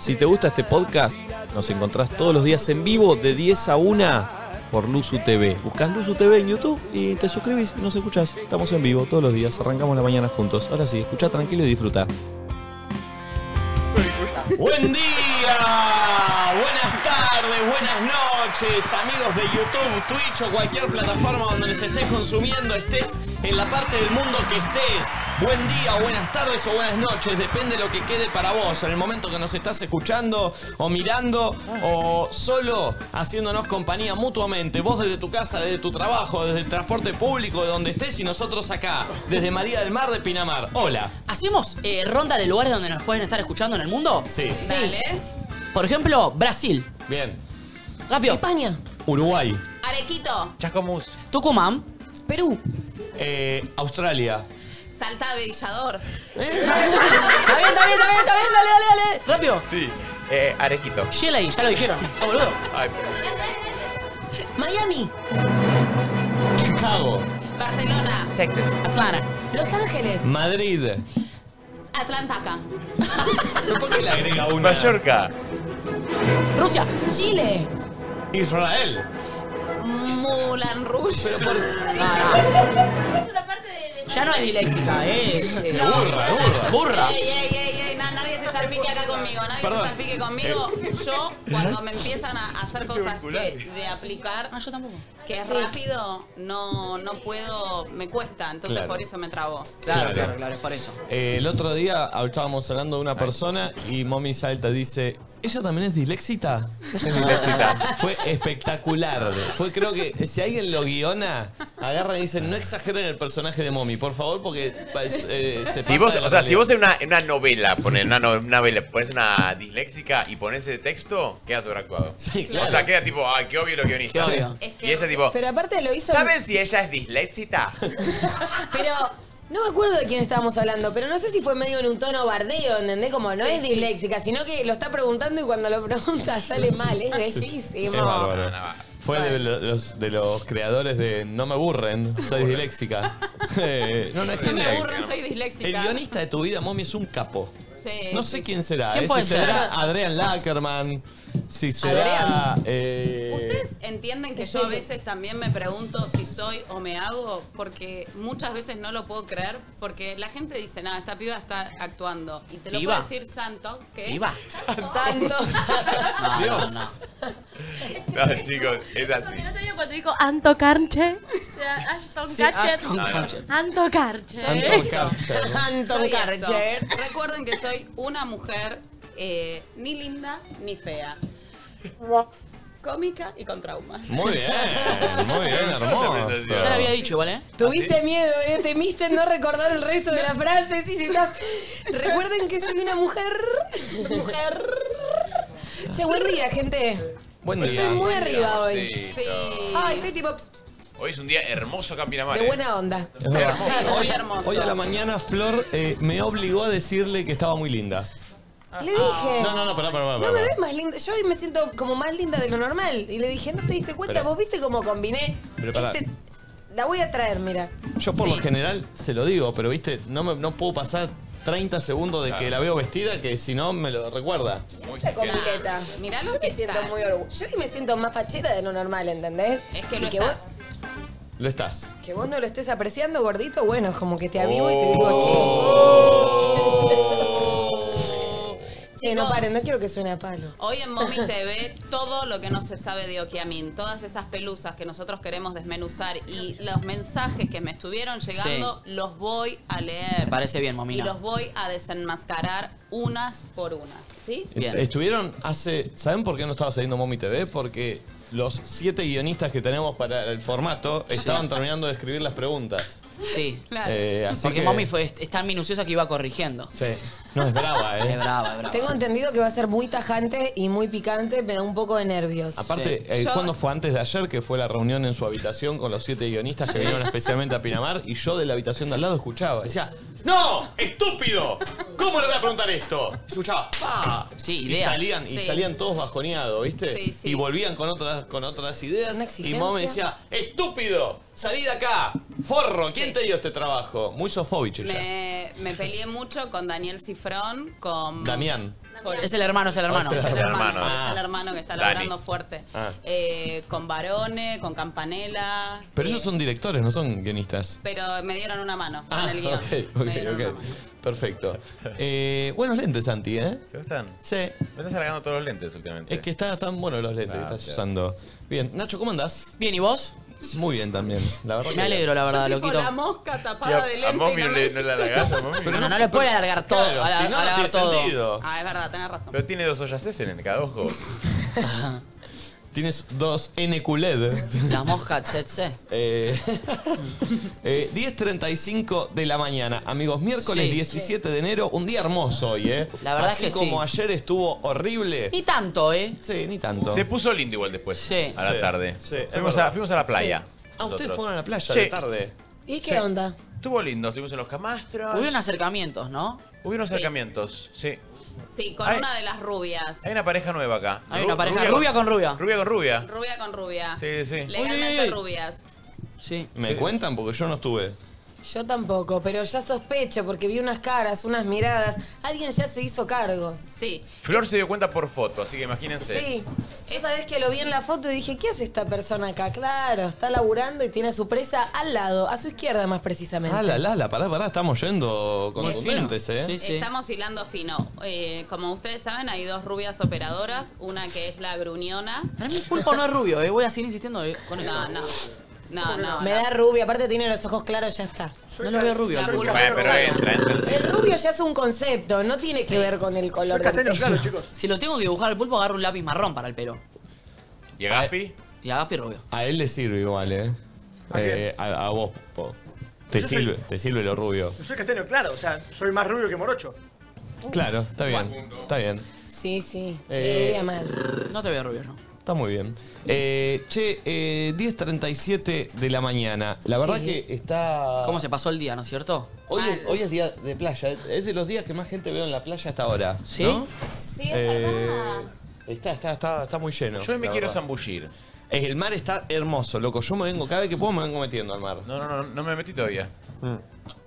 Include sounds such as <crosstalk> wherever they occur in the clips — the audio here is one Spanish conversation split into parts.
Si te gusta este podcast, nos encontrás todos los días en vivo de 10 a 1 por Luzu TV. Buscás Luzu TV en YouTube y te suscribís y nos escuchás. Estamos en vivo todos los días, arrancamos la mañana juntos. Ahora sí, escucha tranquilo y disfruta. Buen día, buenas tardes, buenas noches, amigos de YouTube, Twitch o cualquier plataforma donde les estés consumiendo, estés en la parte del mundo que estés. Buen día, buenas tardes o buenas noches, depende de lo que quede para vos en el momento que nos estás escuchando o mirando o solo haciéndonos compañía mutuamente, vos desde tu casa, desde tu trabajo, desde el transporte público, de donde estés y nosotros acá, desde María del Mar de Pinamar. Hola. ¿Hacemos eh, ronda de lugares donde nos pueden estar escuchando en el mundo? Sí. Dale. Por ejemplo, Brasil. Bien. Rápido. España. Uruguay. Arequito, Chascomús. Tucumán. Perú. Eh, Australia. Salta <laughs> Villador. Está bien, está bien, está bien, está bien. Dale, dale, dale. Rápido. Sí. Eh, Arequito. Chile, ya lo dijeron. <laughs> Ya, boludo. Ay, pero- Miami. Chicago. Barcelona, Texas. Atlanta. Los Ángeles, Madrid. Atlantaca, ¿Pero ¿Por qué le agrega una? Mallorca. Rusia. Chile. Israel. Mulan Rouge. No, no. Es una parte de. Ya no es diléctica, eh. Burra, burra. Burra. Ey, ey, ey, ey, na- nadie se salpique acá conmigo, nadie Perdón. Eh. se salpique conmigo. Yo, cuando me empiezan a hacer cosas que- de aplicar, Ah, yo tampoco. que es rápido, no, no puedo, me cuesta, entonces Claro. por eso me trabo. Claro, Claro. claro, claro, es por eso. Eh, el otro día ah, estábamos hablando de una persona y Mommy Salta dice, ¿ella también es disléxita? Es disléxica. Fue espectacular. Fue creo que si alguien lo guiona, agarra y dice, no exageren el personaje de Mommy, por favor, porque eh, se Si pasa vos, de la o sea, si realidad". vos en una, en una novela pones una, no- una novela, pones una disléxica y pones ese texto, queda sobreactuado. Sí, claro. O sea, queda tipo, ay, qué obvio los guionistas. Qué <laughs> obvio. Es Y que- ella tipo, Pero aparte lo hizo. Ah, ¿saben si ella es disléxita? Pero no me acuerdo de quién estábamos hablando, pero no sé si fue medio en un tono bardeo, ¿entendés? Como no es disléxica, sino que lo está preguntando y cuando lo pregunta sale mal, es <laughs> Es bellísimo. bárbaro. no, no. Fue de lo- los, de los creadores de No me aburren, soy disléxica. <laughs> Eh, no, no es No me genial. aburren, soy El disléxica. guionista de tu vida, Mommy, es un capo. Sí. No sé quién será. ¿Quién eh, puede si ser? será Adrián Lackerman. Si será. eh, ¿Ustedes entienden que yo a veces también me pregunto si soy o me hago? Porque muchas veces no lo puedo creer, porque la gente dice, nada, esta piba está actuando. Y te lo ¿Piba? puedo decir santo, que Iba. <laughs> <laughs> Santo. No, no, Dios. no. No, chicos, es así. El otro día cuando dijo Anto Carche, o sea, Ashton Sí, Kutcher, Ashton Kutcher. Anto Carche. Anton Carter. Anton soy esto. Karcher. Recuerden que soy una mujer eh, ni linda ni fea. Cómica y con traumas. <laughs> Muy bien, Eh, muy bien, Ya lo hermoso. había dicho igual, eh. Tuviste miedo, ¿eh? Temiste no recordar el resto de la frase. Sí, sí, estás. Recuerden que soy una mujer. Mujer. Che, buen día, gente. Buen Estoy día. muy arriba hoy. Sí. Sí. Ay, estoy tipo ps, ps, ps, Hoy es un día hermoso acá en Pinamar. de eh. buena onda. Es verdad. Muy hermoso. Hoy a la mañana Flor eh, me obligó a decirle que estaba muy linda. Le dije. No, no, no, pará, pará, No pará. me pará. ves más linda. Yo hoy me siento como más linda de lo normal. Y le dije, ¿no te diste cuenta? Pero- Vos viste cómo combiné. Pero pará. Este- la voy a traer, mira. Yo por lo general se lo digo, pero viste, no, me, no puedo pasar 30 segundos de que la veo vestida que si no me lo recuerda. Muy Esta combineta. Mirá lo Yo que me siento estás. muy orgullosa. Yo hoy me siento más fachera de lo normal, ¿entendés? Es que Y no que estás. Lo estás. vos, que vos no lo estés apreciando, gordito, bueno, es como que te avivo y te digo, Oh. che. Che, no Chicos. paren, no quiero que suene a palo. Hoy <laughs> en Mommy TV, todo lo que no se sabe de Okiamin, todas esas pelusas que nosotros queremos desmenuzar y los mensajes que me estuvieron llegando, los voy a leer. Eh, Me parece bien, Y momina. los voy a desenmascarar unas por unas. ¿Sí? Bien. Estuvieron hace. ¿Saben por qué no estaba saliendo Mommy TV? Porque los siete guionistas que tenemos para el formato estaban terminando de escribir las preguntas. Sí. Claro. Eh, así Porque que- Mommy fue, es tan minuciosa que iba corrigiendo. Sí. No, es brava, Es ¿eh? brava, es brava. Tengo entendido que va a ser muy tajante y muy picante, pero un poco de nervios. Aparte, Sí. eh, Yo- ¿cuándo fue antes de ayer que fue la reunión en su habitación con los siete guionistas que <laughs> vinieron especialmente a Pinamar? Y yo de la habitación de al lado escuchaba. Decía, ¡No! ¡Estúpido! ¿Cómo le voy a preguntar esto? Y escuchaba, ¡pa! Ah, Sí, Ah. Y ideas. salían, y Sí. salían todos bajoneados, ¿viste? Sí, sí. Y volvían con otras, con otras ideas. Una Y exigencia. Mom decía, ¡Estúpido! ¡Salí de acá! ¡Forro! ¿Quién Sí. te dio este trabajo? Muy sofóbiche ya. Me, me peleé mucho con Daniel Cifrón, con Damián. Es el hermano, es el hermano. Es el hermano, Ah. es el hermano que está Dani. laburando fuerte. Ah. Eh, con Barone, con Campanella. Pero ellos son directores, no son guionistas. Pero me dieron una mano Ah, con el guión. ok, ok, ok. Perfecto. Eh, buenos lentes, Santi, ¿eh? ¿Te gustan? Sí. Me estás alargando todos los lentes últimamente. Es que está- están buenos los lentes que estás Gracias. usando. Bien, Nacho, ¿cómo andás? Bien, ¿y vos? Muy bien también, la verdad. Me que- alegro, la verdad, Yo tipo loquito. La mosca tapada de lente. y no me- la halagaste a Mommy. Bueno, no le puede alargar todo. Claro, ala- si no, no alargar tiene todo. sentido. Ah, es verdad, tenés razón. Pero tiene dos ollas S en cada ojo. <laughs> Tienes dos NQLED. Las moscas, etc. E <laughs> Eh, <laughs> eh, 10.35 de la mañana, amigos. Miércoles Sí. 17 de enero, un día hermoso hoy, ¿eh? La verdad Así es que como sí. ayer estuvo horrible. Ni tanto, ¿eh? Sí, ni tanto. Se puso lindo igual después. Sí. A la Sí, tarde. sí, es fuimos, verdad. a, fuimos a la playa. Ah, ustedes Nosotros. fueron a la playa Sí. de tarde. ¿Y qué Sí. onda? Estuvo lindo, estuvimos en los camastros. Hubieron acercamientos, ¿no? Hubieron Sí. acercamientos, sí. Sí, con Ay. una de las rubias. Hay una pareja nueva acá. Hay Ru- una pareja rubia con rubia. Rubia con rubia. Rubia con rubia. Sí, sí. Legalmente Uy, uy, uy. rubias. Sí. ¿Me cuentan? Porque yo no estuve. Yo tampoco, pero ya sospecho porque vi unas caras, unas miradas. Alguien ya se hizo cargo. Sí. Flor se dio cuenta por foto, así que imagínense. Sí. Yo sabés que lo vi en la foto y dije, ¿qué hace esta persona acá? Claro, está laburando y tiene a su presa al lado, a su izquierda más precisamente. Ah, la, la, la, pará, pará, estamos yendo Muy fino. contundentes, ¿eh? Sí, sí. Estamos hilando fino. Eh, como ustedes saben, hay dos rubias operadoras. Una que es la gruñona. Para mí el pulpo no es rubio, ¿eh? Voy a seguir insistiendo eh, con eso. No, no. No, no. Me no. da rubia, aparte tiene los ojos claros, ya está. No lo veo rubio. La al pulpo. pulpa. Bueno, pero entra, entra. El rubio ya es un concepto, no tiene que ver con el color del pelo. Si lo tengo que dibujar al pulpo, agarro un lápiz marrón para el pelo. ¿Y a Gaspi? Y a Gaspi rubio. A él le sirve igual, ¿eh? ¿A Eh, a, a vos, po. Te Yo soy- sirve, te sirve lo rubio. Yo soy castaño, claro, o sea, soy más rubio que morocho. Claro, está bien, está bien. Sí, sí. Eh, Rubia mal. No te veo rubio, yo. Está muy bien. Eh, che, eh, 10.37 de la mañana. La verdad Sí. que está... ¿Cómo se pasó el día, no es cierto? Hoy es, Mal. hoy es día de playa. Es de los días que más gente veo en la playa hasta ahora. ¿Sí? ¿no? Sí, es Eh, verdad. está, está, está, está muy lleno. Yo me la quiero verdad. zambullir. Eh, El mar está hermoso, loco. Yo me vengo, cada vez que puedo me vengo metiendo al mar. No, no, no, no me metí todavía.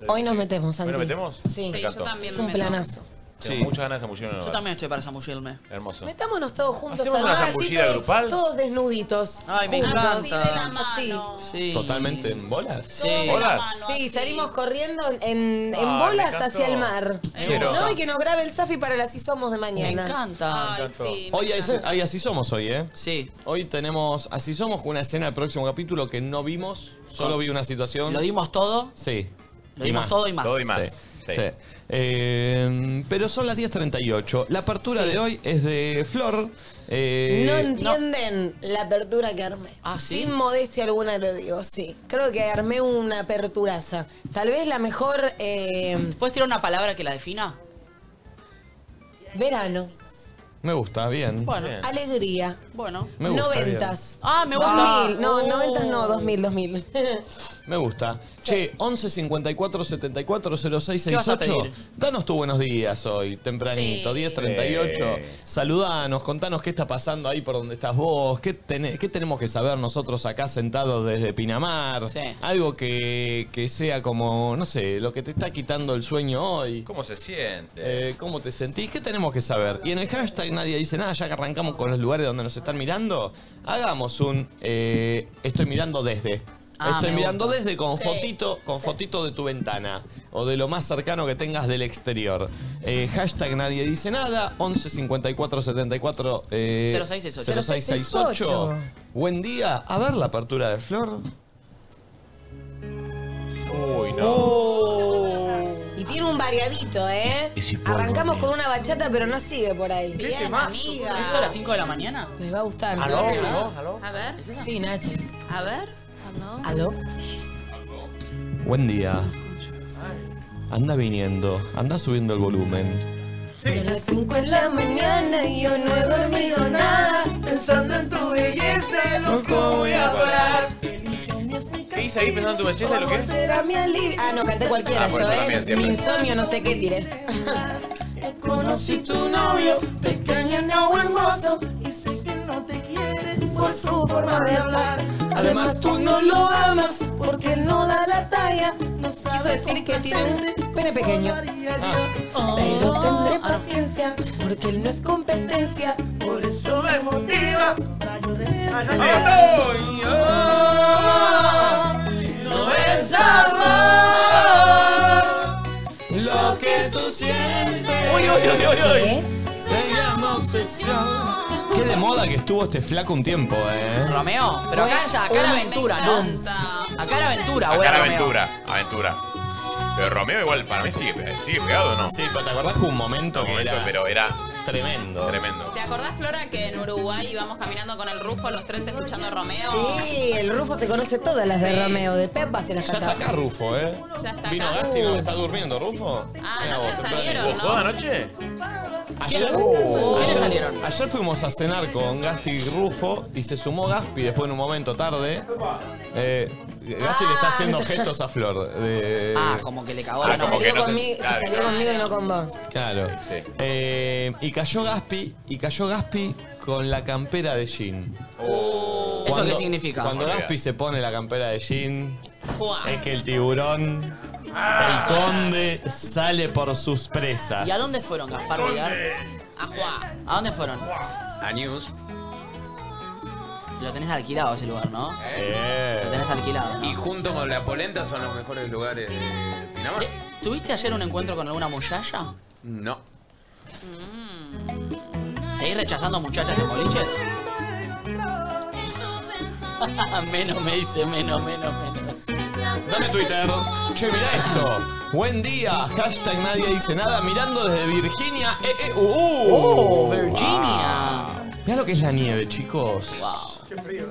Hoy nos metemos, ¿Hoy Santi. nos metemos? Sí. Sí, Me yo encantó. también Es me un meto. planazo. Tengo Sí. muchas ganas de zambullirme en el Yo hogar. también estoy para zambullirme. Hermoso. Metámonos todos juntos ¿Hacemos al una mar, así zambullida todos- grupal? Ah, Todos desnuditos. Ay, me Juntos. Así de la encanta. mano. Sí. ¿Totalmente en bolas? Sí. De la ¿Bolas? mano, Sí, así. salimos corriendo en, en- en Ah, me bolas encantó. hacia el mar. Quiero. No, y que nos grabe el Safi para las si somos de Me mañana. encanta. Ay, sí. me Hoy hay, encanta. hay Así Somos hoy, ¿eh? Sí. Hoy tenemos Así Somos con una escena del próximo capítulo que no vimos. Solo vi una situación. Lo dimos todo. Sí. Lo dimos todo y más. Todo y más. Sí. Sí. sí. Eh, pero son las 10.38. La apertura Sí. de hoy es de Flor. eh, No entienden la apertura que armé. Ah, ¿sí? Sin modestia alguna lo digo, sí. Creo que armé una aperturaza. Tal vez la mejor eh, ¿Puedes tirar una palabra que la defina? verano, Me gusta, bien. Bueno. Bien. alegría, Bueno. Me gusta, noventas. Ah, me gusta. 2000, no, Oh. noventas no, 2000, <laughs> 2000. Me gusta. Che, 11 54 74 06 ¿Qué vas a 68. pedir? Danos tu buenos días hoy, tempranito, 10.38. Eh. Saludanos, contanos qué está pasando ahí por donde estás vos, qué, tenés- qué tenemos que saber nosotros acá sentados desde Pinamar. Sí. Algo que, que sea como, no sé, lo que te está quitando el sueño hoy. ¿Cómo se siente? Eh, ¿Cómo te sentís? ¿Qué tenemos que saber? Y en el hashtag nadie dice nada, ya que arrancamos con los lugares donde nos están mirando, hagamos un eh, estoy mirando desde. Ah, estoy me mirando gusta. desde con Sí, fotito, con fotito de tu ventana o de lo más cercano que tengas del exterior. Eh, hashtag nadie dice nada, 11 54 74 eh, 0668. 0668. Buen día, a ver la apertura de Flor. Uy, no. Oh. <laughs> Y tiene un variadito, ¿eh? Arrancamos con una bachata, pero no sigue por ahí. ¿Qué Bien, temazo? amiga. ¿Eso a las 5 de la mañana? Les va a gustar. A ver, Sí, Nacho. a ver. ¿Aló? Buen día. Anda viniendo, anda subiendo el volumen. Sí. Son las 5 en la mañana y yo no he dormido nada. Pensando en tu belleza, loco voy a parar. ¿Qué hice ahí pensando en tu belleza y lo que es? será mi alivio? Ah, no, canté cualquiera Ah, yo, bueno, también, ¿eh? siempre. Mi insomnio, no sé qué tiré. Conocí tu novio, pequeño no buen mozo. Y sé que no te quiere, por su forma de hablar. Además tú no lo amas porque él no da la talla. No sabe Quiso decir que tiene un pene pequeño. Pero tendré paciencia porque él no es competencia. Por eso me motiva. Ah, No es amor lo que tú sientes. Uy, uy, uy, uy, uy. Se llama obsesión. Qué de moda que estuvo este flaco un tiempo, eh. Romeo, pero acá ya, acá era Ay, aventura, me ¿no? encanta. Acá era aventura, güey. Sacar Romeo. aventura, aventura. Pero Romeo igual para mí sigue, pe- sigue pegado, ¿no? Sí, pero ¿te acordás que un momento que Momento, era pero era tremendo? tremendo. ¿Te acordás, Flora, que en Uruguay íbamos caminando con el Rufo los tres escuchando a Romeo? Sí, el Rufo se conoce todas las de Romeo, de Pepa se las Ya está cantaba. acá Rufo, eh. Ya está Vino acá. Gasti, ¿no? ¿Está durmiendo Rufo? Ah, Mira anoche vos, salieron, ¿no? temprano. ¿Vos anoche? Ayer, uh, ¿Quiénes ayer- salieron? ayer fuimos a cenar con Gasti y Rufo y se sumó Gaspi después en un momento tarde. Eh, Gasti le está haciendo gestos a Flor. de- Ah, como que le cagó Ah, la Que como noche. que no salió te- conmigo- que claro. salió conmigo y no con vos. Claro. Sí. Eh, y cayó Gaspi, y cayó Gaspi con la campera de jean. ¿Eso qué Cuando- significa? Cuando Olvida. Gaspi se pone la campera de jean, Juá. es que el tiburón, el conde, sale por sus presas. ¿Y a dónde fueron, Gaspar Vigar? A Juá. ¿A dónde fueron? A News. Lo tenés alquilado ese lugar, ¿no? Lo Eh. tenés alquilado, Y ¿no? junto con la polenta son los mejores lugares de Pinamar. Eh, ¿Tuviste ayer un encuentro con alguna muchacha? No. ¿Seguís rechazando muchachas en boliches? <laughs> menos me dice, menos, menos, menos. Dame Twitter. Che, mirá esto. Buen día. Hashtag nadie dice nada. Mirando desde Virginia. Eh, eh, uh, ¡Oh, uh. Virginia! Mirá lo que es la nieve, chicos. Wow.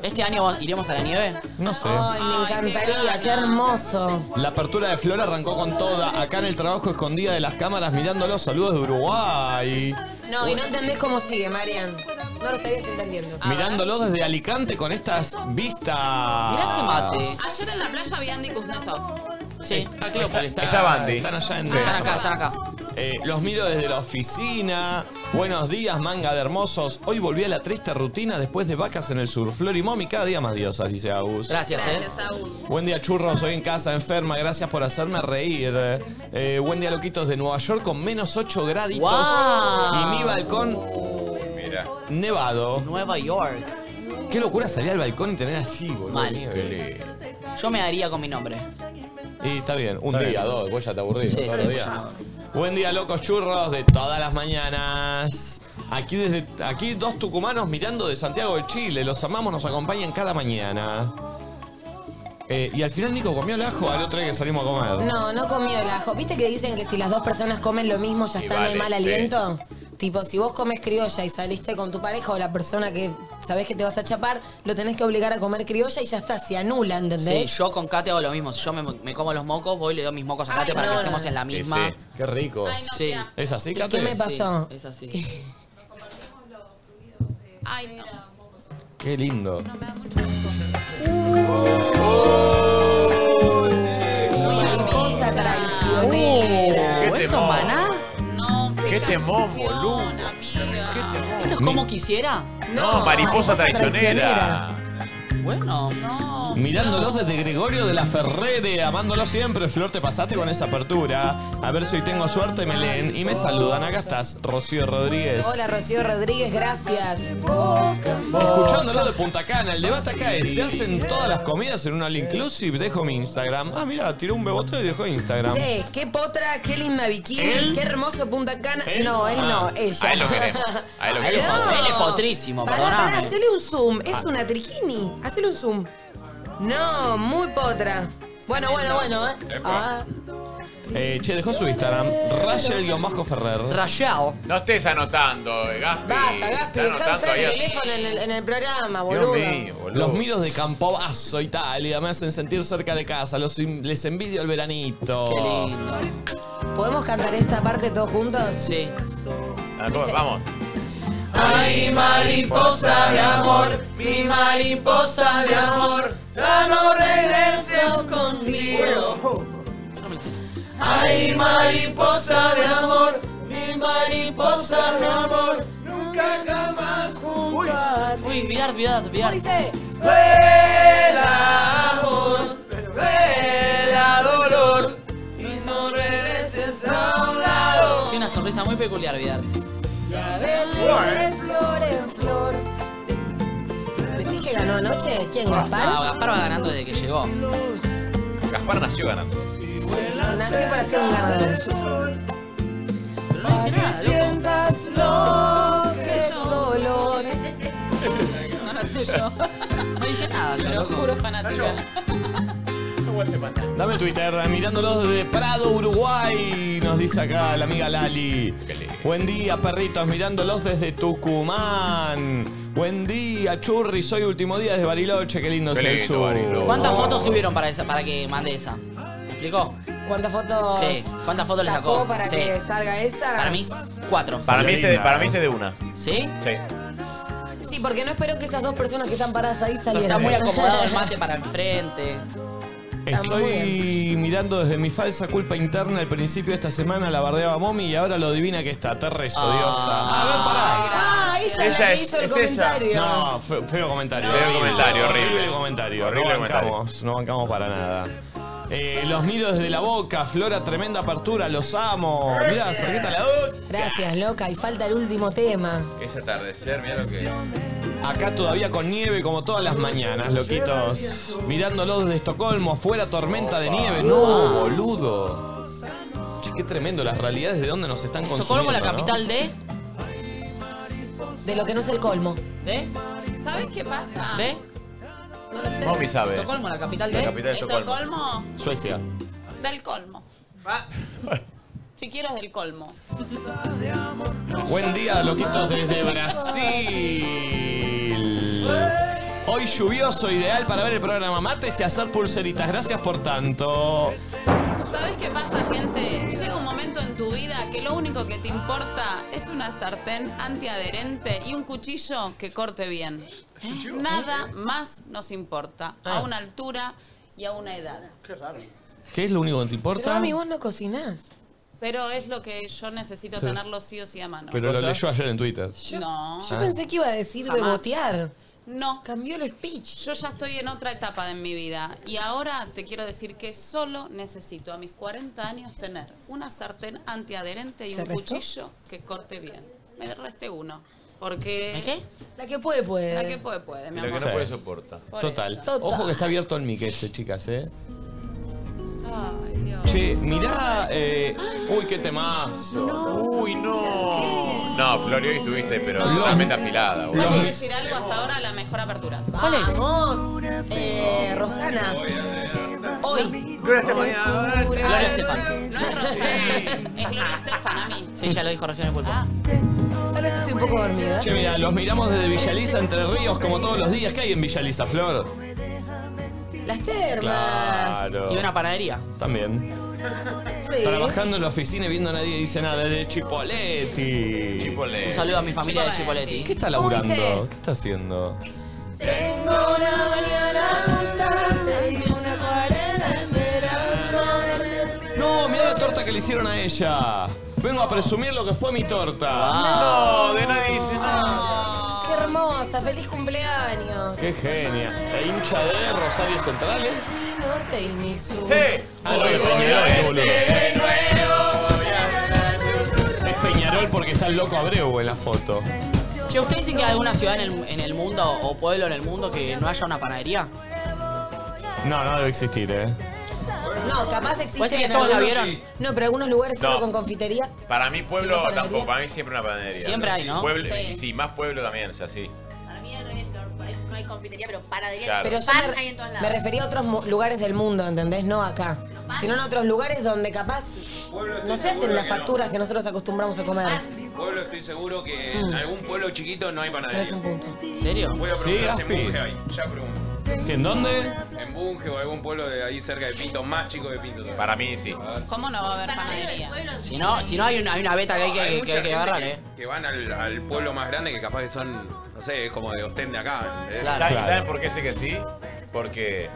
¿Este año vos- iremos a la nieve? No sé. Ay, me encantaría, qué hermoso. La apertura de Flor arrancó con toda. Acá en el trabajo escondida de las cámaras mirando los saludos de Uruguay. No, y no entendés cómo sigue, Marian. No lo estarías entendiendo. Mirándolos desde Alicante con estas vistas. Mirá ese mate. Ayer en la playa vi a Andy Kuznetsov. Sí. Ah, Está Cleópolis, Está Bandy. Están allá en Están acá, están acá. Eh, los miro desde la oficina. Buenos días, manga de hermosos. Hoy volví a la triste rutina después de vacas en el sur. Flor y Momi cada día más diosas, dice Agus. Gracias, eh. Gracias, Saúl. Buen día, churros. Hoy en casa, enferma. Gracias por hacerme reír. Eh, buen día, loquitos de Nueva York con menos 8 graditos. Guau. Y mi balcón Mira. nevado. Nueva York. Qué locura salir al balcón y tener así, boludo. Mal. nieve. Yo me daría con mi nombre. Y está bien, un Está día, bien. dos, vos ya te aburrís, Sí, todos sí, los vos días. ya Buen día, locos churros de todas las mañanas. Aquí desde aquí dos tucumanos mirando de Santiago de Chile, los amamos, nos acompañan cada mañana. Eh, y al final Nico comió el ajo al otro día que salimos a comer. No, no comió el ajo. ¿Viste que dicen que si las dos personas comen lo mismo ya Y está, no vale, hay mal sí. aliento? Tipo, si vos comes criolla y saliste con tu pareja o la persona que sabés que te vas a chapar, lo tenés que obligar a comer criolla y ya está, se anula, Sí, ¿entendés? yo con Kate hago lo mismo. Si yo me, me como los mocos, voy y le doy mis mocos a Kate para que estemos en la Sí, misma. sí. Qué rico. Ay, no, Sí. tía. ¿Es así, ¿Y Cate? qué me pa- Pasó. Sí, es así. Ay, no. Qué lindo. Una cosa traicionera. Qué ¿O ¿Esto temón. es maná? No, Qué temón, canción, boludo. amiga. ¿Esto es como quisiera? No, mariposa, mariposa traicionera. Bueno, No. Mirándolos desde Gregorio de la Ferrere, amándolos siempre. Flor, te pasaste con esa apertura. A ver si hoy tengo suerte, me leen y me saludan. Acá estás, Rocío Rodríguez. Hola, Rocío Rodríguez, gracias. Escuchándolo de Punta Cana, el debate acá es, ¿se hacen todas las comidas en un all inclusive? Dejo mi Instagram. Ah, mira, tiró un beboteo y dejó Instagram. Sí, qué potra, qué linda bikini, ¿Él? qué hermoso Punta Cana. ¿Él? Ah. No, él no, ella. A él lo queremos. A él lo a él, es queremos. po- No. él es potrísimo, Ah. Pará, pará, perdóname. hacele un zoom. Es una triquini. Hacele un zoom. No, muy potra. Bueno, bueno, bueno, eh. Ah, Eh, che, dejó su Instagram. Rachel-Bajo Ferrer. Rayado. No estés anotando, eh, Gaspi. basta, Gaspi, Está dejá de anotando usar el ahí. teléfono en el, en el programa, boludo. Dios mío, boludo. Los miros de Campobasso, Italia, me hacen sentir cerca de casa. Los in- les envidio el veranito. Qué lindo. ¿Podemos cantar esta parte todos juntos? Sí. Ah, ¿cómo? Vamos. Ay, mariposa de amor, mi mariposa de amor, ya no regreses contigo. Ay, mariposa de amor, mi mariposa de amor, Junto a ti. Uy, mirar, mirar, mirar. ¿Cómo dice? Vuela amor, vuela dolor y no regreses a un lado. Tiene una sonrisa muy peculiar, Vidarte. Oh, De flor eh. en flor. ¿Decís que ganó anoche? ¿Quién, No, Gaspar? Gaspar va ganando desde que llegó. Gaspar nació ganando. Nació para ser un ganador. Pero no dije nada, loco. sientas lo que <laughs> es dolor. No, no soy yo. No dije nada, yo, Te lo loco. juro, fanática. Dame Twitter, mirándolos desde Prado, Uruguay, nos dice acá la amiga Lali. Qué lindo. Buen día, perritos, mirándolos desde Tucumán. Buen día, churri, soy último día desde Bariloche, qué lindo Qué es el lindo, sur. Bariloche. ¿Cuántas fotos subieron para, esa, para que mande esa? ¿Me explicó? ¿Cuántas fotos? Sí, ¿cuántas fotos le sacó? para Sí. que salga esa? Para mí, cuatro. Para mí, este de, Sabrina. para mí este de una. ¿Sí? Sí. Sí, porque no espero que esas dos personas que están paradas ahí Pero salieran. está muy acomodado el mate para enfrente. Está muy Estoy mirando desde mi falsa culpa interna al principio de esta semana la bardeaba Momi y ahora lo divina que está, te rezo, Ah. diosa. A ver, pará. Ah, ella es la Ella que es- hizo el es ella. comentario. No, fe- feo comentario. Feo comentario, horrible. comentario. Horrible no bancamos, no bancamos para nada. Eh, los miro desde la boca, Flora, tremenda apertura, los amo. Mirá, acerquita la boca. Gracias, loca. Y falta el último tema. Ese atardecer, mira lo que. Acá todavía con nieve como todas las mañanas, loquitos. Mirándolos desde Estocolmo, afuera tormenta de nieve. No, boludo. Che, qué tremendo, las realidades de dónde nos están Estocolmo, consumiendo. la ¿no? capital de... De lo que no es el colmo. ¿De? ¿Sabes qué pasa? ¿De? No lo sé. Mami sabe. Estocolmo, la capital La de... capital de Estocolmo. Estocolmo, Suecia. del colmo. Si quiero es del colmo. Buen día, loquitos desde Brasil. Hoy lluvioso, ideal para ver el programa Mates y hacer pulseritas. Gracias por tanto. ¿Sabes qué pasa, gente? Llega un momento en tu vida que lo único que te importa es una sartén antiadherente y un cuchillo que corte bien. Nada más nos importa. A una altura y a una edad. ¿Qué es lo único que te Pero importa? mami, vos no cocinás. Pero es lo que yo necesito tenerlo sí o sí a mano. Pero lo leyó ayer en Twitter. Ah. no. Yo pensé que iba a decir Jamás. rebotear. No. Cambió el speech. Yo ya estoy en otra etapa de mi vida y ahora te quiero decir que solo necesito a mis 40 años tener una sartén antiadherente y ¿Se un restó? cuchillo que corte bien. Me resté uno. Porque... ¿De qué? La que puede, puede. La que puede, puede, mi Lo que amor. no Sí. puede soporta. Por Total. eso. Ojo que está abierto el mic ese, chicas, ¿eh? Ay, Dios. Che, mirá. eh, Uy, qué temazo. Uy, no. No, Flori, hoy estuviste, pero totalmente afilada. boludo. Tengo que decir algo hasta ahora la mejor apertura. ¿Cuál es? Vamos. Eh, Rosana. Hoy. Gloria Estefania. Gloria Ah, Estefan. No es Rosana, es Gloria Estefan a mí. Sí, ya lo dijo recién el pulpo. Tal vez estoy un poco dormida. Che, mira, los miramos desde Villaliza, Entre Ríos, como todos los días. ¿Qué hay en Villaliza, Flor? Las termas. Claro. Y una panadería. También. Sí. Trabajando en la oficina y viendo a nadie dice nada de Chipoletti. Chipole. Un saludo a mi familia de Chipoletti. ¿Qué está ¿Cómo laburando? dice? ¿Qué está haciendo? Tengo una mañana constante y una cuarela esperando. No, mira la torta que le hicieron a ella. Vengo a presumir lo que fue mi torta. No, de nadie dice nada. Ah. ¡Qué hermosa! ¡Feliz cumpleaños! Qué ¿eh? genia. La hincha de Rosario Centrales. Mi norte y mi sur. ¡Eh! Ah, no, de Peñarol, boludo. Es Peñarol porque está el loco Abreu en la foto. Che, ¿ustedes dicen que hay alguna ciudad en el, en el mundo o pueblo en el mundo que no haya una panadería? No, no debe existir, eh. No, capaz existe. Puede ser que en todos la algunos- vieron. No, pero algunos lugares No. solo con confitería. Para mí, ¿Y pueblo una panadería? tampoco. Para mí, siempre una panadería. Siempre hay, ¿no? Pueblo- Sí. sí, más pueblo también, o sea, sí. Para mí al revés, Flor, por eso no hay confitería, pero panadería. Claro. Pero yo Pan me, hay en todos lados. me refería a otros mu- lugares del mundo, ¿entendés? No acá. pan. Sino en otros lugares donde capaz no se hacen las facturas que nosotros acostumbramos a comer. Ah, Pueblo, estoy seguro que en algún pueblo chiquito no hay Tenés panadería. un punto. Mm. ¿En serio? Voy a Sí, preguntar si en Gaspi. Bunge hay. Ya pregunto. ¿Sí, en dónde? En Bunge o algún pueblo de ahí cerca de Pinto, más chico de Pinto. todavía. Para mí, sí. ¿Cómo no va a haber Panadero del panadería? pueblo. Si no, si no hay, una, hay una beta que hay que, Hay que mucha hay que gente agarrar, que- ¿eh? Que van al, al pueblo más grande que capaz que son, no sé, como de Ostende acá. ¿eh? Claro. ¿Saben, saben por qué sé que sí? Porque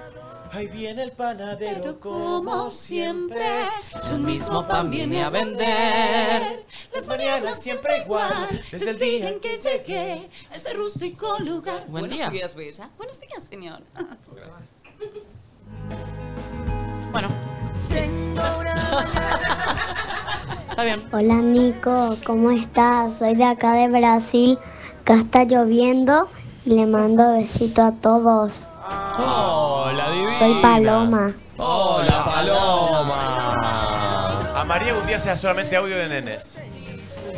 Ahí viene el panadero como siempre. El mismo pan viene a vender. Las mañanas siempre igual. Desde el día en que llegué a ese rústico lugar. Buen día. Buenos días, Bella. Buenos días, señor. <laughs> Hola Nico, ¿cómo estás? Soy de acá de Brasil, acá está lloviendo y le mando besito a todos. Hola, divina. Soy Paloma. Hola, Oh, Paloma. A María un día sea solamente audio de nenes.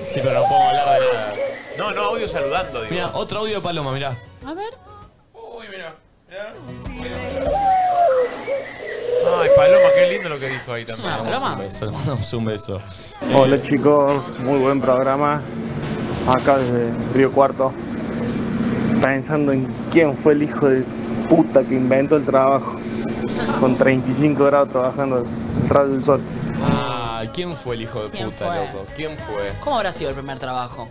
Sí, pero no puedo hablar de nada. No, no, audio saludando, digo. Mira, otro audio de Paloma, mirá. A ver. Uy, mira. Ay, Paloma, qué lindo lo que dijo ahí también. Le mandamos Un beso, le mandamos un beso. Hola chicos, muy buen programa. Acá desde Río Cuarto. Pensando en quién fue el hijo de puta que inventó el trabajo. Con 35 grados trabajando el radio del sol. Ah, ¿quién fue el hijo de ¿Quién puta, fue? loco? ¿Quién fue? ¿Cómo habrá sido el primer trabajo?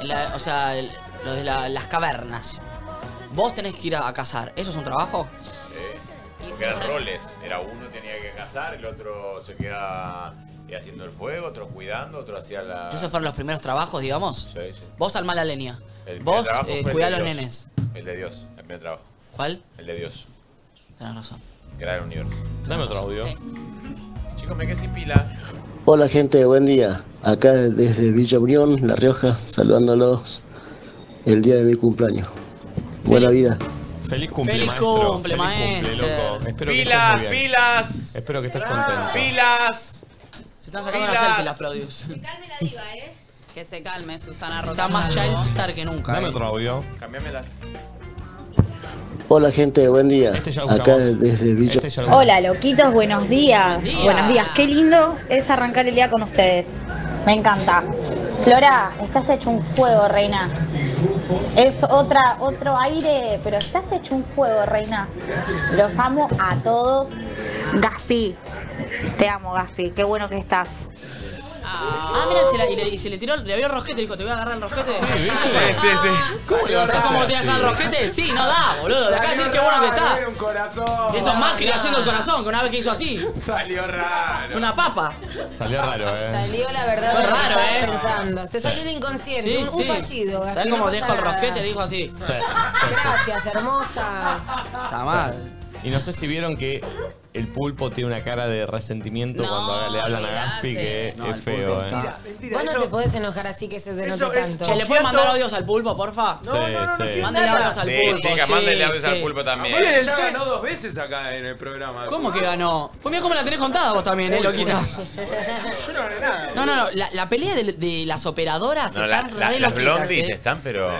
En la- o sea, el- los de la- las cavernas. Vos tenés que ir a, a cazar. ¿Eso es un trabajo? Porque eran roles. Era uno tenía que cazar, el otro se queda eh, haciendo el fuego, otro cuidando, otro hacía la. ¿Esos fueron los primeros trabajos, digamos? Ah. Sí, sí. Vos armá la leña. El primer Vos trabajo eh, fue el cuidá a de los Dios. nenes. El de Dios, el primer trabajo. ¿Cuál? El de Dios, Tenés razón. crear el universo. Dame otro audio. Chicos, me quedé sin pilas. Hola gente, buen día. Acá desde Villa Unión, La Rioja, saludándolos el día de mi cumpleaños. Buena vida. Feliz cumple, Feliz maestro. cumple, maestro. loco. Espero que Pilas, estés muy bien. pilas. Espero que estés contento. ¡Pilas! Se están sacando las Pilas. selfies las Plaudius. Calme la diva, ¿eh? Que se calme, Susana Roca. Está más Child Star que nunca. Dame eh. otro audio. Cambiámelas. Hola gente, buen día. Este ya lo Acá usamos. desde Villa Este ya lo- Hola, loquitos, buenos días. Buenos días, qué lindo es arrancar el día con ustedes. Me encanta. Flora, estás hecho un fuego, reina. Es otra, otro aire, pero estás hecho un fuego, reina. Los amo a todos. Gaspi, te amo, Gaspi. Qué bueno que estás. Ah, mira, se la- y, le, y se le tiró, le abrió el rosquete y dijo, te voy a agarrar el rosquete. Sí, sí, sí. ¿Cómo le vas a ¿Sabes hacer Ah, cómo te acá el así? rosquete? Sí, no da, boludo. De acá Salió decís qué bueno que está. raro, era un corazón. Eso es Macri Ah, haciendo el corazón, que una vez que hizo así, Salió raro. una papa. Salió raro, <laughs> eh. Salió la verdad Fue de lo que raro, estabas eh. pensando. Te salió el inconsciente, un, un fallido. Gaspi, ¿Sabes no cómo pasa dejó el nada. rosquete? Le dijo así. Sí, sí, sí. Gracias, hermosa. Está mal. Y no sé si vieron que el pulpo tiene una cara de resentimiento No, cuando le hablan a Gaspi, que No, es el feo, pulpo eh. está- Mentira, Vos no eso- te podés enojar así que se te eso note es- tanto. Che, ¿le pueden mandar audios al pulpo, porfa? <laughs> No, no, no, no, Sí, no, sí. no, Manden audios al Sí, pulpo. chicas, sí, mándenle audios al sí. pulpo Aparte, también. ella ganó dos veces acá en el programa. ¿Cómo que ganó? Pues mira cómo la tenés contada vos también, eh, loquita. Yo no gané nada. No, no, no. La, la pelea de, de las operadoras No, la- están la- re las loquitas, blondies eh. están, pero.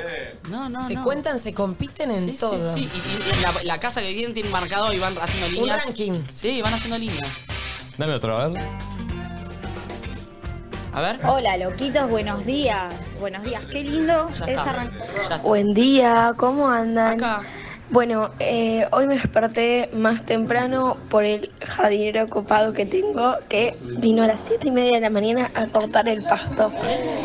No, no, se no. cuentan, se compiten en Sí, sí, todo. sí. Y, y la, la casa que tienen tiene marcado y van haciendo líneas. ranking. Sí, van haciendo líneas. Dame otro, a ver. A ver. Hola, loquitos, buenos días. Buenos días, qué lindo Ya es está. arrancar. Ya está. Buen día, ¿cómo andan? Acá. Bueno, eh, hoy me desperté más temprano por el jardinero ocupado que tengo, que vino a las 7 y media de la mañana a cortar el pasto.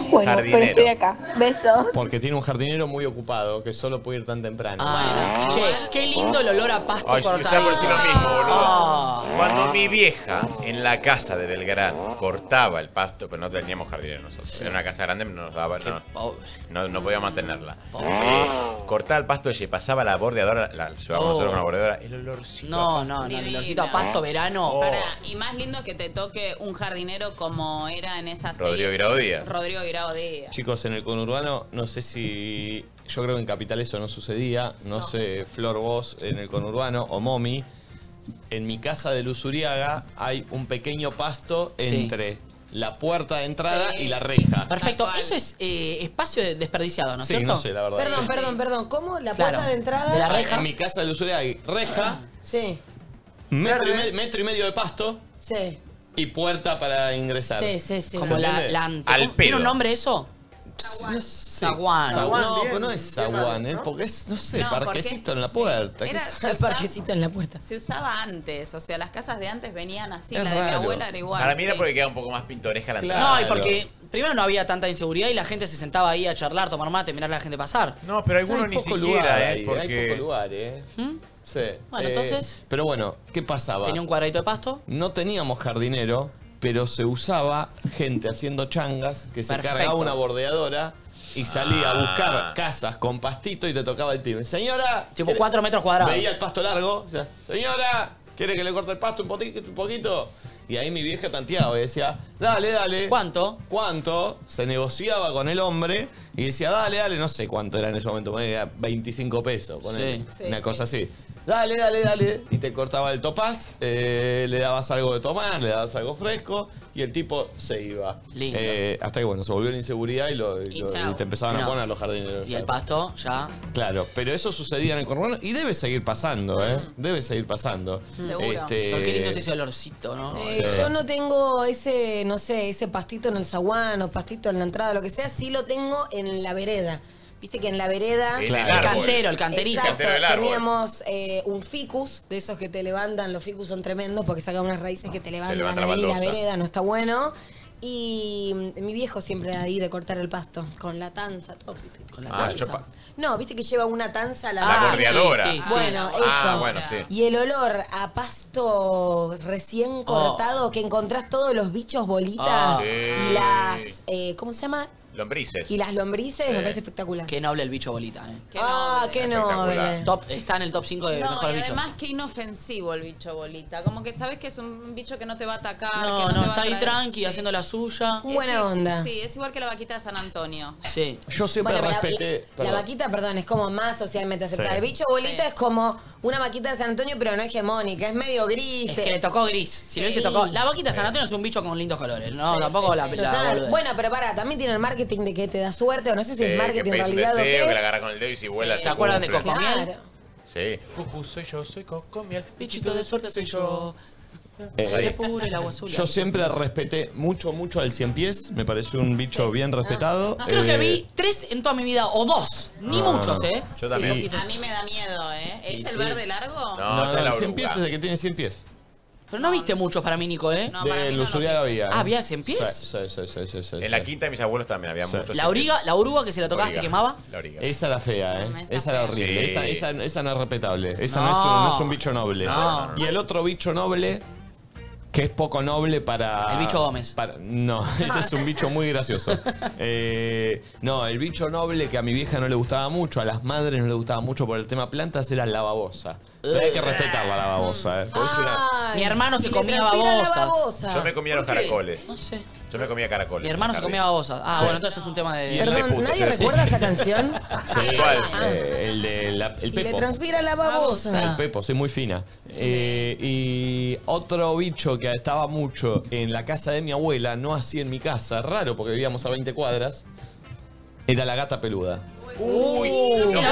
Bueno, Jardinero. pero estoy acá. Besos. Porque tiene un jardinero muy ocupado que solo puede ir tan temprano. Ah, che, qué lindo el olor a pasto Ay, sí, está cortado. por decir lo mismo, Ah. boludo. Cuando mi vieja en la casa de Belgrano cortaba el pasto, pero no teníamos jardines nosotros. Era una casa grande, pero no nos daba. No, Pobre. no, no podía mantenerla. Eh, cortaba el pasto ella y pasaba la bordeadora, la llevábamos Oh. nosotros con la bordeadora. El olorcito. No, no, no, Divina. el olorcito a pasto verano. Oh. Pará, y más lindo es que te toque un jardinero como era en esa serie. Rodrigo Guirao Díaz. Rodrigo Guirao Díaz. Chicos, en el conurbano, no sé si. Yo creo que en Capital eso no sucedía. No, sé, Flor, vos en el conurbano o Momi. En mi casa de Luzuriaga hay un pequeño pasto Sí. entre la puerta de entrada Sí. y la reja. Perfecto, Tal cual. eso es eh, espacio de- desperdiciado, ¿no es sí, cierto? no sé, la verdad. Perdón, perdón, perdón. ¿Cómo? ¿La Claro. puerta de entrada? De la Hay- reja. En mi casa de Luzuriaga hay reja, Sí, metro y, me- metro y medio de pasto sí, y puerta para ingresar. sí, sí, sí. Como ¿Se la, entiende? la ante- Al ¿cómo- ¿Tiene pedo. un nombre eso? No sé. Zaguán. Zaguán, No, no, bien, pero no es bien Zaguán, malo, ¿eh? ¿no? Porque es, no sé, No, porque- parquecito en la puerta. Era- ¿qué El parquecito en la puerta. Se usaba antes, o sea, las casas de antes venían así, Es la de mi raro. abuela era igual. Para mí era sí. porque queda un poco más pintoresca la No, entrada. y porque primero no había tanta inseguridad y la gente se sentaba ahí a charlar, tomar mate, mirar a la gente pasar. No, pero algunos ni siquiera, ¿eh? Hay porque- poco lugar, ¿eh? Sí. Bueno, Eh, entonces- Pero bueno, ¿qué pasaba? Tenía un cuadradito de pasto. No teníamos jardinero, pero se usaba gente haciendo changas que se Perfecto. cargaba una bordeadora y salía a Ah. buscar casas con pastito y te tocaba el timbre. Señora. Tipo ¿quiere- cuatro metros cuadrados. Veía el pasto largo. o sea, Señora, ¿quiere que le corte el pasto un poti- un poquito? Y ahí mi vieja tanteaba y decía, dale, dale. ¿Cuánto? ¿Cuánto? Se negociaba con el hombre y decía, dale, dale, no sé cuánto era en ese momento, ponele que era 25 pesos, ponele, Sí. Sí, una sí. cosa así. Dale, dale, dale. Y te cortaba el topaz, eh, le dabas algo de tomar, le dabas algo fresco y el tipo se iba. Lindo. Eh, hasta que bueno, se volvió la inseguridad y, lo, y lo- chao. y te empezaban a No. poner los jardineros. Y el Claro. pasto ya. Claro, pero eso sucedía en el conurbano y debe seguir pasando, ¿eh? Debe seguir pasando. Este, Pero qué lindo es ese olorcito, ¿no? Eh, Sí. Yo no tengo ese, no sé, ese pastito en el zaguán o pastito en la entrada, lo que sea, sí lo tengo en la vereda. Viste que en la vereda. En el Claro. árbol. cantero, el canterito. Exacto, Cantero del árbol. Teníamos eh, un ficus, de esos que te levantan, los ficus son tremendos porque sacan unas raíces que te levantan levanta la ahí la baldosa. vereda, no está bueno. Y mm, mi viejo siempre era ahí de cortar el pasto, con la tanza, todo. pipi. Con la Ah, taza. yo pa- No, viste que lleva una tanza a la La Ah, bordeadora. sí, sí, sí. Bueno, eso. Ah, bueno, sí. Y el olor a pasto recién cortado que encontrás todos los bichos bolitas Ah. y las eh, ¿cómo se llama? Lombrices. Y las lombrices, me Sí. parece espectacular. Qué noble el bicho bolita, ¿eh? ah, qué noble. Top, está en el top 5 de eh. No, y mejores bichos. además que inofensivo el bicho bolita. Como que sabes que es un bicho que no te va a atacar. No, no, que te va está a ahí traer- tranqui, haciendo la suya. Es i- Sí, es igual que la vaquita de San Antonio. Sí. Yo siempre Bueno, pero la- respeté. La, perdón. vaquita, perdón, es como más socialmente aceptada. Sí. El bicho bolita es como una vaquita de San Antonio, pero no hegemónica, es medio gris. Es que le tocó gris. Si lo Sí. hubiese tocado. La vaquita de San Antonio es un bicho con lindos colores. No, tampoco la, la eh, Total. boludez. bueno, pero para, también tiene el marketing de que te da suerte, o no sé si Eh, es que marketing en pedís un realidad o deseo, qué. que la agarras con el dedo y si vuela. ¿Se te acuerdan de cumple. Cocomiel? Claro. Sí. Cucu soy yo, soy Cocomiel. Bichito de suerte soy yo. Eh, El puro, el agua azul. Yo siempre respeté mucho, mucho al cien pies. Me pareció un bicho bien respetado. Ah. Creo que Eh, vi tres en toda mi vida, o dos. Ni No, muchos, ¿eh? yo también. Sí, poquitos. A mí me da miedo, ¿eh? ¿Es Y el sí. verde largo? No, No, esa es la el cien oruga. pies es el que tiene cien pies. Pero no viste muchos para mí, Nico, ¿eh? de Lusuriaga había. Ah, ¿había cien pies? Sí, sí, sí, sí, sí, En sí. la quinta de mis abuelos también había muchos. La origa, la oruga que si la tocabas te Origa. quemaba. La origa. Esa era fea, ¿eh? Esa era horrible. Sí. Esa, esa- esa no es respetable. Esa no, No. es un, no es un bicho noble. No. Y el otro bicho noble, que es poco noble para. El bicho Gómez. para- no, <laughs> ese es un bicho muy gracioso. Eh, no, el bicho noble que a mi vieja no le gustaba mucho, a las madres no le gustaba mucho por el tema plantas, era la babosa. Pero hay que respetarla, la babosa, ¿eh? Porque es una- Mi hermano se le comía transpira la babosas. babosa. Yo me comía los ¿Por qué? caracoles. No sé. Yo me comía caracoles. Mi hermano en se el comía jardín. babosas. Ah, Sí. bueno, entonces es un tema de. Y el de puto, sí. ¿Nadie recuerda esa canción? Sí. ¿Cuál? Eh, el de la- el Y le Pepo. transpira la El babosa. Pepo, soy muy fina. Eh, y otro bicho que estaba mucho en la casa de mi abuela, no así en mi casa, raro porque vivíamos a 20 cuadras, era la gata peluda. <laughs> Uy, no, la oruga.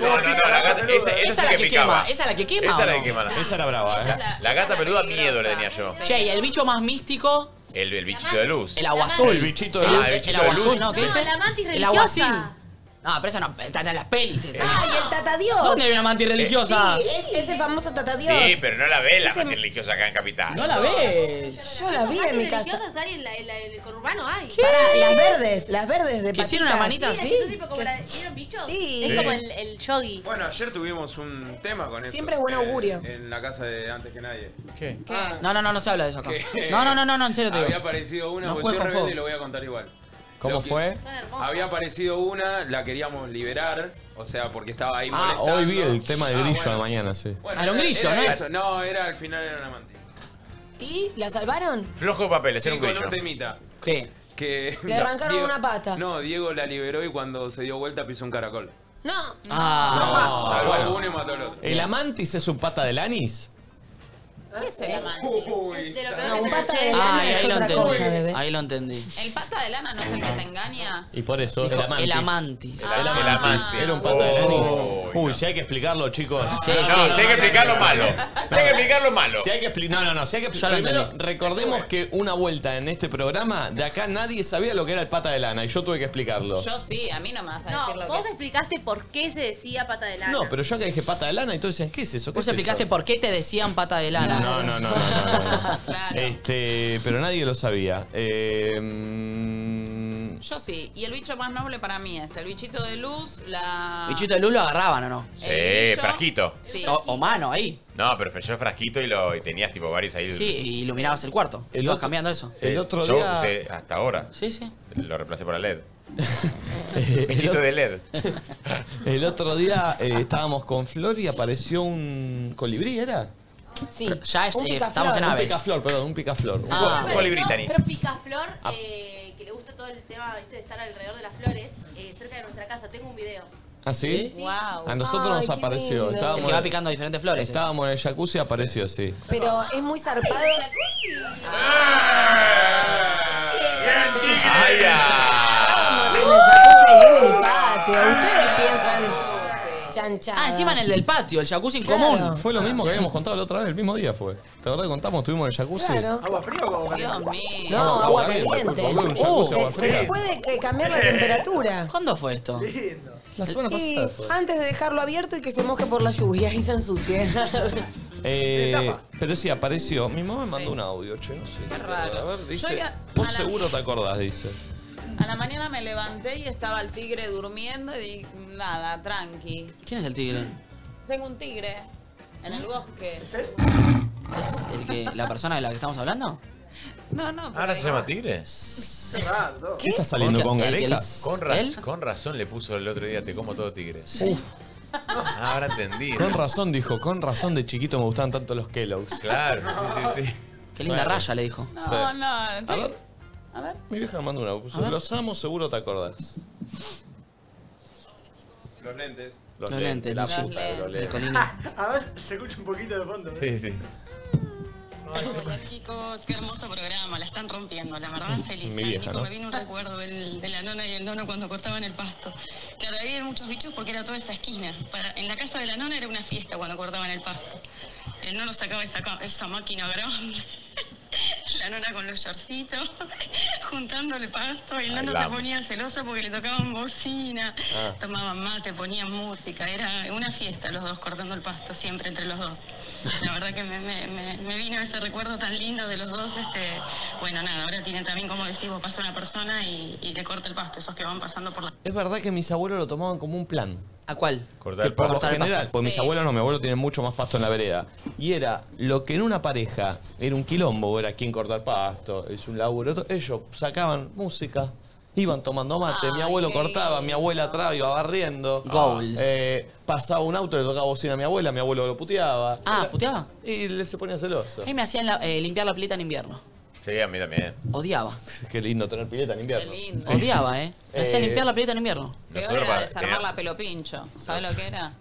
No, no, no, la gata, esa, esa Esa sí la que, que picaba. quema, esa la que quema, Esa ¿o la no? que quema. Esa era brava, ¿eh? La gata peluda miedo le tenía yo. Che, y el bicho más místico, El, el bichito de luz. el agua azul. El bichito de El- luz. Ah, el El bichito agua de luz. azul, ¿no? ¿Qué No, dice? la mantis El religiosa. aguacil. No, pero esa no, está en las pelis. esa. Ah, y el tatadios. Eh, Eh, ¿Dónde hay una mantis religiosa? Sí, es, es el famoso tatadios. Sí, pero no la ve la Ese- mantis religiosa acá en Capital. No la ves. Yo la vi en mi casa. religiosas hay en, la, en, la- en el conurbano hay. Pará, las verdes, las verdes de Que hicieron una patitas. manita Sí, así. que son tipo como la- ¿Vieron bichos? Sí. Es Sí. como el, el yogi. Bueno, ayer tuvimos un tema con eso. Siempre buen augurio. En, en la casa de antes que nadie. Ah, ¿Qué? No, no, no, no se habla de eso acá. <laughs> Que- No, no, no, no, no, en serio te Había digo. aparecido una, No porque juegues soy con rebelde fuego. y lo voy a contar igual. ¿Cómo Lo que- fue? Son hermosos. Había aparecido una, la queríamos liberar, o sea, porque estaba ahí Ah, molestando. hoy vi el tema del Ah, grillo bueno. de mañana, sí. Bueno, Era un grillo, era ¿no? eso. No, era al final era una mantis. ¿Y la salvaron? Flojo de papeles, Sí, era un con grillo. un temita. ¿Qué? Que Le arrancaron una pata. No, Diego la liberó y cuando se dio vuelta pisó un caracol. No. Ah, No, Salvó a bueno. uno y mató al otro. ¿El amantis es un pata del anis? ¿Qué es el amante? No, un pata de Ah, lana ahí es lo otra entendí. cosa, bebé. Ahí lo entendí. El pata de lana no es el que te engaña. Ah. Y por eso, Dijo, el amantis. el amantis. El amantis. Era un pato de Lennox. Uy, si hay que explicarlo, chicos. Sí, no, sí, si hay que explicarlo, malo. Si hay que explicarlo, malo. Si hay que expli- no, no, no. Si hay que Ya lo explicarlo. Primero, recordemos que una vuelta en este programa, de acá nadie sabía lo que era el pata de lana y yo tuve que explicarlo. Yo sí, a mí no me vas a No, decir lo vos que es. explicaste por qué se decía pata de lana. No, pero yo te dije pata de lana y todos decían, ¿qué es eso? ¿Qué Vos es eso? explicaste por qué te decían pata de lana. No, no, no, no. <laughs> Este, pero nadie lo sabía. Eh, <laughs> mm, Yo sí. Y el bicho más noble para mí es el bichito de luz, la. Bichito de luz lo agarraban, ¿o no? Sí, frasquito. Sí. O, o mano ahí. No, pero yo frasquito y, lo, y tenías tipo varios ahí. Sí, y iluminabas el cuarto. El Ibas otro- cambiando eso. Sí, yo usé hasta ahora. Sí, sí. Lo reemplacé por la E LED. el, Bichito otro, de LED. <laughs> el otro día eh, estábamos con Flor y apareció un colibrí, ¿era? Sí. Ya es- Un eh, picaflor. estamos en un aves. picaflor, perdón, un picaflor. Ah. un colibrí, Tani. Pero Picaflor, Ah. eh, que le gusta todo el tema ¿viste? de estar alrededor de las flores, eh, cerca de nuestra casa, tengo un video. ¿Ah, sí? Sí. A nosotros Ay, nos qué apareció. lindo. Estábamos, El que va picando diferentes flores. Estábamos en el jacuzzi y apareció, sí. Pero es muy zarpado. Ah. ¡Ay, <laughs> Vamos, en el jacuzzi y en el patio. Ustedes piensan chanchadas. Ah, encima en el del patio, el jacuzzi en Claro. común. Ah. Fue lo mismo que habíamos contado la otra vez, el mismo día fue. ¿Te acordás que contamos? Estuvimos en el jacuzzi. Claro. ¿Agua fría o agua Dios mío. No, Agua agua caliente, caliente. por favor, Uh. un jacuzzi, agua se, se le fría. puede eh, cambiar la temperatura. ¿Cuándo fue esto? La semana Y pasada fue. antes de dejarlo abierto y que se moje por la lluvia y se <laughs> ensucie. Eh, pero sí, apareció. Mi mamá me mandó un audio, che, no sé. Qué raro. A ver, Yo dice. ya- Vos a la- seguro te acordás, dice. A la mañana me levanté y estaba el tigre durmiendo y di- nada, tranqui. ¿Quién es el tigre? Tengo un tigre en el bosque. ¿Es el que, la persona de la que estamos hablando? No, no, pero ¿Ahora se digo, llama Tigre? ¿Qué está saliendo con Gareca? Con, raz- ¿Él? con razón le puso el otro día Te como todo Tigre. Sí. Ah, ahora entendí. Con razón, dijo, con razón de chiquito me gustaban tanto los Kellogg's. Claro, sí, sí, sí. Qué linda raya, le dijo. No, Sí. no, A entonces- ver. A ver. Mi vieja me mandó un audio. puso, A ver. Los amo, seguro te acordás. Los lentes. Los, Los lentes, la los puta de lentes. los lentes. Nicolini. Además, se escucha un poquito de fondo. ¿eh? Sí, sí. Hola chicos, qué hermoso programa, la están rompiendo, la verdad feliz. Mi vieja, Nico, ¿no? Me vino un recuerdo del- de la nona y el nono cuando cortaban el pasto. Claro, ahí hay muchos bichos porque era toda esa esquina. Para- en la casa de la nona era una fiesta cuando cortaban el pasto. El nono sacaba esa, ca- esa máquina grande. <laughs> La nona con los shortcitos, <laughs> juntando el pasto, y el Ahí nono se vamos. ponía celosa porque le tocaban bocina, Ah. tomaban mate, ponían música, era una fiesta los dos cortando el pasto, siempre entre los dos. La verdad que me, me- me- me vino ese recuerdo tan lindo de los dos. Este, bueno, nada, ahora tienen también, como decís, vos pasa una persona y, y le corta el pasto, esos que van pasando por la... Es verdad que mis abuelos lo tomaban como un plan. ¿A cuál? Cortar el pasto. Cortar el general, pasto. pues mis Sí. abuelos no, mi abuelo tiene mucho más pasto en la vereda. Y era lo que en una pareja era un quilombo, era quien cortar pasto, es un laburo. Entonces, Ellos sacaban música, iban tomando mate, mi abuelo cortaba, mi abuela atrás iba barriendo. Goals. Eh, pasaba un auto, le tocaba bocina a mi abuela, mi abuelo lo puteaba. Ah, ¿puteaba? Y le se ponía celoso. A mí me hacían la- eh, limpiar la pileta en invierno. Sí, a mí también. Odiaba. Qué lindo tener pileta en invierno. Sí. Odiaba, <laughs> ¿eh? Me hacían Eh, limpiar la pileta en invierno. Peor Nosotros era para- desarmar eh, la pelopincho. ¿Sabes lo que era?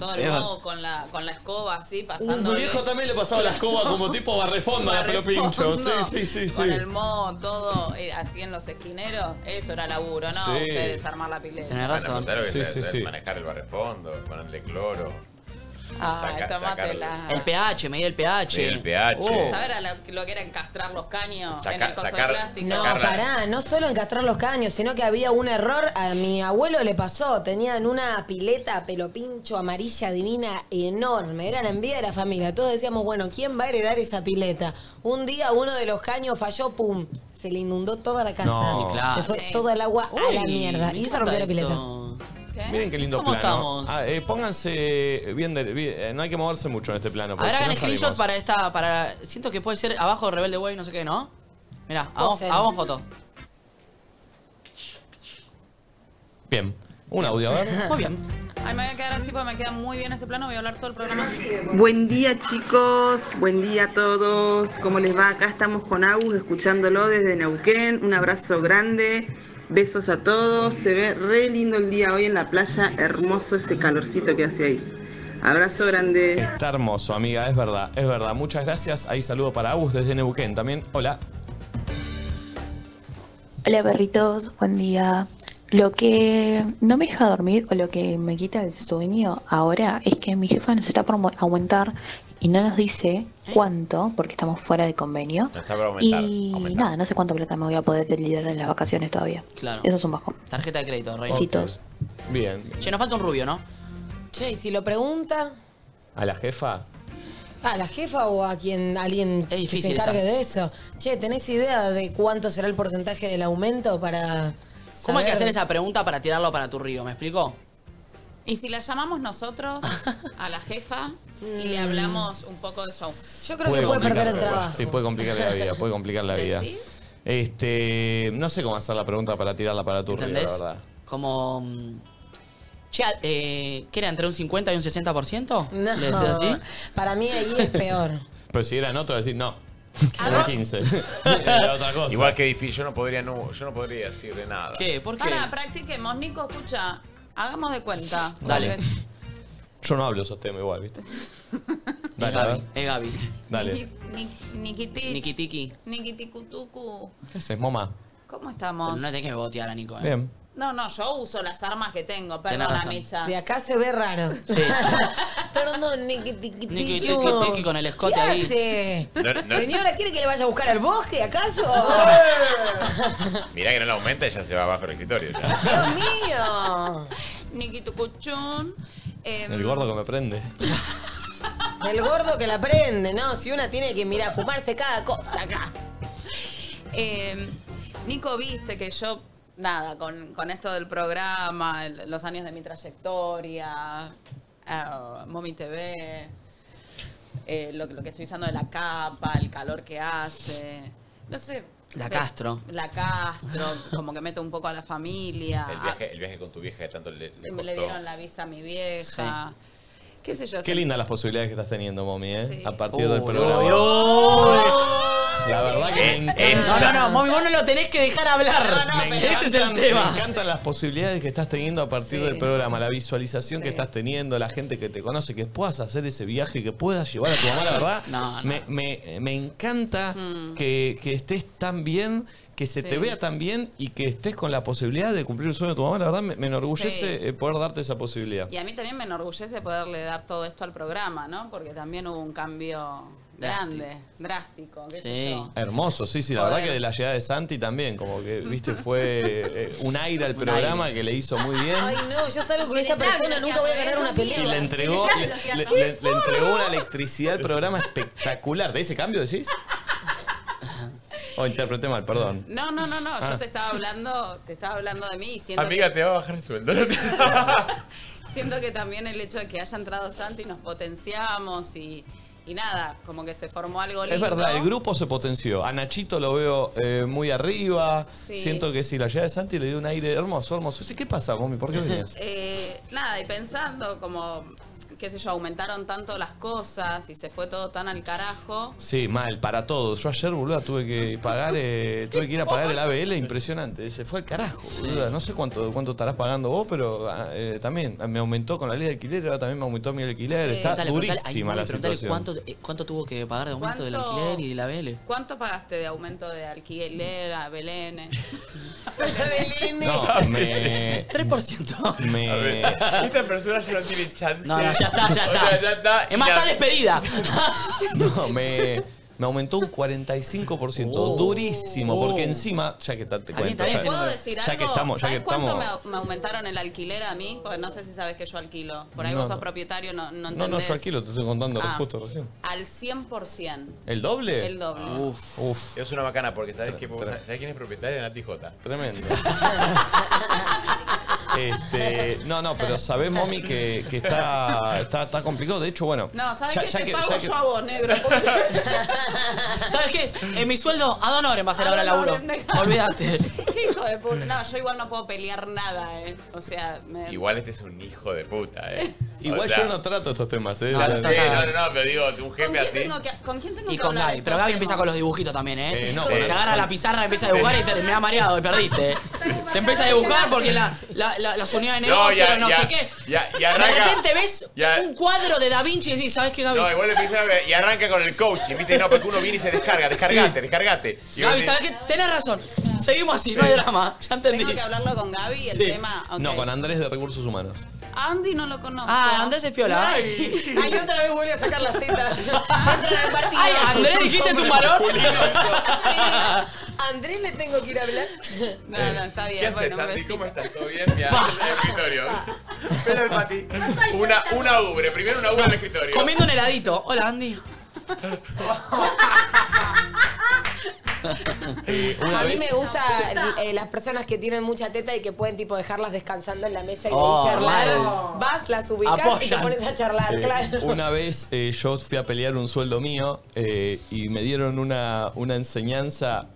Todo el Peor. modo con la, con la escoba así, Uh, pasando. mi viejo también le pasaba la escoba como tipo barrefonda a la pelopincho. Sí, sí, sí, sí. Con el moho, todo eh, así en los esquineros. Eso era laburo, ¿no? Sí. Usted desarmar la pileta. Tenés razón. Claro que Sí, se- sí, se- sí. Manejar el barrefondo, ponerle cloro. Ay, Saca- tomátela. Ah, El pH, medir el pH. Medir el pH. Oh. ¿Sabes Uh. era lo, lo que era encastrar los caños en Sacar- el coso de sacar- plástico? No, Ah, pará, no solo encastrar los caños, sino que había un error. A mi abuelo le pasó. Tenían una pileta pelo pincho amarilla divina enorme. Era la envidia de la familia. Todos decíamos, bueno, ¿quién va a heredar esa pileta? Un día uno de los caños falló, pum. Se le inundó toda la casa. No. Y claro. Se fue Sí. toda el agua a la Uy, mierda. me Y se encanta rompió la pileta. Miren qué lindo ¿Cómo plano. estamos? Ah, eh, pónganse bien, de- bien- eh, no hay que moverse mucho en este plano. A Pues porque ver, si hagan no screenshot salimos. para esta. para Siento que puede ser abajo de Rebelde Way, no sé qué, ¿no? Mirá, hagamos, Posen. hagamos foto. Bien, un audio, a ver. <laughs> Muy bien. Ay, me voy a quedar así porque me queda muy bien este plano. Voy a hablar todo el programa así. Buen día chicos, buen día a todos. ¿Cómo les va? Acá estamos con Agus escuchándolo desde Neuquén. Un abrazo grande, besos a todos. Se ve re lindo el día hoy en la playa, hermoso ese calorcito que hace ahí. Abrazo grande. Está hermoso, amiga, es verdad, es verdad. Muchas gracias. Ahí saludo para Agus desde Neuquén también. Hola. Hola perritos, buen día. Lo que no me deja dormir o lo que me quita el sueño ahora es que mi jefa nos está por mo- aumentar y no nos ¿Eh? dice cuánto, porque estamos fuera de convenio. No está para aumentar. Y nada, no sé cuánto plata me voy a poder deliberar en las vacaciones todavía. Claro. Eso es un bajo. Tarjeta de crédito, rey. Besitos. Bien. Che, nos falta un rubio, ¿no? Che, y si lo pregunta ¿A la jefa? a Ah, la jefa o a quien alguien que se difícil encargue esa. de eso. Che, ¿tenés idea de cuánto será el porcentaje del aumento para ¿Cómo hay que saber? hacer esa pregunta para tirarlo para tu río? ¿Me explico? Y si la llamamos nosotros a la jefa y Mm. le hablamos un poco de su Yo complicar- Sí, puede complicar la vida, puede complicar la vida. ¿Decís? Este, no sé cómo hacer la pregunta para tirarla para tu río, la ¿Entendés? verdad. Como. mm, Che, al- eh, ¿qué era? ¿Entre un 50 y un 60%? No. ¿Le decís así? Para mí ahí es peor. Pero si era no, te voy a decir no. Ah, <laughs> Era 15. Era otra cosa. Igual que difícil, yo no podría, no, yo no podría decirle nada. ¿Qué? ¿Por Para, practiquemos, Nico, escucha. Hagamos de cuenta. Dale. Yo no hablo esos temas <laughs> igual, ¿viste? Dale, Gaby, a ver. Es Gaby. Dale. Nikitiki. Nikitiki. Nikitikutuku. ¿Qué haces, mamá? ¿Cómo Pero estamos? no tenés que botear a Nico, ¿eh? Bien. No, no, yo uso las armas que tengo. Tenés Perdona, razón. Micha. Ah. De acá se ve raro. Perdón, Niki Tiki Niki Tiku. Tiki Tiki con el escote ¿Qué ahí. hace? No, no. Señora, ¿quiere que le vaya a buscar al bosque, acaso? ¡Eh! Mirá que no la aumenta y ya se va abajo del escritorio. ya. ¡Dios mío! <laughs> Nikitukuchun. em, El gordo que me prende. El gordo que la prende, ¿no? Si una tiene que, mira, <laughs> fumarse cada cosa acá. Eh, Nico, viste que yo, nada, con, con esto del programa, el- los años de mi trayectoria, ah, Momi TV, eh, lo, que- lo que estoy usando de la capa, el calor que hace, no sé. La me- Castro. La Castro, como que meto un poco a la familia. El viaje, el viaje con tu vieja que tanto le, le Ah, costó. le dieron la visa a mi vieja. ¿Qué sé yo? Qué se- lindas las posibilidades que estás teniendo, mommy, ¿eh? A partir Uy, del programa. uy, uy. Eh, La verdad que me No, encanta. no, no, mami, vos no lo tenés que dejar hablar. Me Ese es el encantan- tema. Me encantan las posibilidades que estás teniendo a partir del programa, la visualización que estás teniendo, la gente que te conoce, que puedas hacer ese viaje, que puedas llevar a tu mamá, la verdad. <laughs> No, no. Me, me- me encanta Mm. que, que estés tan bien, que se te Sí. vea tan bien y que estés con la posibilidad de cumplir el sueño de tu mamá. La verdad, me, me enorgullece eh, poder darte esa posibilidad. Y a mí también me enorgullece poderle dar todo esto al programa, ¿no? Porque también hubo un cambio grande, drástico, qué sé yo. Hermoso, sí, sí, la verdad que de la llegada de Santi también, como que, viste, fue eh, un aire al <laughs> Un programa que le hizo muy <laughs> bien. Ay, no, yo salgo con esta persona, nunca voy a ganar una pelea. Y <laughs> le entregó, le, le- le- le entregó una electricidad al programa espectacular. ¿De ese <laughs> cambio decís? O interpreté mal, perdón. No, no, no, no, Ah. yo te estaba hablando, te estaba hablando de mí y siento, Amiga, te va a bajar el sueldo. que, <laughs> siento que también el hecho de que haya entrado Santi nos potenciamos y, y nada, como que se formó algo lindo. Es verdad, el grupo se potenció. A Nachito lo veo eh, muy arriba. Sí. Siento que sí, la llegada de Santi le dio un aire hermoso, hermoso. Sí, ¿Qué pasa, mami? ¿Por qué venías? Eh, nada, y pensando como, qué sé yo, aumentaron tanto las cosas y se fue todo tan al carajo. Sí, mal, para todos. Yo ayer, boluda, tuve que pagar, <laughs> eh, tuve que ir a pagar el ABL, impresionante. Se fue al carajo, boluda. No sé cuánto, cuánto estarás pagando vos, pero ah, eh, también me aumentó con la ley de alquiler, ahora también me aumentó mi alquiler. Está Preguntale, preguntale, ay, durísima mami, la preguntale situación. cuánto, eh, cuánto tuvo que pagar de aumento del ¿Cuánto? alquiler y de la BL? ¿Cuánto pagaste de aumento de alquiler a Belén? <laughs> <laughs> No, me... 3%. Me... <laughs> Esta persona ya no tiene chance. No, no, ya está, ya está. O sea, ya está. Es más, Y la- está despedida. <laughs> No, me, me aumentó un 45%. Oh. durísimo, porque encima, ya que está- te cuento, ¿Te ya, puedo decir ya Oh. algo? que estamos, ya que ¿Sabes cuánto estamos. me au- me, aumentaron el alquiler a mí? Porque no sé si sabes que yo alquilo. Por ahí No, vos sos no. propietario, no, no No, entendés. no, yo alquilo, te estoy contando Ah. justo recién. Al 100%. ¿El doble? El doble. Uf. Uf. Es una bacana porque sabes, que, sabes quién es propietaria de Nati J. Tremendo. Este, no, no, pero sabés, Momi, que, que está, está, está complicado. De hecho, bueno. No, ¿sabes ya- qué? ya Te que- pago ya que- yo a vos, negro. <laughs> ¿Sabes qué? En mi sueldo, a Donoren va a ser ahora el laburo. Olvídate. <laughs> hijo de puta. No, yo igual no puedo pelear nada, ¿eh? O sea, me... Igual este es un hijo de puta, ¿eh? <laughs> Igual O sea, yo no trato estos temas, ¿eh? No, La- no, no, no, no, pero digo, un ¿Con jefe quién, así. tengo que, ¿Con quién tengo Y que con hablar? Gaby. Pero Gaby empieza con los dibujitos también, ¿eh? Eh, no, te con- agarra con- la pizarra, empieza a dibujar y te, me ha mareado y perdiste. <laughs> ¿eh? Te empieza a dibujar porque la, la- la- las unidades de No, negocio, ya, no ya, sé qué. Ya, y De arranca. repente ves <laughs> Ya. un cuadro de Da Vinci y decís, ¿sabes qué, Gaby? No, igual le pensaba que- y arranca con el coaching, ¿viste? No, porque uno viene y se descarga, descargate, descargate. Y vos Gaby, decís, ¿sabes qué? Tenés razón. Seguimos así, no hay drama. Ya entendí. Tengo que hablarlo con Gaby, el Sí. tema. ok. No, con Andrés de Recursos Humanos. A Andy no lo conozco. Ah, Andrés es piola. Ay, Ay, otra vez vuelve a sacar las tetas. <laughs> <laughs> otra vez partido. Ay, Andrés, dijiste es un varón. Andrés le tengo que ir a hablar. No, no, está bien. Eh, ¿Qué haces, bueno, un Santi? besito. ¿Cómo estás? ¿Todo bien? Mira, en el escritorio. Espera el pati. Una, una ubre, primero una ubre en el escritorio. Comiendo un heladito. Hola, Andy. Eh, una a mí vez- me gustan las personas que tienen mucha teta y que pueden tipo dejarlas descansando en la mesa y Oh, charlar. mal. Vas, las ubicas y te Apoyan. pones a charlar, Eh, claro. Una vez eh, yo fui a pelear un sueldo mío eh, y me dieron una, una enseñanza.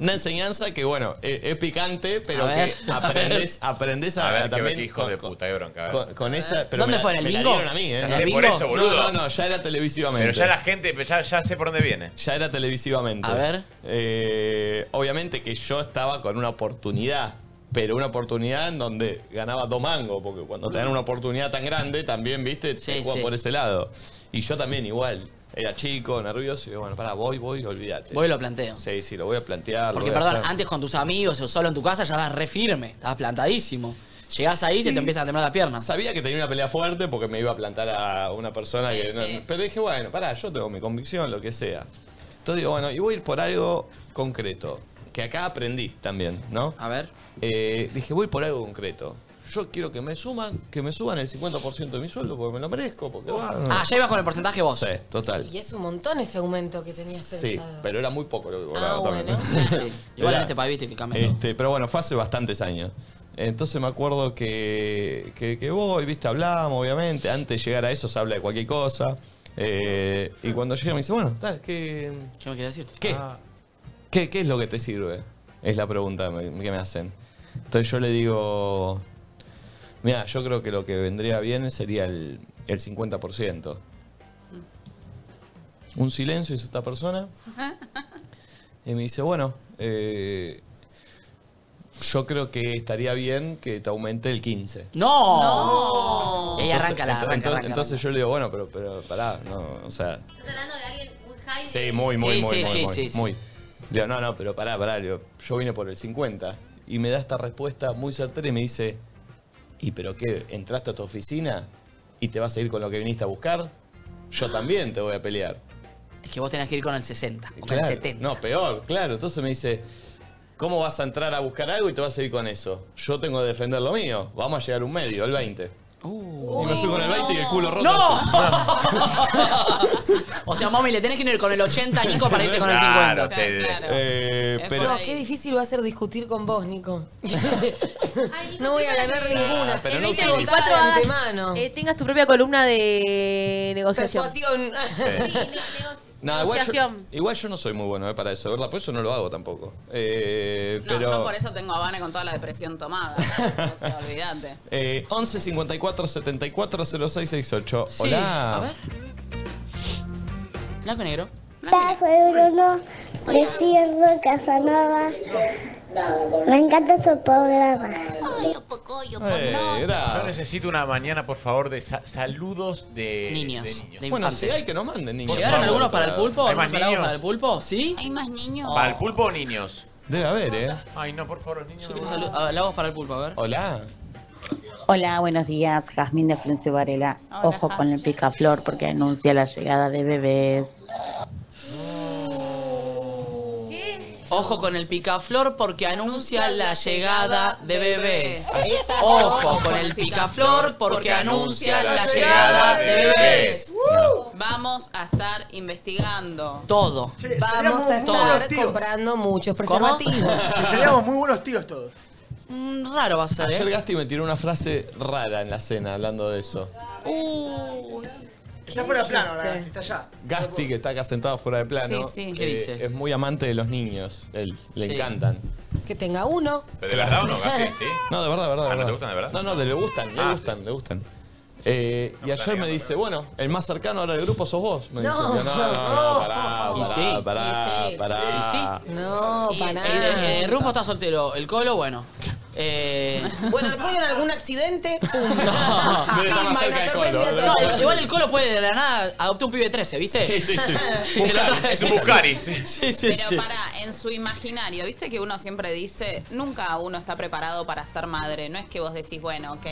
Una enseñanza que, bueno, eh, es picante, pero A ver. que aprendés, aprendés a, <laughs> A ver, qué también hijo de puta, qué bronca. eh. a ver. con, con esa. Pero ¿Dónde me la- fue, en el me la bingo? dieron a mí, ¿eh? Ya sé, ¿En el por bingo? eso, boludo. No, no, no, ya era televisivamente. Pero ya la gente, pues, ya, ya sé por dónde viene. Ya era televisivamente. A ver. Eh, obviamente que yo estaba con una oportunidad, pero una oportunidad en donde ganaba dos mangos, porque cuando te dan una oportunidad tan grande, también, viste, te juegan sí. por ese lado. Y yo también igual. Era chico, nervioso, y digo, bueno, pará, voy, voy, olvídate. Voy y lo planteo. Sí, sí, lo voy a plantear. lo Porque, voy a perdón, hacer. antes con tus amigos o solo en tu casa ya vas re firme. Estabas plantadísimo. Llegás ahí y se Sí. te empiezan a temblar las piernas. Sabía que tenía una pelea fuerte porque me iba a plantar a una persona Sí, que no- sí. Pero dije, bueno, pará, yo tengo mi convicción, lo que sea. Entonces digo, bueno, y voy a ir por algo concreto. Que acá aprendí también, ¿no? Eh, A ver. dije, voy por algo concreto. Yo quiero que me suman, que me suban el 50% de mi sueldo porque me lo merezco. Porque, Ah, ya ibas con el porcentaje vos. Sí, total. Y es un montón ese aumento que tenías Sí, pensado. pero era muy poco lo que Ah, cobraba <laughs> también. <laughs> Igual en Era- este país, viste que cambia todo. este, pero bueno, fue hace bastantes años. Entonces me acuerdo que, que, que voy, viste, hablamos, obviamente. Antes de llegar a eso se habla de cualquier cosa. Eh, y cuando llega me dice, bueno, tal, ¿qué, ¿Qué me quieres decir? ¿Qué? Ah, qué, qué es lo que te sirve? Es la pregunta me- que me hacen. Entonces yo le digo, mira, yo creo que lo que vendría bien sería el, el 50%. Mm. Un silencio hizo esta persona. Y me dice, bueno, eh, yo creo que estaría bien que te aumente el 15. ¡No! Y ahí Entonces- arranca la, ento- arranca, entonces, arranca, entonces yo le digo, bueno, pero, pero pará, no, o sea... Sí, muy, muy, Sí, muy, sí, muy, sí, muy, sí, sí. muy. Le digo, no, no, pero pará, pará, le digo, yo vine por el 50. Y me da esta respuesta muy certera y me dice, ¿y pero qué? ¿Entraste a tu oficina y te vas a ir con lo que viniste a buscar? Yo también te voy a pelear. Es que vos tenés que ir con el 60 o con Claro. el 70. No, peor, claro. Entonces me dice, ¿cómo vas a entrar a buscar algo y te vas a ir con eso? Yo tengo que defender lo mío. Vamos a llegar a un medio, el 20. y me fui con el Oh, 20 y el culo roto. ¡No! así. O sea, mami, le tenés que ir con el 80, Nico, para irte con el 50. Claro, sí, sí. Eh, pero... No, qué difícil va a ser discutir con vos, Nico. <laughs> no voy a ganar ninguna. pero Es no que quiero. agotada Cuatro de hagas, antemano. eh, tengas tu propia columna de negociación. <laughs> Persuasión. <laughs> No, igual, yo, Negociación. igual yo no soy muy bueno eh, para eso, ¿verdad? Por eso no lo hago tampoco. Eh, No, pero yo por eso tengo a Vane con toda la depresión tomada. O sea, olvídate. eh, 11 54 74 06 68. Sí, Hola. a ver. Blanco y negro. Hola, soy Bruno de Cierro Casanova. Me encanta su programa. Eh, Yo necesito una mañana, por favor, de sa- saludos de Niños, de niños. de Bueno, infantes. si hay que nos manden niños. ¿Llegaron algunos para el pulpo? ¿Hay más ¿Algunos halagos niños? para el pulpo? ¿Sí? ¿Hay más niños? ¿Para el pulpo o niños? Debe haber, ¿eh? Ay, no, por favor, niños. Yo tengo salu- halagos para el pulpo, a ver. Hola. Hola, buenos días. Jazmín de Florencio Varela. Ojo con el picaflor porque anuncia la llegada de bebés. Ojo con el picaflor porque anuncia la llegada de bebés. Esa- Ojo con el picaflor porque anuncia la llegada de bebés. Vamos a estar investigando. Todo. Vamos a Todo. estar comprando muchos <laughs> preservativos. Que seríamos muy buenos tíos todos. raro va a ser, Ayer ¿eh? Gasti me tiró una frase rara en la cena hablando de eso. Está fuera de plano, ahora, está allá. Gasti, que está acá sentado fuera de plano, Sí, sí. eh, ¿Qué dice? es muy amante de los niños. Él, le Sí. encantan. Que tenga uno. ¿Pero de verdad o <laughs> no, Gaspi? ¿Sí? No, de verdad, de verdad. Ah, ¿no verdad. te gustan de verdad? No, no, de- le gustan, le Ah, gustan, le gustan. Eh, y ayer me planeando, dice, bueno, el más cercano ahora del grupo sos vos. Me dice, No. Yo, no, <laughs> <laughs> Oh. no, no, pará, Y pará, sí, pará, y sí, pará. y No, para nada. El, el- el Rufo está soltero, el Colo, bueno. <laughs> Eh, Bueno, el colo en algún accidente, pum. Debe estar más Ay, cerca me de sorprendió Colo. todo. No, el- igual el Colo puede de la nada adoptar un pibe de 13, ¿viste? Sí, sí, sí. Y <laughs> el otro- Buscari, sí. un Buscari, Sí, sí, sí. Pero para, en su imaginario, viste que uno siempre dice, nunca uno está preparado para ser madre. No es que vos decís, bueno, ok.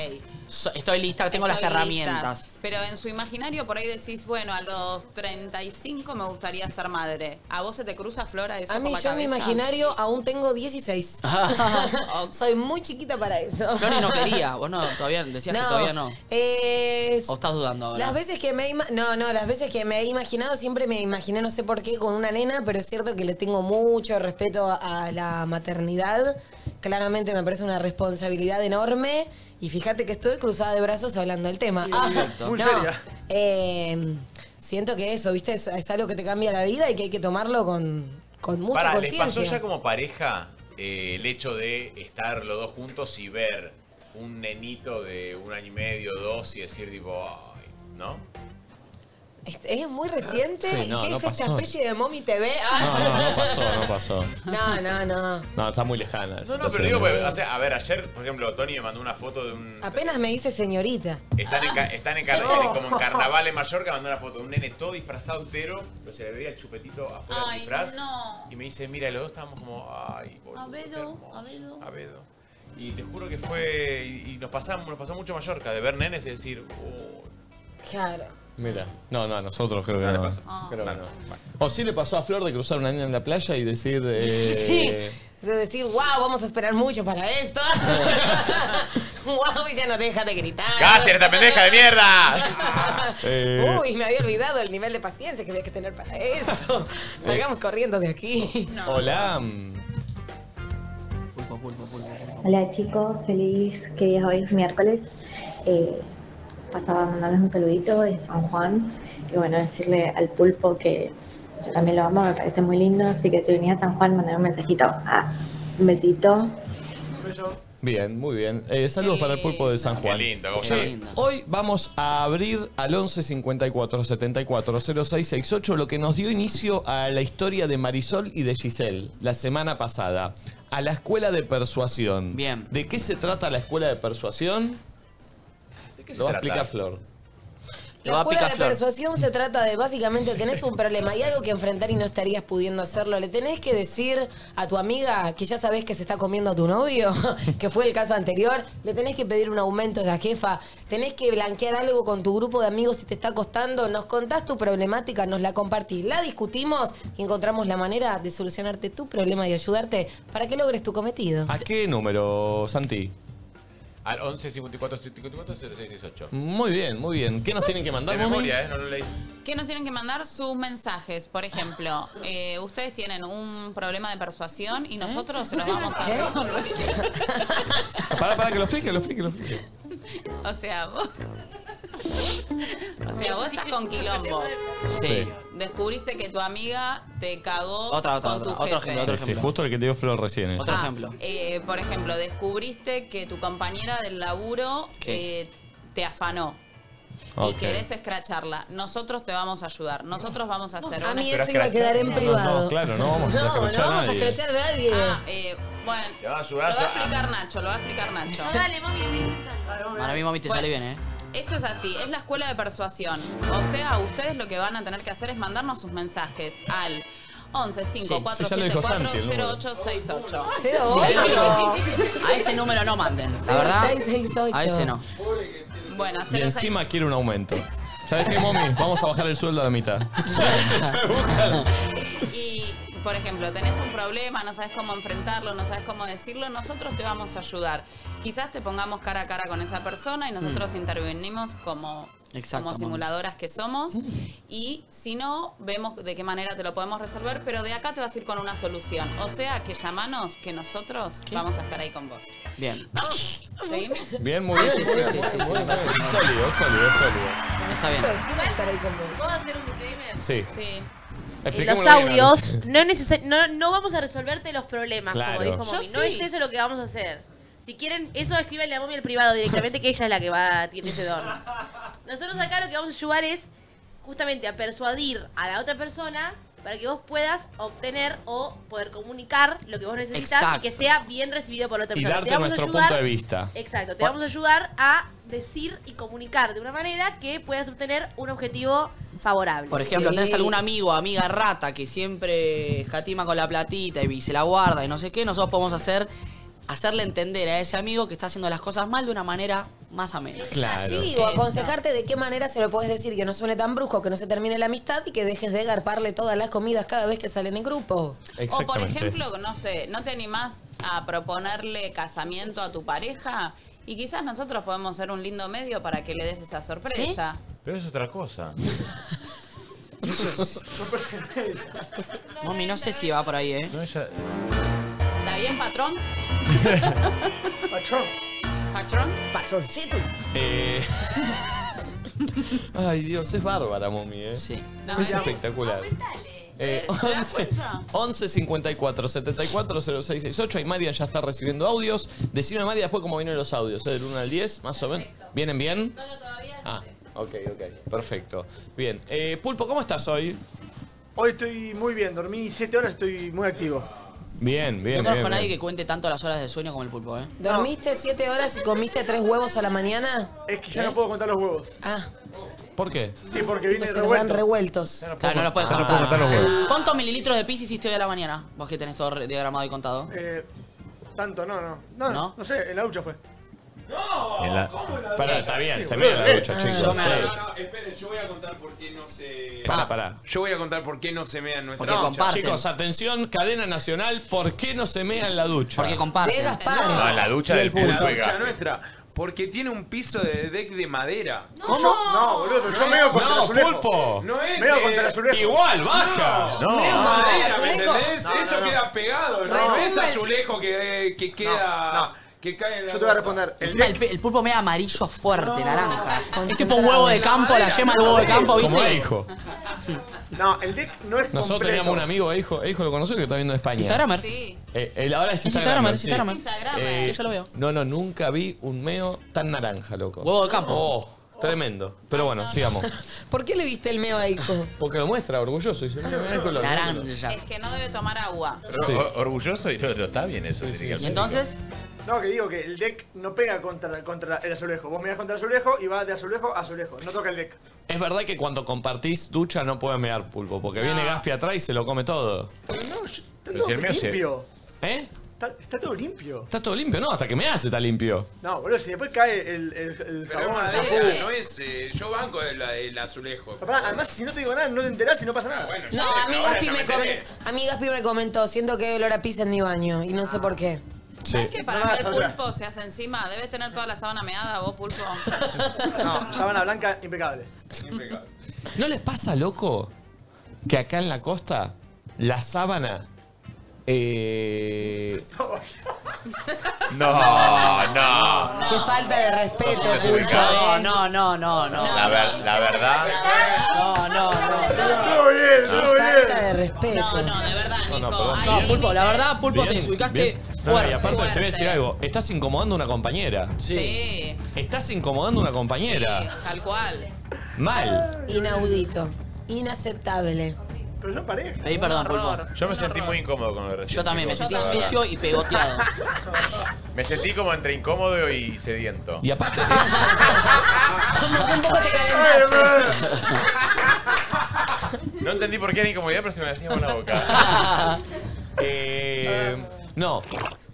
So- Estoy lista, tengo las estoy herramientas. lista. Pero en su imaginario por ahí decís, bueno, a los 35 me gustaría ser madre. ¿A vos se te cruza Flora eso A mí, por la yo en mi cabeza? imaginario aún <laughs> tengo 16. <laughs> Soy muy chiquita para eso. Flori Ah. no quería, vos no, todavía decías que No, todavía no. eh, ¿O estás dudando ahora? Las veces que me he ima- no, no, las veces que me he imaginado siempre me imaginé no sé por qué con una nena, pero es cierto que le tengo mucho respeto a la maternidad. Claramente me parece una responsabilidad enorme y fíjate que estoy cruzada de brazos hablando del tema. Ah, Exacto. Muy no, seria. eh, siento que eso, ¿viste? Es, es algo que te cambia la vida y que hay que tomarlo con con mucha Pará, ¿les pasó ya conciencia. como pareja eh, el hecho de estar los dos juntos y ver un nenito de un año y medio, dos, y decir tipo, ay, ¿no? Es, es muy reciente. Sí, no, ¿Qué no es esta pasó. especie de mommy TV? No, Ah. no, no pasó, no pasó. No, no, no. No, está muy lejana. No, no, pero digo, pues, o sea, a ver, ayer, por ejemplo, Tony me mandó una foto de un... Apenas me dice señorita. Están, en, ca- Ah. están en, car- No. como en carnaval en Mallorca, mandó una foto de un nene todo disfrazado entero, pero se le veía el chupetito afuera del Ay, disfraz. no. Y me dice, mira, y los dos estábamos como, ay, boludo, qué Abedo, hermoso, Abedo. Abedo. Y te juro que fue, y, y nos pasamos, nos pasó mucho Mallorca, de ver nenes y decir, oh, Claro. <laughs> Mira, no, no, a nosotros creo que no. Creo que no. Bueno. O sí le pasó a Flor de cruzar una niña en la playa y decir. <laughs> Eh, De decir, wow, vamos a esperar mucho para <laughs> esto. wow, y ya no deja de gritar. ¡Cállate, esta pendeja de mierda! <laughs> eh, Uy, me había olvidado el nivel de paciencia que había que tener para <laughs> esto. Salgamos corriendo de aquí. Hola. Hola chicos, feliz que día es hoy, miércoles. Eh, pasaba a mandarles un saludito de San Juan y bueno, decirle al pulpo que yo también lo amo, me parece muy lindo, así que si venía a San Juan, mandame un mensajito. Ah, un besito. Bien, muy bien. Eh, saludos para el pulpo de San Juan. Qué lindo, como Eh, saben. lindo. Hoy vamos a abrir al 11 54 74 06 68, lo que nos dio inicio a la historia de Marisol y de Giselle la semana pasada. A la escuela de persuasión. Bien. ¿De qué se trata la escuela de persuasión? ¿De qué se lo va a trata? explicar Flor. La escuela de persuasión se trata de básicamente tenés un problema y algo que enfrentar y no estarías pudiendo hacerlo. Le tenés que decir a tu amiga que ya sabés que se está comiendo a tu novio, <laughs> que fue el caso anterior. Le tenés que pedir un aumento a la jefa. Tenés que blanquear algo con tu grupo de amigos si te está costando. Nos contás tu problemática, nos la compartís, la discutimos y encontramos la manera de solucionarte tu problema y ayudarte para que logres tu cometido. ¿A qué número, Santi? Al 11 54 54 0668. Muy bien, muy bien. ¿Qué nos tienen que mandar, De Momi? memoria, ¿eh? No lo leí. ¿Qué nos tienen que mandar sus mensajes? Por ejemplo, eh, ustedes tienen un problema de persuasión y nosotros se los vamos a resolver. Para, para que lo explique, lo explique, lo explique. O sea, vos. <laughs> O sea, vos estás con quilombo. Sí. Descubriste que tu amiga te cagó. Otra, otra, con tu otra, otro jefe. ejemplo, otro Sí, sí, ejemplo. justo el que te dio Flor recién. eh. Otro ejemplo. Eh, por ejemplo, descubriste que tu compañera del laburo ¿Qué? eh, te afanó. Ok. Y querés escracharla. Nosotros te vamos a ayudar. Nosotros vamos a hacer a una- mí eso iba a quedar en No, privado. no, claro, no vamos a No, escrachar no vamos a nadie. escrachar a nadie. Ah, eh, bueno, Te va a lo va ayudar a a- explicar Nacho, lo va a explicar Nacho. Dale, mami, sí. Ahora mismo a mí te sale bien, ¿eh? Esto es así, es la escuela de persuasión. O sea, ustedes lo que van a tener que hacer es mandarnos sus mensajes al 11 5 4 Sí, ya lo dijo 7 4 Santi, el número. 0 8 6 8. Cero ocho. A ese número no manden. La verdad, Seis, seis, ocho. a ese no. Bueno, Y 0 6 encima quiere un aumento. ¿Sabes qué, Momi? Vamos a bajar el sueldo a la mitad. y por ejemplo, tenés un problema, no sabes cómo enfrentarlo, no sabes cómo decirlo, nosotros te vamos a ayudar. Quizás te pongamos cara a cara con esa persona y nosotros Mm. intervenimos como Exacto, como mami. simuladoras que somos y si no vemos de qué manera te lo podemos resolver, pero de acá te vas a ir con una solución. O sea, que llamanos que nosotros vamos a estar ahí con vos. Bien. ¿Seguimos? Bien, muy bien. Sí, sí, sí, sí, sí, sí, me parece bien. Sólido, sólido, sólido. Está bien. Igual, ¿Puedo hacer un disclaimer? Sí. Pues, Sí. eh, los Expliquémoslo bien, audios, Alex. no, es necesa- no, no vamos a resolverte los problemas, Claro. como dijo Yo Momi. No sí. es eso lo que vamos a hacer. Si quieren, eso escríbanle a Momi al privado directamente, que ella es la que va, tiene ese don. Nosotros acá lo que vamos a ayudar es justamente a persuadir a la otra persona para que vos puedas obtener o poder comunicar lo que vos necesitas Exacto. y que sea bien recibido por la otra Y persona. darte Te vamos a nuestro ayudar- punto de vista. Exacto, te vamos a ayudar a decir y comunicar de una manera que puedas obtener un objetivo favorable. Por ejemplo, tenés algún amigo, amiga rata que siempre escatima con la platita y se la guarda y no sé qué, nosotros podemos hacer hacerle entender a ese amigo que está haciendo las cosas mal de una manera más amena. Claro. Sí, o aconsejarte de qué manera se lo puedes decir, que no suene tan brusco, que no se termine la amistad y que dejes de garparle todas las comidas cada vez que salen en grupo. O por ejemplo, no sé, no te animás a proponerle casamiento a tu pareja y quizás nosotros podemos ser un lindo medio para que le des esa sorpresa. Pero es otra cosa. Mami, no sé si va por ahí, ¿eh? <laughs> ¿Está bien, patrón? Patrón. ¿Patrón? Patroncito. Eh. <laughs> Ay, Dios, es bárbara, mommy, ¿eh? Sí. No, es es- espectacular. Eh, 11, 11 54 74 06 68. Y María ya está recibiendo audios. Decime, María, después cómo vienen los audios. ¿eh? Del 1 al 10, más o menos. ¿Vienen bien? No, todavía Ah, ok, ok. Perfecto. Bien. Eh, Pulpo, ¿cómo estás hoy? Hoy estoy muy bien, dormí 7 horas, estoy muy activo. Bien, Yo bien. conozco bien, a nadie bien. que cuente tanto las horas de sueño como el pulpo, ¿eh? Oh, ¿Dormiste siete horas y comiste tres huevos a la mañana? ¿Eh? Es que ya no puedo contar los huevos. Ah, ¿Por qué? Sí, porque tipo, viene se nos van revuelto. revueltos. Claro, no los puedes Ah, no contar. puedo contar los huevos. ¿Cuántos mililitros de pis hiciste hoy a la mañana? Vos que tenés todo re- diagramado y contado. Eh, tanto, no, no. No, ¿No? no, no sé, en la ducha fue. En la- Pará, está bien, Sí, se boludo, mía la bien. ducha, chicos. No, sí. no, no, esperen, yo voy a contar por qué no se. Pará, pará. Yo voy a contar por qué no se mean nuestra No, Chicos, atención, cadena nacional, ¿por qué no se mea en la ducha? Porque comparten. De Gaspar. No, en la ducha En la ducha nuestra. Porque tiene un piso de deck de madera. ¿Cómo? No, boludo, pero yo No, meo contra no, el azulejo. pulpo. No es, Meo eh, contra el azulejo. igual, baja. No. Meo no. contra el Ah, ¿me azulejo. entendés? No, no, Eso no. queda pegado, No, ¿no? es azulejo que, eh, que queda. Que cae en la Yo te voy a cosa. responder. El Encima el, pe- el pulpo me da amarillo fuerte, No. naranja. Es tipo un Concentrado. huevo de campo, Ah. la yema del huevo de campo, ¿viste? Como hijo. No, el deck no es Nosotros completo. teníamos un amigo, hijo, hijo lo conoce que está viendo en España. Instagramer. Sí. Eh, él ahora es Es Instagramer, Instagramer. es Instagramer. sí. Eh, Instagramer, sí, Eh, yo lo veo. No, no, nunca vi un meo tan naranja, loco. Huevo de campo. Oh, tremendo. Pero bueno, sigamos. ¿Por qué le viste el meo a hijo? Porque lo muestra, orgulloso. Dice, mira, mira el color. eh, Es que no debe tomar agua. Pero, Sí. o- Orgulloso y no, no, está bien eso. tiene que ¿Y ser. entonces? No, que digo que el deck no pega contra, contra el azulejo. Vos mirás contra el azulejo y va de azulejo a azulejo. No toca el deck. Es verdad que cuando compartís ducha no puedes mear pulpo, porque viene Gaspi atrás y se lo come todo. No, yo- está Pero todo si el mío se- limpio. ¿Eh? Está, está todo limpio. Está todo limpio, no, hasta que me hace está limpio. No, boludo, si después cae el, el, el Pero es jabón, el madera, shampoo. no es. eh, yo banco el, el azulejo. Papá, además, si no te digo nada, no te enterás y no pasa nada. No, sí, pero amigas ahora Gaspi ya me, me comen- enteré. a mí Gaspi me comentó, siento que hay olor a pizza en mi baño y no sé por qué. ¿Sabes que para No, mí el no, no. pulpo se hace encima? Debes tener toda la sábana meada, vos, pulpo. No, sábana blanca, impecable. Impecable. ¿No les pasa, loco, que acá en la costa la sábana... Eh... No, no. Qué falta de respeto, Sos un puta. desubicado. No, no, no, no, no. La, ver- la verdad. No, no, no. <laughs> Todo bien, todo bien. Falta de respeto. No, no, de verdad, No, no, No, pulpo, la verdad, pulpo, te Bien, desubicaste bien. No, fuerte. y aparte te voy a decir fuerte. algo, estás incomodando a una compañera. Sí. Estás incomodando a una compañera. Tal cual. Mal. Inaudito. Inaceptable. Pero son pareja. Pedí perdón, pulpo. Yo me sentí muy incómodo con lo de recién. Yo también me chicos, sentí la verdad. sucio y pegoteado. <laughs> Me sentí como entre incómodo y sediento. Y aparte. Como que un poco te calentaste. No entendí por qué era incomodidad, pero se me hacía <laughs> una Ah. boca. <laughs> Eh, no.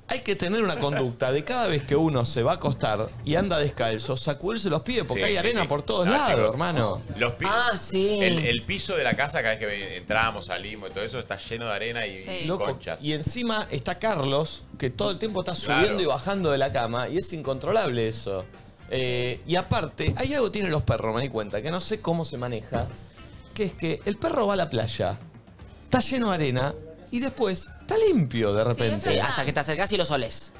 Hay que tener una conducta de cada vez que uno se va a acostar y anda descalzo, sacudirse los pies porque Sí, hay sí, arena sí. por todos No, lados, chicos, hermano. Los pi- Ah, sí. el, el piso de la casa, cada vez que entramos, salimos y todo eso, está lleno de arena y, y Loco, conchas. Y encima está Carlos, que todo el tiempo está Claro. subiendo y bajando de la cama, y es incontrolable eso. Eh, y aparte, hay algo que tienen los perros, me di cuenta, que no sé cómo se maneja, que es que el perro va a la playa, está lleno de arena, y después está limpio de repente. Sí, hasta que te acercás y los olés.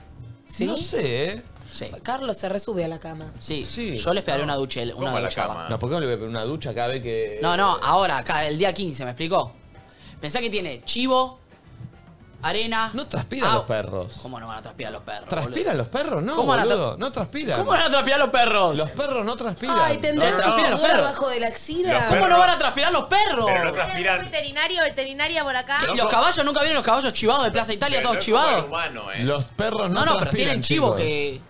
No sé, ¿eh? Sí. Carlos se resube a la cama. Sí. Yo les pegaré una ducha, una ducha. No, ¿por qué no le voy a pedir una ducha cada vez que... No, no, ahora, acá, el día 15, ¿me explicó? Pensá que tiene chivo, arena. No Transpiran los perros. Ah. ¿Cómo no van a transpirar los perros? ¿Transpiran los perros? No, ¿Cómo van a tra- boludo. No transpiran. ¿Cómo van a transpirar los perros? Los perros no transpiran. Ay, tendrán No una transpiran los sudadera perros. abajo de la axila. ¿Cómo no van a transpirar los perros? Pero no transpiran. Veterinario, veterinaria por acá. ¿Y los caballos? ¿Nunca vieron los caballos chivados de Plaza Italia, Pero todos no es como chivados? el humano, ¿eh? Los perros no No, no, pero transpiran, tienen chivos chicos. que...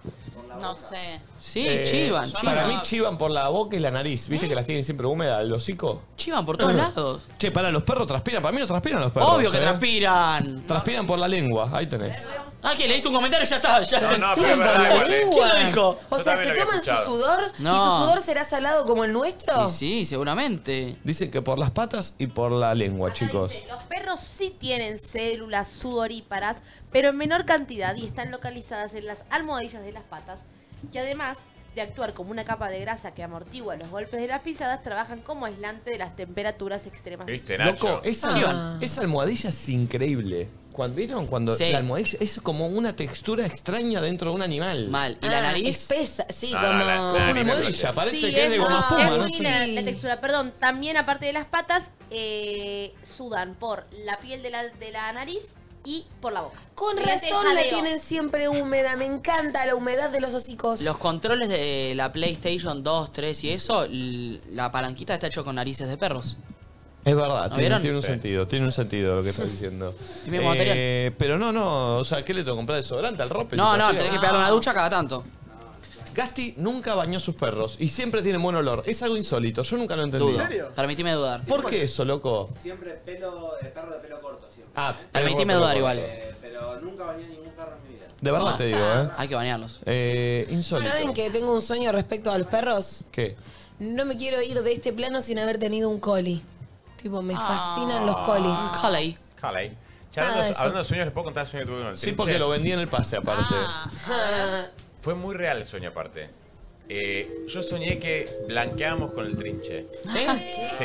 No sé. Sí, Eh, chivan, chivan. Para mí chivan por la boca y la nariz. ¿Viste que las tienen siempre húmedas, el hocico? Chivan por todos Eh. lados. Che, para los perros transpiran. Para mí no transpiran los perros. Obvio que ¿eh? transpiran. Transpiran por la lengua. Ahí tenés. Ah, ¿qué? Le diste un comentario y ya está. Ya No, no, Transpiran pero es por verdad, la igual, eh. lengua. ¿Quién lo dijo? O Yo sea, también ¿se lo había toman su escuchado. sudor? ¿Y su No. sudor será salado como el nuestro? sí, seguramente. Dicen que por las patas y por la lengua, chicos. Los perros sí tienen células sudoríparas, pero en menor cantidad y están localizadas en las almohadillas de las patas, que además de actuar como una capa de grasa que amortigua los golpes de las pisadas, trabajan como aislante de las temperaturas extremas. ¿Viste, Nacho? Loco, Ah. esa, Chivan. esa almohadilla es increíble. Cuando vieron cuando Sí. la almohadilla es como una textura extraña dentro de un animal. Mal. Ah, Espesa, sí, No, no, como... Ah, la- la como harina una es almohadilla. blanca. Parece Sí, que es de goma espuma, es ¿no? muy Sí. la, la textura, perdón. También, aparte de las patas, eh, sudan por la piel de la, de la nariz y por la boca. Con Fíjate el razón la jadeo. tienen siempre húmeda. Me encanta la humedad de los hocicos. Los controles de la PlayStation 2, 3 y eso, l- la palanquita está hecho con narices de perros. Es verdad, ¿No tiene, vieron? tiene un Sí. sentido, tiene un sentido lo que estás <laughs> diciendo. Eh, Es mismo material. pero no, no, o sea, ¿qué le tengo que comprar desodorante al rope? No, Si no, transpira. tenés que pegarle una ducha cada tanto. Gasti nunca bañó sus perros y siempre tienen buen olor. Es algo insólito, yo nunca lo entendí. Dudo. Permitime dudar. ¿Por qué eso, loco? Siempre pelo, eh, perro de pelo corto, siempre. Ah, Permitime perro, dudar perro. igual. Eh, pero nunca bañé ningún perro en mi vida. De verdad No, te digo, está. ¿eh? Hay que bañarlos. Eh, insólito. ¿Saben que tengo un sueño respecto a los perros? ¿Qué? No me quiero ir de este plano sin haber tenido un coli. Tipo, me fascinan los colis. Ah. Collie. Collie. Che, hablando, Ah, eso. hablando de sueños, ¿les puedo contar el sueño que tuve con el Sí, trinche? porque lo vendí en el pase aparte. Ah. Fue muy real el sueño aparte. Eh, yo soñé que blanqueamos con el trinche. Sí.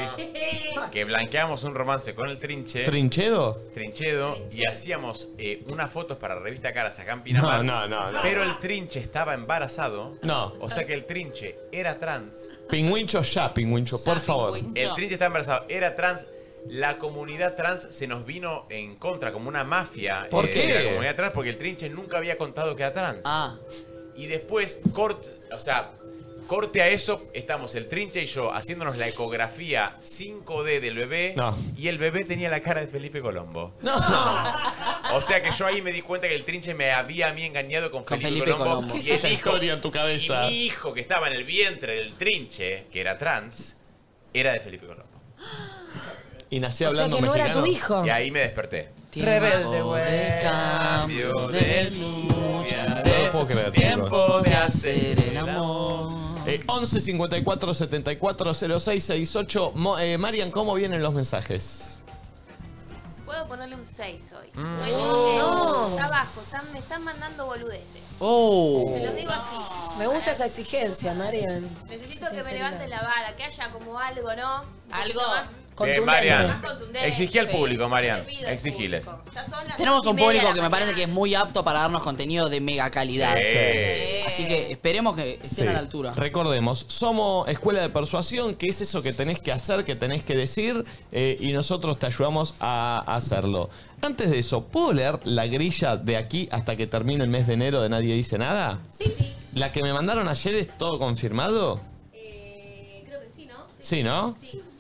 Que blanqueamos un romance con el trinche. ¿Trinchedo? Trinchedo y hacíamos eh, unas fotos para revista Caras acá en Pinamar. No, no, no, no. Pero el trinche estaba embarazado. No. O sea que el trinche era trans. Pingüincho ya, pingüincho, por favor. El trinche estaba embarazado, era trans. La comunidad trans se nos vino en contra, como una mafia. ¿Por eh, qué? de La comunidad trans, porque el trinche nunca había contado que era trans. Ah. Y después, corte, o sea, corte a eso, estamos el trinche y yo haciéndonos la ecografía 5D del bebé. No. Y el bebé tenía la cara de Felipe Colombo. No. O sea que yo ahí me di cuenta que el trinche me había a mí engañado con, Felipe, Felipe Colombo. Colombo. Y ¿Qué es esa el hijo- historia en tu cabeza? y mi hijo que estaba en el vientre del trinche, que era trans, era de Felipe Colombo. Y nací O sea hablando que no era mexicano. tu hijo. Y ahí me desperté. Rebelde, güey. Cambio de No lo puedo creer, Tiempo chicos. de hacer el amor. Eh, 11 54 74 06 68. Mo- eh, Marian, ¿cómo vienen los mensajes? Puedo ponerle un 6 hoy. Mm. Bueno, Oh. está bajo, están- me están mandando boludeces. Oh. Me los digo así. Me gusta esa exigencia, Marian. Necesito que Sí, me sinceridad. levanten la vara, que haya como algo, ¿no? Algo. Bien, Marian. Eh, Exigí al público, Marian. Yo le pido al Exigiles. Tenemos un público que me parece que es muy apto para darnos contenido de mega calidad. Sí. Sí. Así que esperemos que estén Sí. a la altura. Recordemos, somos Escuela de Persuasión, que es eso que tenés que hacer, que tenés que decir, eh, y nosotros te ayudamos a hacerlo. Antes de eso, ¿puedo leer la grilla de aquí hasta que termine el mes de enero de Nadie Dice Nada? Sí. ¿La que me mandaron ayer es todo confirmado? Eh, Creo que sí, ¿no? Sí, ¿no?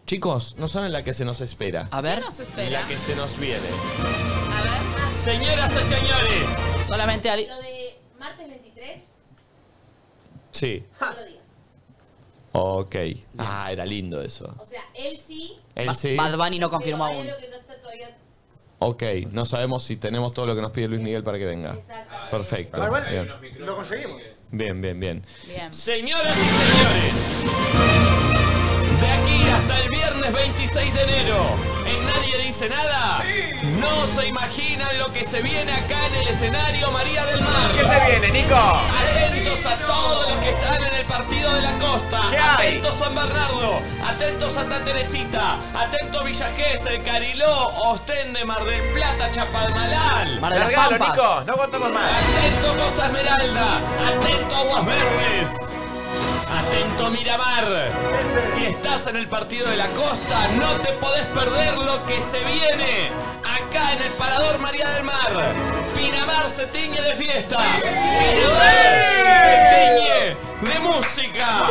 Chicos, no saben la que se nos espera. A ver. nos espera? La que se nos viene. Señoras y señores. Solamente al... Lo de martes 23, Sí. no lo digas. Ok. Ah, era lindo eso. O sea, él sí. Él Ba- sí. Bad Bunny no confirmó pero hay aún. algo que no está todavía- Ok, no sabemos si tenemos todo lo que nos pide Luis Miguel para que venga. Perfecto. Bueno, bueno, Bien. lo conseguimos. Bien, bien, bien. Señoras y señores, de aquí hasta el viernes 26 de enero, en Nadie Dice Nada, no se imaginan lo que se viene acá en el escenario María del Mar. ¿Qué se viene, Nico? Atentos a todos los que están en el partido de la costa. ¿Qué hay? Atentos San Bernardo, atentos Santa Teresita, atento Villa Gesell, Cariló, Ostende, Mar del Plata, Chapalmalal. Mar de las Largalo, Pampas. Nico, no aguantamos más. Atento Costa Esmeralda, atento Aguas Verdes. Atento Miramar. Si estás en el partido de la costa, no te podés perder lo que se viene. Acá en el Parador María del Mar. Pinamar se tiñe de fiesta. Pinamar se tiñe de música.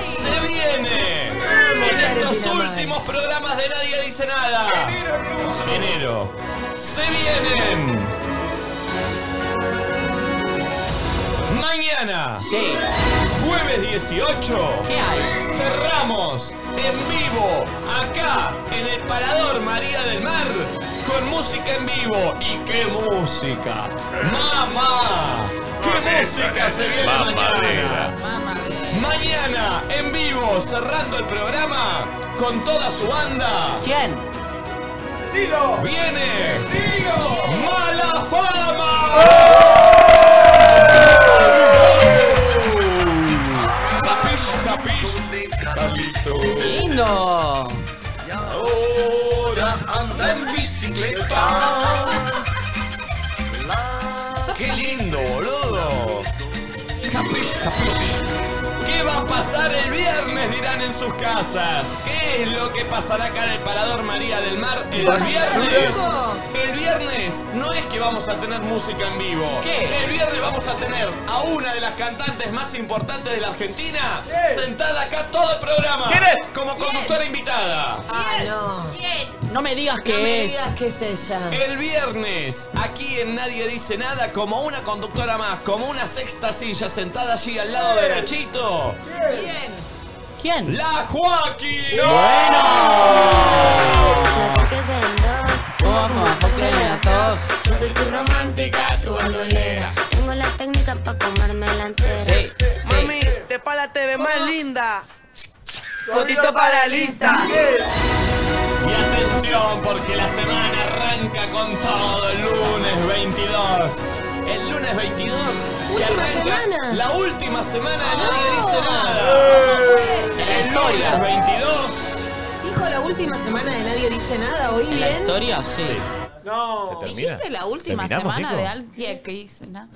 Se viene. En estos últimos programas de Nadie Dice Nada. Enero. Se vienen. Mañana. Jueves 18. Cerramos en vivo acá en el Parador María del Mar con música en vivo. ¿Y qué música? ¡Mamá! ¿Qué música se viene mañana? Mañana en vivo cerrando el programa con toda su banda. ¿Quién? Viene. Mala fama. Capish, capish. ¡Lindo! Ahora anda en bicicleta. ¡Qué lindo, boludo! Capish, capish. ¿Qué va a pasar el viernes? Dirán en sus casas. ¿Qué es lo que pasará acá en el Parador María del Mar el viernes? El viernes no es que vamos a tener música en vivo. ¿Qué? El viernes vamos a tener a una de las cantantes más importantes de la Argentina sentada acá todo el programa. Como conductora invitada. Ah, no. No me digas que no me es. digas que es ella. El viernes, aquí en Nadie Dice Nada, como una conductora más, como una sexta silla sentada allí al lado de Nachito. ¿Quién? ¿Quién? ¡La Joaquín! Yo soy tu romántica, tu bandolera. Tengo la técnica para comerme la entera. Mami, te pala te ve más linda. Fotito para lista. Y atención, porque la semana arranca con todo el lunes 22. El lunes 22 que Última arranca semana. la última semana de Nadie Dice Sí. Nada. La El historia. lunes 22. Dijo la última semana de Nadie Dice Nada, ¿oí ¿La bien? historia? Sí. No. ¿Viste la última semana de Altia que hice? nada?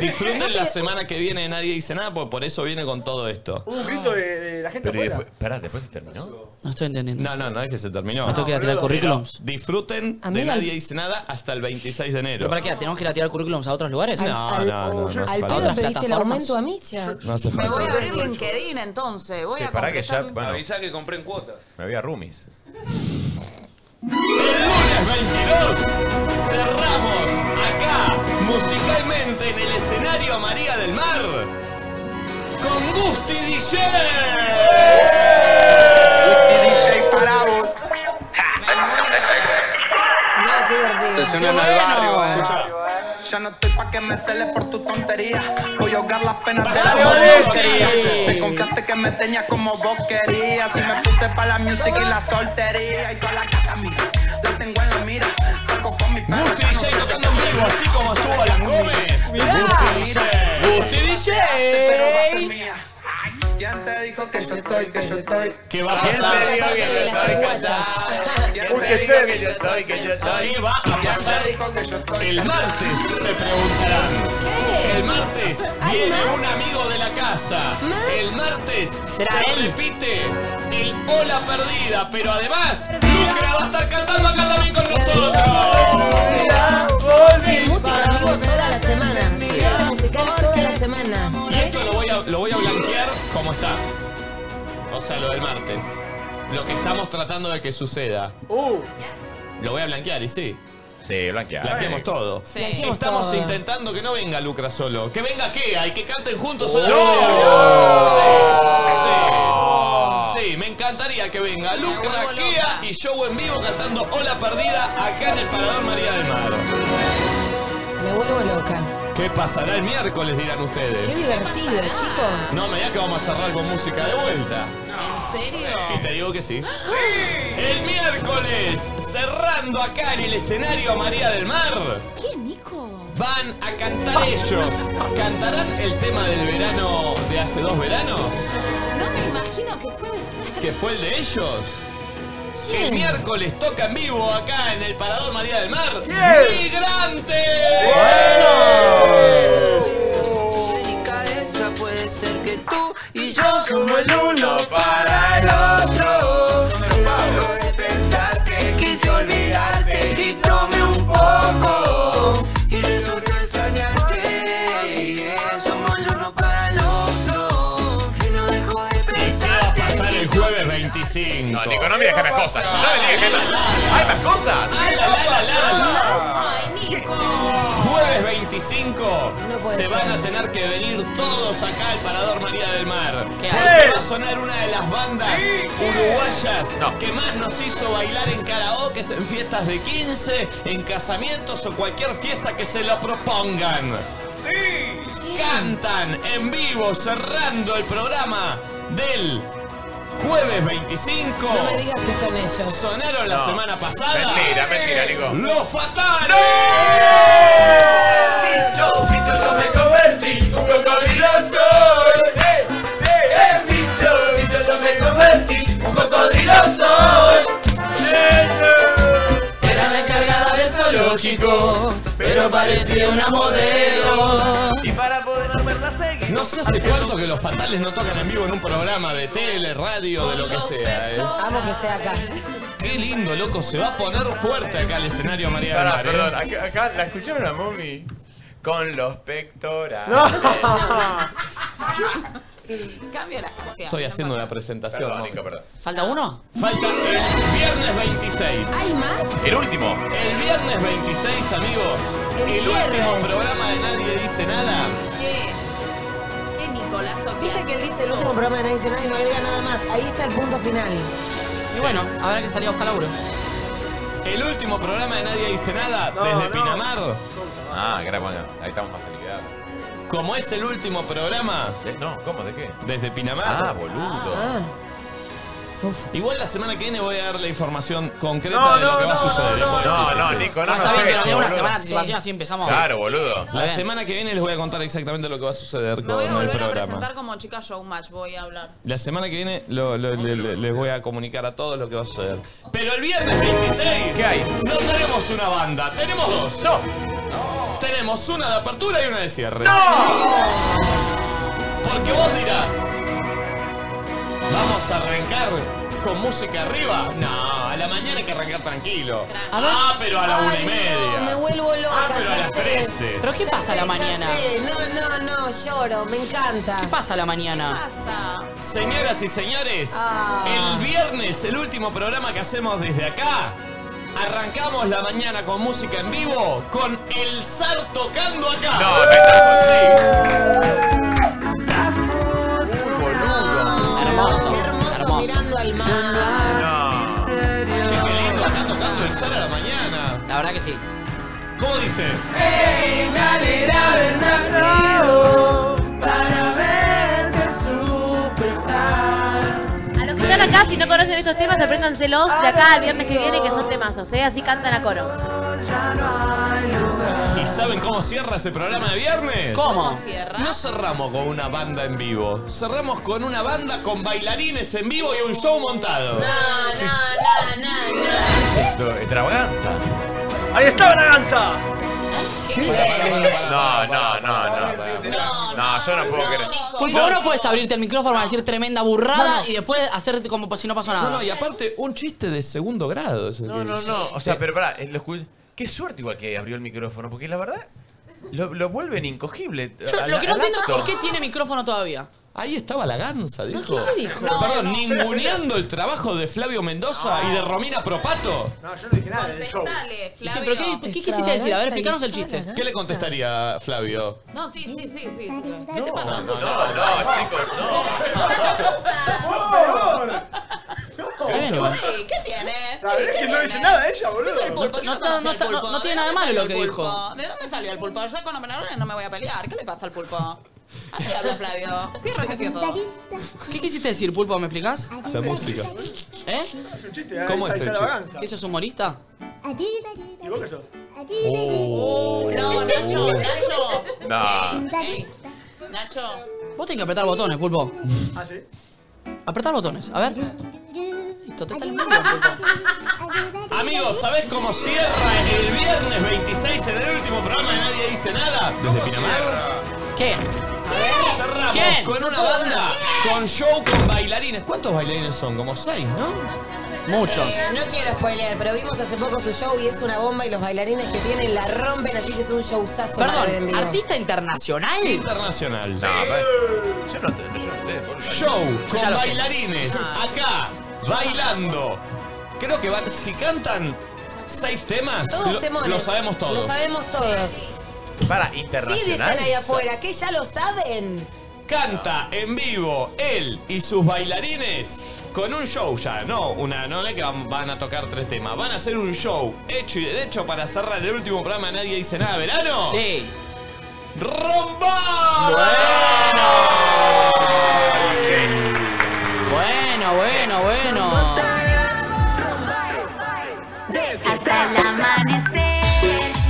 Disfruten la semana que viene de Nadie Dice Nada, porque por eso viene con todo esto. Hubo un grito de, de la gente Pero afuera. después, pará, después se terminó. No estoy entendiendo. No, no, no es que se terminó. Me tengo que ir a tirar Pero currículums. Disfruten de mí la- Nadie Dice Nada hasta el 26 de enero. ¿Pero para qué? ¿Tenemos que ir a tirar currículums a otros lugares? No, Al- no, no, no hace Al falta. pedo Otras pediste el plataformas. aumento a Micha. No hace Me falta. voy a abrir LinkedIn entonces. Voy a para que ya. completar mi- Bueno, Avisá que compré en cuota. me voy a roomies. Cerramos acá, musicalmente en el escenario María del Mar, con Gusti DJ. DJ para vos. Sesiones en el barrio, eh. Ya no estoy pa' que me celes por tu tontería. Voy a ahogar las penas de la monotonía. Te confiaste que me tenías como vos querías. Y me puse pa' la music y la soltería. Y toda la gata mía, la tengo en la mira. Saco con mi perro. Gusti DJ tocando en vivo, así como estuvo Alan Gómez. Gusti DJ. Pero va a ser mía. Ay, ¿Quién te dijo que yo estoy, que yo estoy? ¿Qué va a pasar? ¿Quién te dijo que yo estoy, que yo estoy? ¿Quién te dijo que yo estoy, que yo estoy? ¿Qué va a pasar? El martes se preguntarán. El martes ¿Hay viene más? un amigo de la casa. El martes ¿Será se él? repite el hola perdida, pero además Lucra va a estar cantando acá también con nosotros. Sí, música amigos toda la semana. Cierre musical toda la semana. ¿Eh? Y esto lo voy a, lo voy a blanquear como está. O sea, lo del martes. Lo que estamos tratando de que suceda. Lo voy a blanquear, ¿y sí? Sí, blanquear. Blanqueemos todo. Sí. Blanqueemos Estamos todo. intentando que no venga Lucra solo. Que venga Kea y que canten juntos ¡No! sola. Oh. Sí, sí. Sí, me encantaría que venga Lucra, Kea y yo en vivo cantando Hola Perdida acá en el Parador María del Mar. Me vuelvo loca. ¿Qué pasará el miércoles, dirán ustedes? Qué divertido, chicos. No, me digas que vamos a cerrar con música de vuelta. ¿En serio? Y te digo que sí. El miércoles, cerrando acá en el escenario María del Mar, ¿Qué, Nico? van a cantar ellos. ¿Cantarán el tema del verano de hace dos veranos? No me imagino que puede ser. Que fue el de ellos. ¿Quién? El miércoles toca en vivo acá en el Parador María del Mar. ¿Quién? ¡Migrante! Bueno. cosa puede ser que tú y yo somos el uno para el otro. El error de pensar que quise olvidarte, quítame un poco. Y resultó extrañarte, y somos el uno para el otro. Y no dejo de pensar que Sale el jueves 25. No, Nico, no me dejes más cosas. No me dejes más ¡Hay más cosas! ¡Ay, la, la, la, la! Ay, Nico. Jueves 25 No se puede ser. van a tener que venir todos acá al Parador María del Mar. ¿Qué Porque hay? va a sonar una de las bandas Sí, ¿qué? uruguayas que más nos hizo bailar en karaoke, en fiestas de 15, en casamientos o cualquier fiesta que se lo propongan. ¡Sí! Cantan en vivo cerrando el programa del jueves 25. No me digas que son ellos. Sonaron la No. semana pasada. Mentira, mentira, Nico. ¡Los fatales! Bicho, bicho, yo me convertí, un cocodrilo soy. Eh, eh, eh, bicho, bicho, yo me convertí, un cocodrilo soy. Eh, eh. Era la encargada del zoológico, pero parecía una modelo. Y para poder verla seguir. No sé hace cuánto que los fatales no tocan en vivo en un programa de tele, radio, de lo que sea. ¿eh? Amo que sea acá. Qué lindo, loco. Se va a poner fuerte acá el escenario María del Pará, Mar. ¿eh? perdón, acá, acá la escucharon a Mumi con los pectorales. Cambio la canción. Estoy haciendo una presentación. Perdón, Nico, perdón. ¿Falta uno? Falta el viernes 26. ¿Hay más? El último. El viernes 26, amigos. El El, cierre. último programa de Nadie Dice Nada. ¿Qué? ¿Qué Nicolazo? Viste que él dice el último programa de Nadie Dice Nada y no agrega nada más. Ahí está el punto final. Y bueno, habrá que salir a buscar laburo. <laughs> El último programa de Nadie Dice Nada No, desde no. Pinamar. Ah, gran bueno, ahí estamos más aliviados. Como es el último programa. No, ¿cómo? ¿De qué? Desde Pinamar. Ah, boludo. Ah. Igual la semana que viene voy a dar la información concreta No, de lo no, que va a no, suceder. no, ¿eh? no, Sí, sí, no, sí. Nico, no, Ah, está no bien sé, que nos dé una boludo. semana de anticipación, así empezamos. Claro, boludo. La semana que viene les voy a contar exactamente lo que va a suceder Me voy a con el volver a programa. presentar como chica showmatch, voy a hablar. La semana que viene lo- lo- le- le- les voy a comunicar a todos lo que va a suceder. Pero el viernes 26 ¿Qué hay? no tenemos una banda, tenemos dos. No. Tenemos una de apertura y una de cierre. Porque vos dirás, ¿vamos a arrancar con música arriba? No, a la mañana hay que arrancar tranquilo. Ah, pero a la una y media. No, me vuelvo loca. Ah, pero a ya las sé. 13. ¿Pero qué Ya pasa a la sé, ya mañana? sé. No, no, no, lloro, me encanta. ¿Qué pasa a la mañana? Señoras y señores, Ah. el viernes, el último programa que hacemos desde acá, arrancamos la mañana con música en vivo con El Zar tocando acá. No, no estamos, Hermoso. Qué hermoso, mirando al mar. Che, qué lindo, acá tocando El Zar a la mañana. La verdad que sí. ¿Cómo dice? Hey, me alegra haber nacido para verte superstar. A los que están acá, si no conocen estos temas, apréndanselos de acá al viernes que viene, que son temazos, ¿eh? Así cantan a coro. ¿Y saben cómo cierra ese programa de viernes? ¿Cómo? ¿Cómo No cerramos con una banda en vivo, cerramos con una banda con bailarines en vivo y un show montado. No, no, no, no. ¿Qué es esto? ¿Extravaganza? ¡Ahí está Braganza! No, no, no, no. No, no, yo no puedo creer. Por favor, Pues no puedes abrirte el micrófono a decir tremenda burrada y después hacerte como si no pasó nada. No, no, y aparte, un chiste de segundo grado. es el No, que- no, no. O sea, pero pará, eh, lo escu- qué suerte igual que abrió el micrófono, porque la verdad lo, lo vuelven incogible. Yo al- lo que no al entiendo es acto. por qué tiene micrófono todavía. Ahí estaba la ganza, dijo. ¿qué dijo? Pero, Perdón, No, Ah. no. ninguneando el trabajo de Flavio Mendoza y de Romina Propato. No, yo no dije nada del show. Dale, Flavio. ¿Pero qué, qué quisiste decir? A ver, explicanos el chiste. ¿Qué le contestaría Flavio? No, sí, sí, sí, sí. ¿Qué te No, pasó? no, chicos, no. Sí, ¿Qué tienes? La verdad Sí, es ¿qué que no dice tienes? nada eh. ella, ¿Qué es el boludo. pulpo? ¿Qué No, le no, pasa al no está- pulpo? no tiene ¿De nada de dónde malo lo salió que el pulpo? dijo. ¿De dónde salió el pulpo? Yo con Omenarola no me voy a pelear. ¿Qué le pasa al pulpo? Así habla Flavio. Cierra ese cierto. ¿Qué quisiste decir, Pulpo? ¿Me explicás? La música. ¿Eh? Es un chiste, ahí ¿Cómo está- es ahí el está chiste? Braganza. ¿Que sos humorista? ¿Y vos qué sos? Oh. No, Nacho, Nacho. No. Ey, Nacho. Vos tenés que apretar botones, Pulpo. Ah, sí. Apretar botones, a ver. Listo, te sale muy bien, Pulpo. Amigos, ¿sabés cómo cierra el viernes 26 en el último programa de Nadie Dice Nada? Desde Pinamar. ¿Qué? Cerramos Estamos con una banda, con show, con bailarines. ¿Cuántos bailarines son? Como seis, ¿no? Muchos. No quiero spoiler, pero vimos hace poco su show y es una bomba y los bailarines que tienen la rompen, así que es un showzazo. para ver en Perdón, vivo. ¿artista internacional? Internacional. No, pero yo no te, yo no sé, por- Show Yo ya con lo sé. bailarines, Ah. acá, bailando. Creo que van, si cantan seis temas, Todos lo- temones. lo sabemos todos. Lo sabemos todos. Para, Sí, dicen ahí afuera, que ya lo saben. Canta en vivo él y sus bailarines con un show ya, no una no es que van, van a tocar tres temas, van a hacer un show hecho y derecho para cerrar el último programa Nadie dice nada, verano. Sí. ¡Romba! Bueno, bueno, bueno. Hasta el amanecer,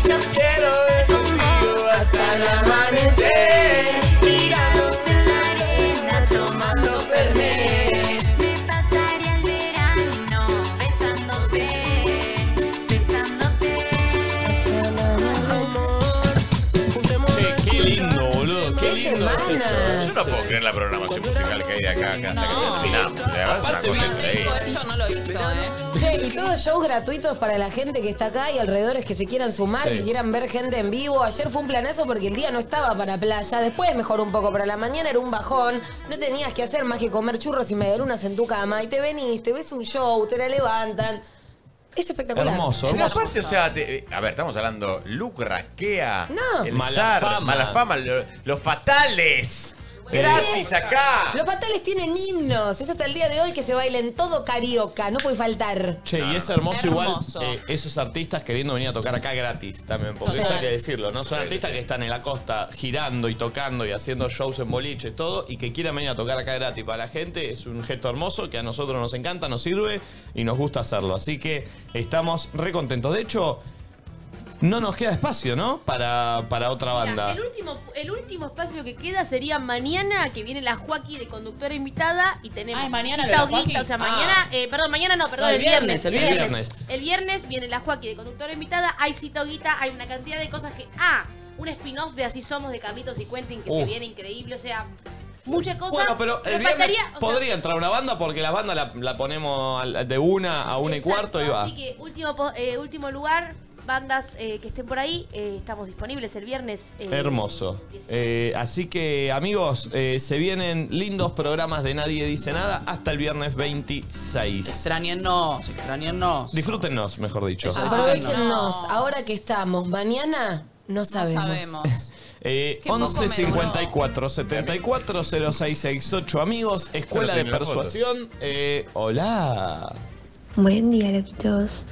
yo quiero ir contigo hasta el amanecer. Tirados en la arena, tomando fernet. Me pasaría el verano besándote, besándote. Che, qué lindo, boludo, qué lindo. es esto. Yo no puedo creer la programación musical que hay de acá, acá hasta que terminamos. La verdad es una cosa increíble. Esto no lo hizo, ¿eh? Che, y todos shows gratuitos para la gente que está acá y alrededores que se quieran sumar, Sí. que quieran ver gente en vivo. Ayer fue un planazo porque el día no estaba para playa, después mejoró un poco, pero a la mañana era un bajón. No tenías que hacer más que comer churros y medialunas en tu cama y te venís, te ves un show, te la levantan. Es espectacular. Y aparte, o sea, te- a ver, estamos hablando Lucra, Kea, No. el Mala Zar, fama. mala fama, lo- los fatales. Gratis acá. Los fatales tienen himnos, es hasta el día de hoy que se baila en todo carioca, no puede faltar. Che, y es hermoso, Hermoso. igual eh, esos artistas queriendo venir a tocar acá gratis también, porque Total. eso hay que decirlo, ¿no? Son artistas que están en la costa girando y tocando y haciendo shows en boliches, todo, y que quieran venir a tocar acá gratis. Para la gente es un gesto hermoso que a nosotros nos encanta, nos sirve y nos gusta hacerlo. Así que estamos re contentos. De hecho, no nos queda espacio, ¿no? Para, para otra banda. El último, el último espacio que queda sería mañana, que viene la Joaquí de conductora invitada y tenemos Ay, mañana cita la o guita, Joaquí. o sea, Ah. mañana, eh, perdón, mañana no, perdón, No, el, viernes, el el viernes. viernes. El viernes viene la Joaquí de conductora invitada, hay cita o guita, hay una cantidad de cosas que... Ah, un spin-off de Así Somos de Carlitos y Quentin que Uh. se viene increíble, o sea, muchas cosas. Bueno, pero el viernes faltaría, o sea, podría entrar una banda porque la banda la, la ponemos al- de una a una y cuarto y va. Así que último, po- eh, último lugar, bandas eh, que estén por ahí, eh, estamos disponibles el viernes. eh, Hermoso. Eh, así que, amigos, eh, se vienen lindos programas de Nadie Dice Nada hasta el viernes 26. Extrañennos, extrañennos. Disfrútennos, mejor dicho. Eso. Aprovechenos, ahora que estamos, mañana no sabemos. Eh, Qué poco 11 54 74 0668 amigos, Escuela de tiene la foto. Persuasión. Eh, hola. Buen día, loquitos.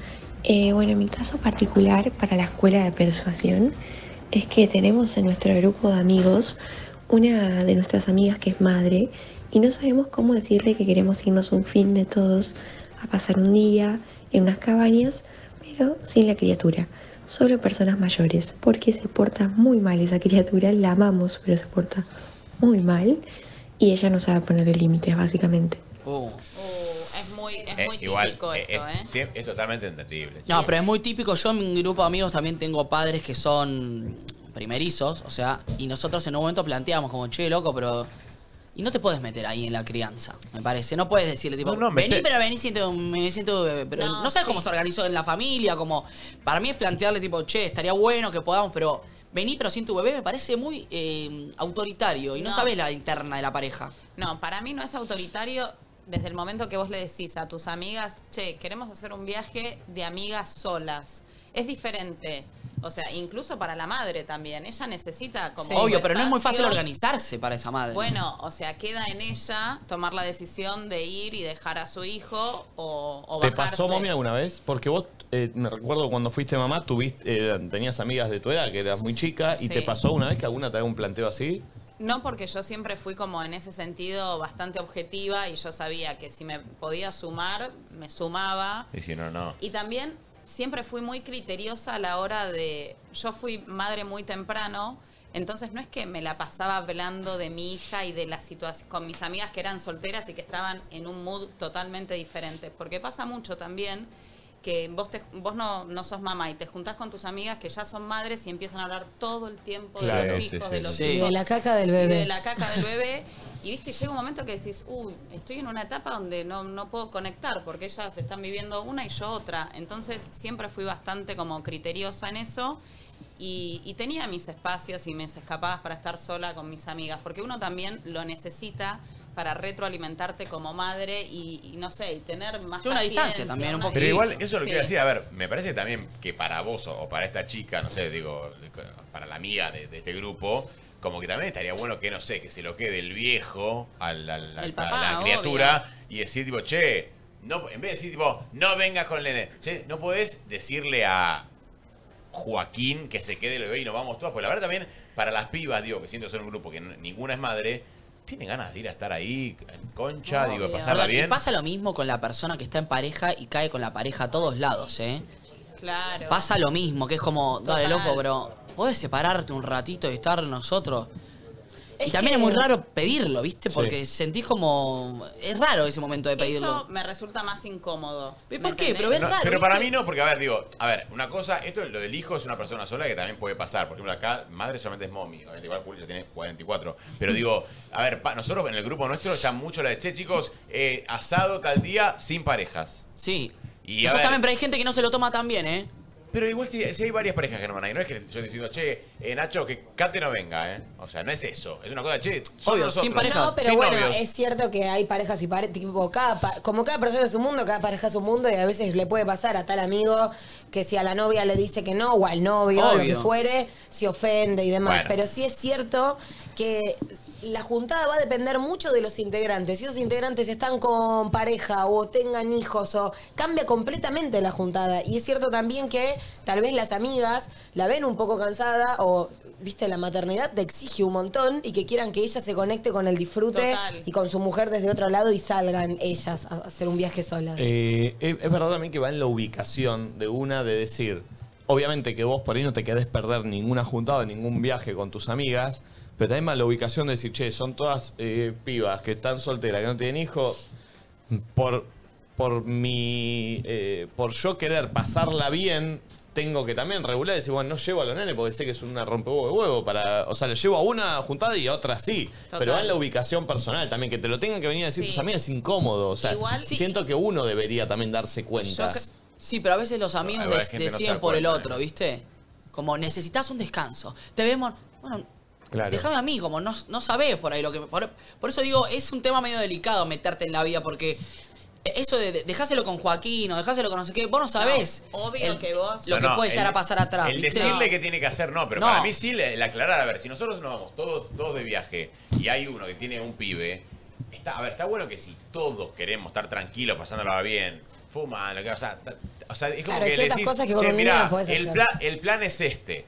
Eh, bueno, mi caso particular para la escuela de persuasión es que tenemos en nuestro grupo de amigos una de nuestras amigas que es madre y no sabemos cómo decirle que queremos irnos un fin de todos a pasar un día en unas cabañas, pero sin la criatura, solo personas mayores, porque se porta muy mal esa criatura, la amamos, pero se porta muy mal y ella no sabe ponerle límites básicamente. Uh. Es muy, es Eh, muy igual, típico eh, esto, ¿eh? es, sí, es totalmente entendible. No, pero es muy típico. Yo en mi grupo de amigos también tengo padres que son primerizos, o sea, y nosotros en un momento planteamos como, che, loco, pero... Y no te puedes meter ahí en la crianza, me parece. No puedes decirle, tipo, No, no, vení, meté- pero vení, siento, me siento... eh, pero no, No, sabes cómo se organizó en la familia, como... Para mí es plantearle, tipo, che, estaría bueno que podamos, pero... Vení, pero sin tu bebé, me parece muy eh, autoritario y no, No. sabes la interna de la pareja. No, para mí no es autoritario desde el momento que vos le decís a tus amigas, che, queremos hacer un viaje de amigas solas. Es diferente. O sea, incluso para la madre también. Ella necesita como. Obvio, su pero no es muy fácil espacio. organizarse para esa madre. Ah, Bueno, o sea, queda en ella tomar la decisión de ir y dejar a su hijo o, o ¿Te bajarse. pasó, momia, alguna vez? Porque vos, eh, me recuerdo cuando fuiste mamá, tuviste, eh, tenías amigas de tu edad, que eras muy chica, y Sí. te pasó una vez que alguna te haga un planteo así. No, porque yo siempre fui como en ese sentido bastante objetiva y yo sabía que si me podía sumar, me sumaba. Y si no, no. Y también siempre fui muy criteriosa a la hora de. Yo fui madre muy temprano, entonces no es que me la pasaba hablando de mi hija y de la situación con mis amigas que eran solteras y que estaban en un mood totalmente diferente, porque pasa mucho también que vos, te- vos no, no sos mamá y te juntás con tus amigas que ya son madres y empiezan a hablar todo el tiempo Claro, de los sí, hijos, sí, de los sí. hijos. Y de la caca del bebé. Y de la caca del bebé. Y viste, llega un momento que decís, uy, estoy en una etapa donde no, no puedo conectar porque ellas están viviendo una y yo otra. Entonces siempre fui bastante como criteriosa en eso y, y tenía mis espacios y mis escapadas para estar sola con mis amigas, porque uno también lo necesita para retroalimentarte como madre y, y no sé, y tener más Sí, una paciencia, distancia también, un una- Pero igual, eso es lo que Sí. quiero decir. A ver, me parece también que para vos o o para esta chica, no sé, digo, para la amiga de, de este grupo, como que también estaría bueno que, no sé, que se lo quede el viejo al, al- al- El papá, a la obvio. criatura y decir, tipo, che, no, en vez de decir, tipo, no vengas con el nene, che, no podés decirle a Joaquín que se quede el bebé y nos vamos todos. Porque la verdad también, para las pibas, digo, que siento ser un grupo que n- ninguna es madre, tienen ganas de ir a estar ahí, en concha, digo, de pasarla Perdón, Y bien. pasa lo mismo con la persona que está en pareja y cae con la pareja a todos lados, ¿eh? Claro. Pasa lo mismo, que es como, dale Total. loco, pero podés separarte un ratito y estar nosotros. y también que- es muy raro pedirlo, ¿viste? Porque sentís como. Es raro ese momento de Eso pedirlo. me resulta más incómodo. ¿Por qué? Pero No, pero para mí no, porque a ver, digo, a ver, una cosa, esto lo del hijo es una persona sola que también puede pasar. Por ejemplo, acá madre solamente es mommy, obviamente igual Julio ya tiene 44. Pero digo, a ver, pa- nosotros en el grupo nuestro está mucho la de che, chicos, eh, asado tal día sin parejas. Sí. Y a Eso ver, también, pero hay gente que no se lo toma tan bien, ¿eh? pero igual si, si hay varias parejas que no van a ir, no es que yo estoy diciendo, che, eh, Nacho, que Kate no venga, ¿eh? O sea, no es eso. Es una cosa, che, solo nosotros. No, pero sin bueno, novios. es cierto que hay parejas y parejas. Tipo, cada pa- como cada persona es un mundo, cada pareja es un mundo y a veces le puede pasar a tal amigo que si a la novia le dice que no o al novio, Obvio. lo que fuere, se ofende y demás. Bueno. Pero sí es cierto que la juntada va a depender mucho de los integrantes. Si esos integrantes están con pareja o tengan hijos o cambia completamente la juntada. Y es cierto también que tal vez las amigas la ven un poco cansada o, viste, la maternidad te exige un montón y que quieran que ella se conecte con el disfrute Total. y con su mujer desde otro lado y salgan ellas a hacer un viaje solas. Eh, es es verdad también que va en la ubicación de una de decir, obviamente que vos por ahí no te querés perder ninguna juntada, ningún viaje con tus amigas, pero también va en la ubicación de decir, che, son todas eh, pibas que están solteras, que no tienen hijos, por, por mi. eh, por yo querer pasarla bien, tengo que también regular y decir, bueno, no llevo a los nenes porque sé que es una rompehuevo de huevo. Para, o sea, le llevo a una juntada y a otra sí. Total. Pero va en la ubicación personal también, que te lo tengan que venir a decir Sí. tus amigas es incómodo. O sea, Igual- sí. siento que uno debería también darse cuenta. Sí, pero a veces los amigos hay dec- gente que no se deciden da por el cuenta, otro, ¿viste? Como necesitas un descanso. Te vemos. Bueno, Claro. Déjame a mí, como no, no sabés por ahí lo que... Por, por eso digo, es un tema medio delicado meterte en la vida, porque eso de, de- dejáselo con Joaquín o dejáselo con no sé qué, vos no sabés No, obvio el- que vos. lo que No, no, puede el- llegar a pasar atrás. El ¿viste? decirle que tiene que hacer, no, pero No. para mí sí le, le aclarar, a ver, si nosotros nos vamos todos, todos de viaje y hay uno que tiene un pibe, está, a ver, está bueno que si todos queremos estar tranquilos, pasándola bien, fuma, lo que, o sea, ta- o sea, es como Claro, que le ciertas decís, cosas que con "Che, un niño mirá, no podés el, hacer". pla- el plan es este.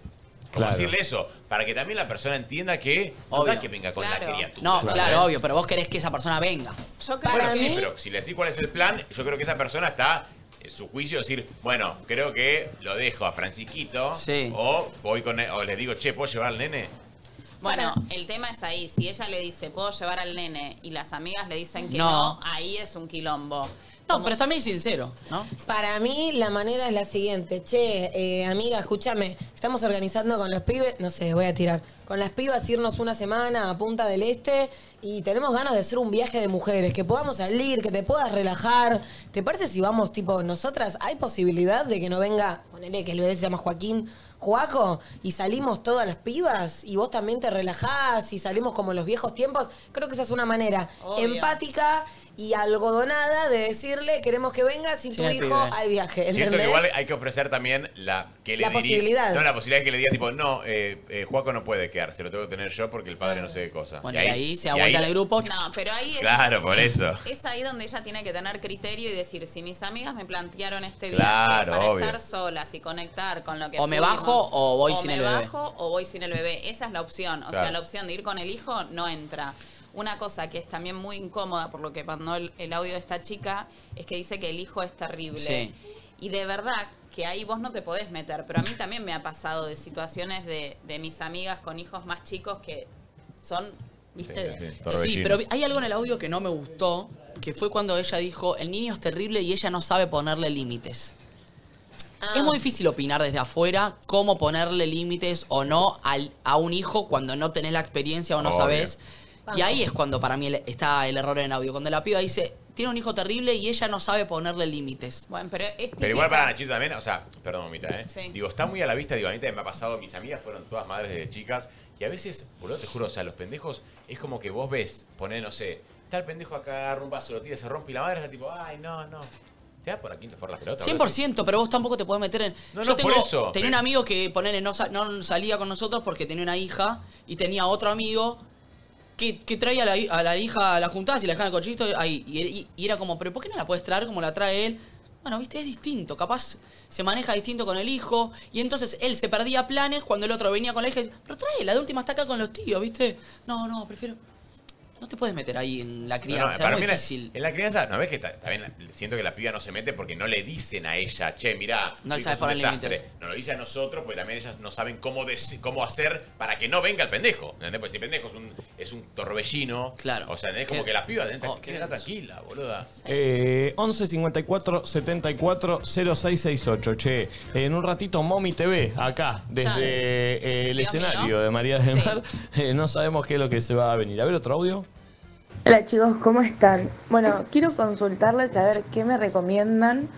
Como Claro. decirle eso, para que también la persona entienda que no Obvio. es que venga con la Claro. criatura. No, claro, ¿eh? obvio, pero vos querés que esa persona venga. Yo Bueno, sí, pero si le decís cuál es el plan, yo creo que esa persona está en su juicio decir, bueno, creo que lo dejo a Francisquito o voy con él, o les digo, "Che, ¿puedo llevar al nene?" Bueno, el tema es ahí. Si ella le dice, puedo llevar al nene, y las amigas le dicen que no, No. ahí es un quilombo. No, pero también sincero, ¿no? Para mí la manera es la siguiente. Che, eh, amiga, escúchame, estamos organizando con los pibes, no sé, voy a tirar. Con las pibas irnos una semana a Punta del Este y tenemos ganas de hacer un viaje de mujeres, que podamos salir, que te puedas relajar. ¿Te parece si vamos tipo nosotras? ¿Hay posibilidad de que no venga, ponele que el bebé se llama Joaquín, Joaco, y salimos todas las pibas y vos también te relajás y salimos como en los viejos tiempos? Creo que esa es una manera Obvio. empática y algodonada de decirle queremos que venga sin tu Sin el hijo pibe. al viaje. Siento ¿entendés? que igual hay que ofrecer también la que le La diría- posibilidad. No, la posibilidad que le diga tipo, "No, eh, eh, Juaco no puede quedarse, lo tengo que tener yo porque el padre no sé qué cosa." Bueno, y ahí se aguanta el grupo. No, pero ahí es, Claro, por <laughs> es- eso. Es ahí donde ella tiene que tener criterio y decir, si mis amigas me plantearon este viaje Claro, para obvio. estar solas y conectar con lo que O me fuimos, bajo o voy o sin me el bebé. bajo o voy sin el bebé. Esa es la opción. O sea, Claro. la opción de ir con el hijo no entra. Una cosa que es también muy incómoda por lo que mandó el, el audio de esta chica es que dice que el hijo es terrible. Sí. Y de verdad que ahí vos no te podés meter, pero a mí también me ha pasado de situaciones de, de mis amigas con hijos más chicos que son, viste, Sí, pero vi- hay algo en el audio que no me gustó, que fue cuando ella dijo, el niño es terrible y ella no sabe ponerle límites. Ah. Es muy difícil opinar desde afuera cómo ponerle límites o no al- a un hijo cuando no tenés la experiencia o no Obvio. sabés. Y ahí es cuando para mí el- está el error en el audio. Cuando la piba dice, tiene un hijo terrible y ella no sabe ponerle límites. Bueno, pero es Pero igual para Nachito también, o sea, perdón, mamita, ¿eh? Sí. Digo, está muy a la vista, digo, a mí también me ha pasado, mis amigas fueron todas madres desde chicas, y a veces, boludo, te juro, o sea, los pendejos, es como que vos ves, poner, no sé, tal pendejo acá, agarra un vaso, lo tira, se rompe, y la madre está tipo, ay, no, no. Te da por aquí, te por la pelota. boludo. 100%, pero vos tampoco te podés meter en... No, Yo no, tengo, por eso. eh. tenía Pero- un amigo que ponele, no, sa- no salía con nosotros porque tenía una hija y tenía otro amigo que, que traía a la, hi- a la hija a la juntada y la dejaba en el cochito ahí. Y, y- y era como, pero ¿por qué no la puedes traer como la trae él? Bueno, viste, es distinto, capaz se maneja distinto con el hijo y entonces él se perdía planes cuando el otro venía con la hija y decía, pero trae, la de última está acá con los tíos, viste. No, no, prefiero... No te puedes meter ahí en la No, no, crianza, para es muy mí la- difícil. En la crianza, no ves que ta- también siento que la piba no se mete porque no le dicen a ella, che, mirá, No le sabes tu hijo es un poner desastre". límites. No lo dice a nosotros porque también ellas no saben cómo, deci- cómo hacer para que no venga el pendejo. ¿Entendés? Porque si el pendejo es un, es un torbellino. Claro. O sea, es como Qué- que la piba tiene oh, qué que estar tranquila, boluda. Eh, 11 54 74 0668. Che, en un ratito Momi TV, acá, desde Chale. eh, el Dios escenario mío. de María del Mar. Eh, no sabemos qué es lo que se va a venir. A ver otro audio. Hola chicos, ¿cómo están? Bueno, quiero consultarles a ver qué me recomiendan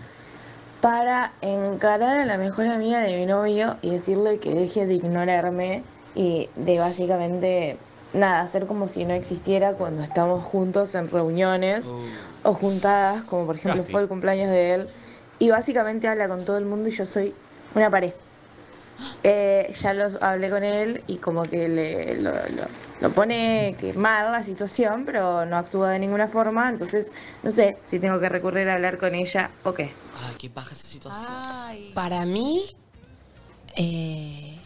para encarar a la mejor amiga de mi novio y decirle que deje de ignorarme y de básicamente nada, hacer como si no existiera cuando estamos juntos en reuniones Oh. o juntadas, como por ejemplo Ah, Casti. fue el cumpleaños de él, y básicamente habla con todo el mundo y yo soy una pared. Eh, ya los hablé con él y como que le, lo, lo- lo pone que mal la situación, pero no actúa de ninguna forma, entonces no sé si tengo que recurrir a hablar con ella o qué. Ay, qué paja esa situación. Para mí, eh,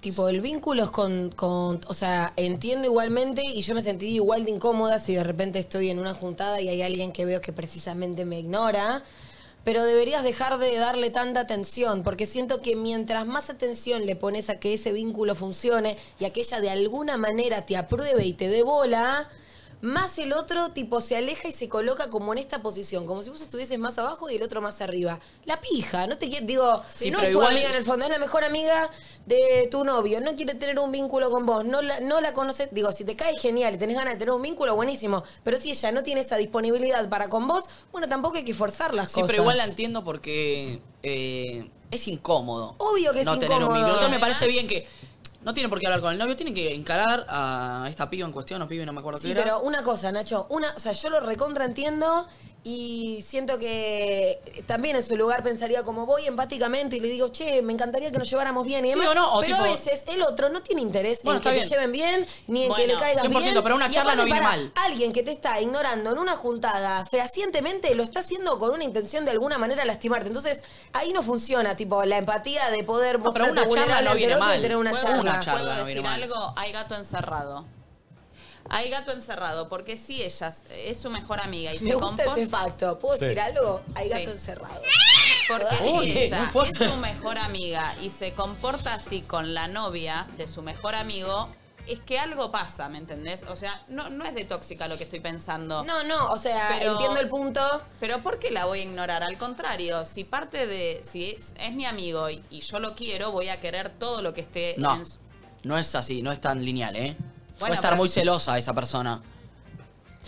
tipo, el vínculo es con, con- O sea, entiendo igualmente y yo me sentí igual de incómoda si de repente estoy en una juntada y hay alguien que veo que precisamente me ignora. Pero deberías dejar de darle tanta atención, porque siento que mientras más atención le pones a que ese vínculo funcione y a que ella de alguna manera te apruebe y te dé bola, más el otro tipo se aleja y se coloca como en esta posición, como si vos estuvieses más abajo y el otro más arriba. La pija, no te quiero, digo, Sí, no pero es tu igual- amiga en el fondo, es la mejor amiga de tu novio, no quiere tener un vínculo con vos, no la, no la conoces, digo, si te cae genial y tenés ganas de tener un vínculo, buenísimo, pero si ella no tiene esa disponibilidad para con vos, bueno, tampoco hay que forzar las Sí, cosas. pero igual la entiendo porque eh, es incómodo. Obvio que es no tener un incómodo. vínculo. Entonces me parece bien que no tienen por qué hablar con el novio, tienen que encarar a esta piba en cuestión o pibe, no me acuerdo Sí, qué era. pero una cosa, Nacho, una, o sea, yo lo recontra entiendo y siento que también en su lugar pensaría como voy empáticamente y le digo, che, me encantaría que nos lleváramos bien y Sí, demás. o no, o pero a tipo- veces el otro no tiene interés Bueno, en que está bien. te lleven bien, ni en que Bueno, le caigas 100%, bien. pero una Y charla no aparte, viene pará, mal. Alguien que te está ignorando en una juntada fehacientemente lo está haciendo con una intención de alguna manera lastimarte. Entonces, ahí no funciona, tipo, la empatía de poder pero mostrarte una charla vulnerable no ante viene el otro y mal. tener una Una charla. charla no ¿Puedo viene decir mal. algo? Hay gato encerrado. Hay gato encerrado, porque si ella es su mejor amiga y Me se gusta comporta... ese facto. ¿Puedo Sí. decir algo? Hay Sí. gato encerrado. Porque Uy, si muy ella es fuerte. su mejor amiga y se comporta así con la novia de su mejor amigo, es que algo pasa, ¿me entendés? O sea, no, no es de tóxica lo que estoy pensando. No, no, o sea, entiendo el punto. Pero ¿por qué la voy a ignorar? Al contrario, si parte de. Si es, es mi amigo y, y yo lo quiero, voy a querer todo lo que esté No, en su. no es así, no es tan lineal, ¿eh? Puede Bueno, estar pero- muy celosa esa persona.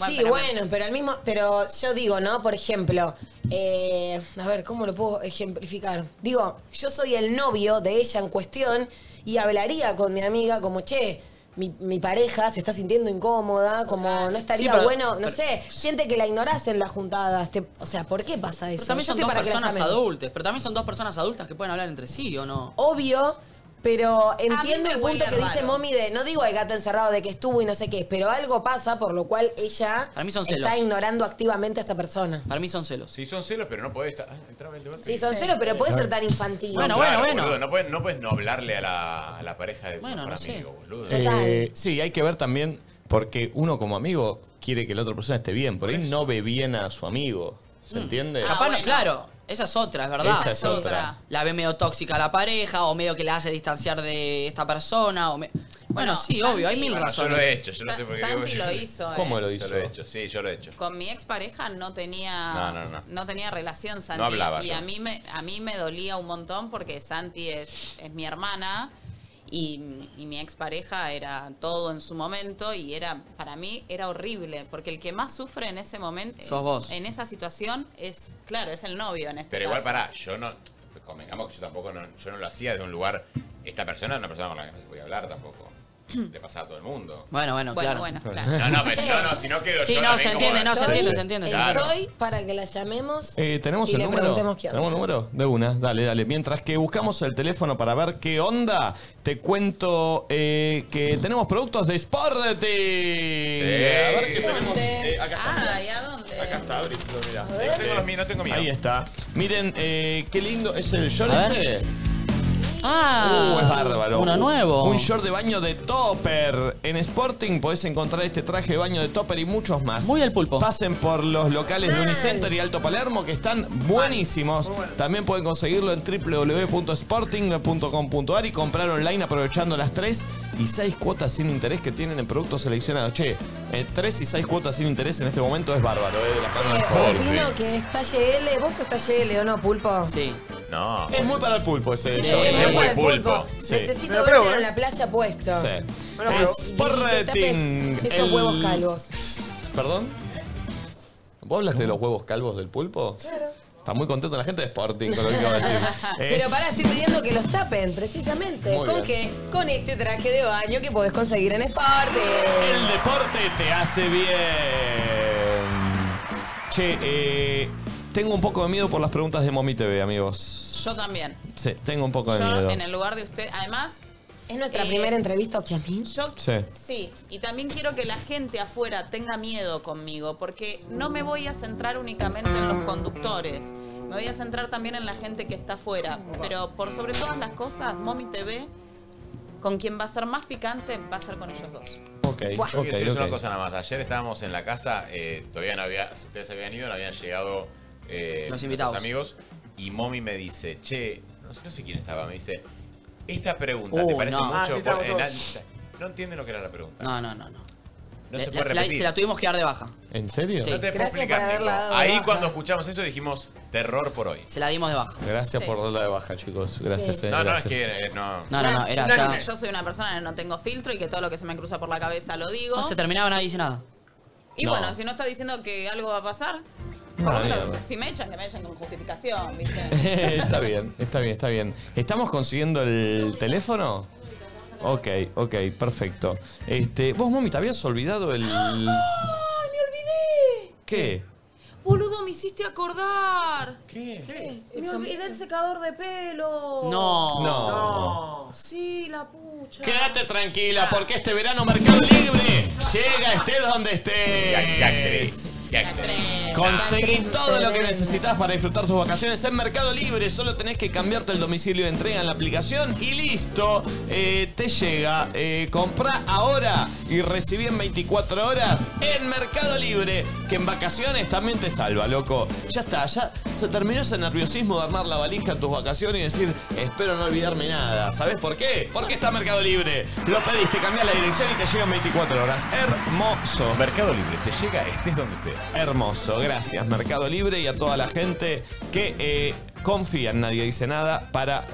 sí, pero- bueno, pero al mismo, pero yo digo, ¿no? Por ejemplo, eh, a ver, ¿cómo lo puedo ejemplificar? Digo, yo soy el novio de ella en cuestión y hablaría con mi amiga como, che, mi, mi pareja se está sintiendo incómoda, como no estaría Sí, pero- bueno, no pero- sé, siente que la ignorás en las juntadas. te- o sea, ¿por qué pasa eso? Pero también Yo son estoy dos para que las personas amemos. adultas, pero también son dos personas adultas que pueden hablar entre sí, ¿o no? obvio, pero entiendo me el huele punto que dice raro. Momi de, no digo el gato encerrado de que estuvo y no sé qué, pero algo pasa por lo cual ella Para mí son está celos. ignorando activamente a esta persona. Para mí son celos. Sí, son celos, pero no podés estar. ah, entrame el debate. Sí, son celos, pero puede ser tan infantil. No, claro, boludo, no, puedes, no puedes no hablarle a la, a la pareja de tu Bueno, mejor no sé. amigo, boludo. Eh, sí, hay que ver también, porque uno como amigo quiere que la otra persona esté bien, por ahí no ve bien a su amigo. ¿Se Ah, entiende? Capaz no, Ah, claro. Esa es otra, es verdad. Esa es otra. La ve medio tóxica a la pareja, o medio que la hace distanciar de esta persona. O me- Bueno, sí, Santi- obvio, hay mil Bueno, razones. yo lo he hecho, yo no sé por qué. Santi lo hizo, ¿Cómo eh. lo Yo hizo? lo he hecho, sí, yo lo he hecho. Con mi expareja no tenía No, no, no. tenía relación Santi No hablaba, y no. a mí me a mí me dolía un montón porque Santi es, es mi hermana y, y mi expareja era todo en su momento y era para mí era horrible porque el que más sufre en ese momento Sos vos. en esa situación es claro, es el novio en este Pero igual, caso. pará, yo no. Convengamos que yo tampoco no, yo no lo hacía desde un lugar. Esta persona es una persona con la que no se podía <clears throat> hablar tampoco. Le pasaba a todo el mundo. Bueno, bueno, Bueno, claro. <laughs> bueno, claro. No, no, pero, Sí. no, no, si no quedo Sí, yo. no, también se como- entiende, no, se Claro. entiende, se entiende, se Claro. Estoy para que la llamemos. Eh, ¿Tenemos y el le número? preguntemos qué onda. ¿Tenemos el número? De una, dale, dale. Mientras que buscamos el teléfono para ver qué onda, te cuento eh, que tenemos productos de Sporting. A ver qué tenemos. Eh, acá Ah, está. ¿y a dónde? Acá está, abrí, lo mirá. ver. Este, Tengo los míos, no tengo míos. Ahí está. Miren, eh, qué lindo es el short A ver. ese. Ah, Uh, es bárbaro. Uno Ah, nuevo. Un short de baño de topper. En Sporting podés encontrar este traje de baño de topper y muchos más. Muy al pulpo. Pasen por los locales de Unicenter y Alto Palermo que están buenísimos. También pueden conseguirlo en www.sporting.com.ar y comprar online aprovechando las 3 y 6 cuotas sin interés que tienen en productos seleccionados. Che, 3 y 6 cuotas sin interés en este momento es bárbaro. eh, de la mano de Sporting. Opino que es talle L. ¿Vos es talle L o no, Pulpo? Sí. No. Es muy para el pulpo ese. Sí, short. es muy para el Eh, pulpo. Sí. Necesito Me lo verte pruebo, en eh. la playa puesto. Sí. Pero, pero- Sporting. Esos huevos calvos. ¿Perdón? ¿Vos hablas de los huevos calvos del pulpo? Claro. Está muy contento la gente de Sporting con lo que acabo de <laughs> decir. Eh, Pero pará, estoy pidiendo que los tapen, precisamente. Muy ¿Con bien. qué? Con este traje de baño que podés conseguir en Sporting. El deporte te hace bien. Che, eh, tengo un poco de miedo por las preguntas de Momi TV, amigos. Yo también. Sí, tengo un poco de Yo miedo. en el lugar de usted, además es nuestra eh, primera entrevista que a mí. Yo Sí. Sí, y también quiero que la gente afuera tenga miedo conmigo, porque no me voy a centrar únicamente en los conductores, me voy a centrar también en la gente que está afuera. Pero por sobre todas las cosas, Mommy TV, con quien va a ser más picante, va a ser con ellos dos. Ok, Yo quiero ok, decirles ok. una cosa nada más. Ayer estábamos en la casa, eh, todavía no había, ustedes habían ido, no habían llegado eh, Los invitados. nuestros amigos. Y Mommy me dice, che, no sé, no sé quién estaba, me dice, esta pregunta, ¿te Uh, parece no. mucho? Ah, sí, Por- estamos eh, todos. na- no entienden lo que era la pregunta. No, no, Eh. no. No, No Le- se la- puede se la- repetir. se la tuvimos que dar de baja. ¿En serio? Sí. No te puedo Gracias explicar, por haberla Nico. dado de Ahí baja. cuando escuchamos eso dijimos, terror por hoy. Se la dimos de baja. Gracias por darla de baja, chicos. Gracias. Sí. eh, No, no, gracias. es que eh, no. No, no, no, era ya. Yo soy una persona que no tengo filtro y que todo lo que se me cruza por la cabeza lo digo. No se terminaba, nadie dice nada. y no. bueno, si no está diciendo que algo va a pasar, No, por lo menos, mierda. si me echan, que me echan con justificación, ¿viste? <laughs> está bien, está bien, está bien. ¿Estamos consiguiendo el teléfono? Ok, ok, perfecto. Este, vos, mami, te habías olvidado el. ¡Ay, me olvidé! ¿Qué? Boludo, me hiciste acordar. ¿Qué? Me olvidé el secador de pelo. No. No. Sí, la pucha. Quédate tranquila, porque este verano Mercado Libre llega, estés donde estés. Conseguí todo lo que necesitas para disfrutar tus vacaciones en Mercado Libre. Solo tenés que cambiarte el domicilio de entrega en la aplicación y listo. Eh, te llega. Eh, comprá ahora y recibí en 24 horas en Mercado Libre, que en vacaciones también te salva, loco. Ya está, ya se terminó ese nerviosismo de armar la valija en tus vacaciones y decir, espero no olvidarme nada. ¿Sabes por qué? Porque está Mercado Libre. Lo pediste, cambiá la dirección y te llega en 24 horas. Hermoso. Mercado Libre, te llega, estés donde estés. Hermoso, gracias Mercado Libre y a toda la gente que eh, confía en Nadie Dice Nada para...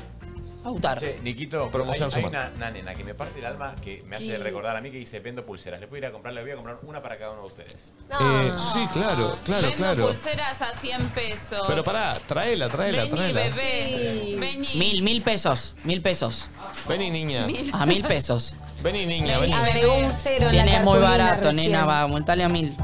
Autar. Che, Niquito, Promoción hay, hay Sumar. una, una nena que me parte el alma que me hace Sí. recordar a mí que dice vendo pulseras. Le voy a ir a comprar, le voy a comprar una para cada uno de ustedes. Eh, sí, claro, claro, Vendo claro. pulseras a 100 pesos. Pero pará, traela, traela, Vení, traela. bebé. Vení. Mil, mil pesos. Mil pesos. Vení, niña. Mil. A mil pesos. Vení, niña, Vení. vení. Agregó un cero en Si la es muy cartulina barato, recién. nena, va, aumentale a mil.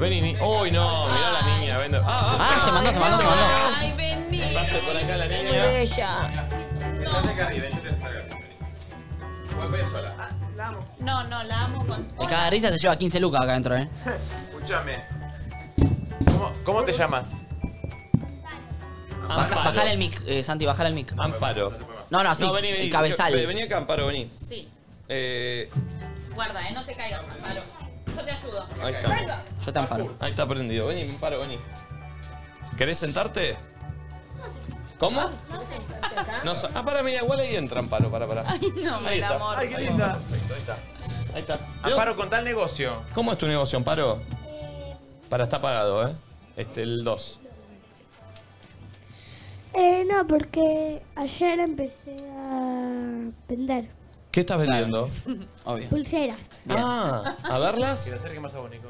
Vení, niña. Uy, no, mirá la niña. Vende. Ah, Ah, se mandó, se mandó, se mandó. Ay, vení. Pase por acá la Muy niña. bella. Sentate acá arriba, yo te sentar acá arriba. Vos ves sola. No, no, la amo con. De cada risa se lleva 15 lucas acá adentro, eh. Escúchame. ¿Cómo, cómo te llamas? Ah, Baja- Amparo. bajale el mic, eh, Santi, bajale el mic. Amparo. No, no, sí, el cabezal. Ve- Vení acá, Amparo, vení. Sí. Eh, Guarda, eh, no te caigas, Amparo. Yo te ayudo. ahí está. Venga. Yo te amparo. Ahí está prendido. Vení, Ah. Amparo, vení. ¿Querés sentarte? ¿Cómo? No sé. No sa- ah, para, mira, igual ahí entran, paro, para, para. Ay, no, me ahí está. enamoro. Ay, qué linda. Perfecto, ahí está. Ahí está. Amparo, contá el negocio. ¿Cómo es tu negocio, Amparo? Para, está pagado, ¿eh? Este, el 2. Eh, no, porque ayer empecé a vender ¿Qué estás vendiendo? Obvio. pulseras. Ah, a verlas. Que te acerque más abónico.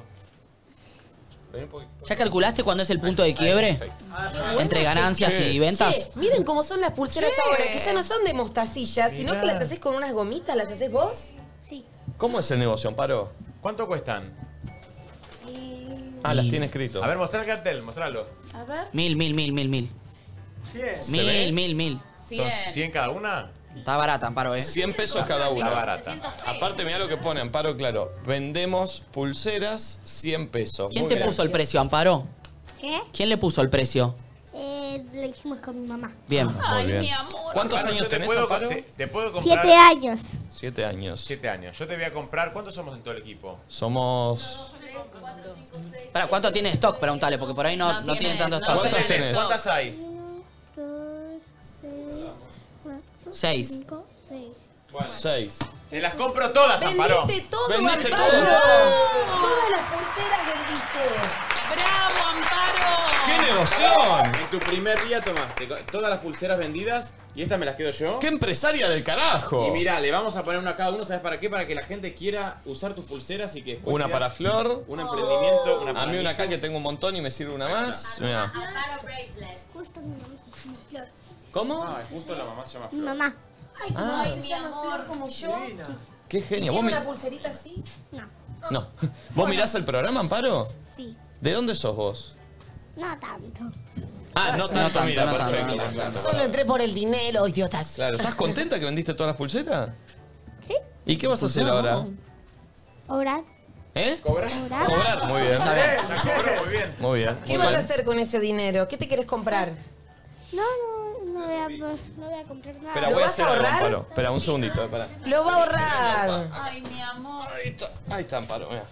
¿Ya calculaste cuándo es el punto de quiebre? Ah, Entre ganancias Sí. y ventas. Che, miren cómo son las pulseras Che. ahora, que ya no son de mostacilla, sino Mirá. que las haces con unas gomitas, ¿las haces vos? Sí. ¿Cómo es el negocio, Amparo? ¿Cuánto cuestan? Ah, las tiene escrito. A ver, mostrar el cartel, mostralo. A ver. Mil, mil, mil, mil, mil. ¿Se Mil, ve? mil, mil, mil. Cien. ¿Son 100 cada una? Está barata, Amparo, ¿eh? 100 pesos cada una. Está barata. Aparte, mira lo que pone, Amparo, claro. Vendemos pulseras 100 pesos. ¿Quién Muy te bien. puso el precio, Amparo? ¿Eh? ¿Qué? ¿Quién le puso el precio? Eh, lo hicimos con mi mamá. Bien. Muy bien. ¿Cuántos Amparo, años yo tenés, te puedo, Amparo? te, te puedo comprar... Siete años. 7 años. 7 años. Yo te voy a comprar... ¿Cuántos somos en todo el equipo? Somos. Para, ¿cuánto tiene stock? Preguntale, porque por ahí no, no, tienen tanto stock. ¿Cuántas tenés? ¿Cuántas hay? Seis. Cinco, seis. 6. Te las compro todas, Amparo. ¡Vendiste todo, Vendiste Amparo! todo. Todas las pulseras vendiste. Ah. ¡Bravo, Amparo! ¡Qué negoción! En tu primer día tomaste co- todas las pulseras vendidas y estas me las quedo yo. ¡Qué empresaria del carajo! Y mirá, le vamos a poner una a cada uno, ¿sabes para qué? Para que la gente quiera usar tus pulseras y que después Una seas para Flor. Pues Un emprendimiento, una para A mí mí. una acá que tengo un montón y me sirve una más. Mirá. Amparo Bracelet. Justo mi mamá se llama Flor. ¿Cómo? Ah, justo la mamá se llama Mi Flor. mamá. Ay, tu Ah. mamá se llama Flor como yo. ¡Qué genio! ¿Tiene ¿Vos, mi- una pulserita así? No, no. ¿Vos mirás el programa, Amparo? sí. ¿De dónde sos vos? No tanto. Ah, no tanto, tanto, mira, no tanto, perfecto. no tanto. Solo entré por el dinero, idiotas. Claro, ¿estás contenta que vendiste todas las pulseras? Sí. ¿Y qué vas a hacer ahora? Obrar. ¿Eh? ¿Cobrar? Cobrar. Cobrar, muy bien. Está bien. Las cobró muy bien. Muy bien. ¿Qué vas a hacer con ese dinero? ¿Qué te querés comprar? No, no, no voy a, no voy a comprar nada. Espera, voy a hacer algo, Amparo. Espera, un segundito, eh, pará. Lo va a ahorrar. Ay, mi amor. Ahí está, Amparo, mira.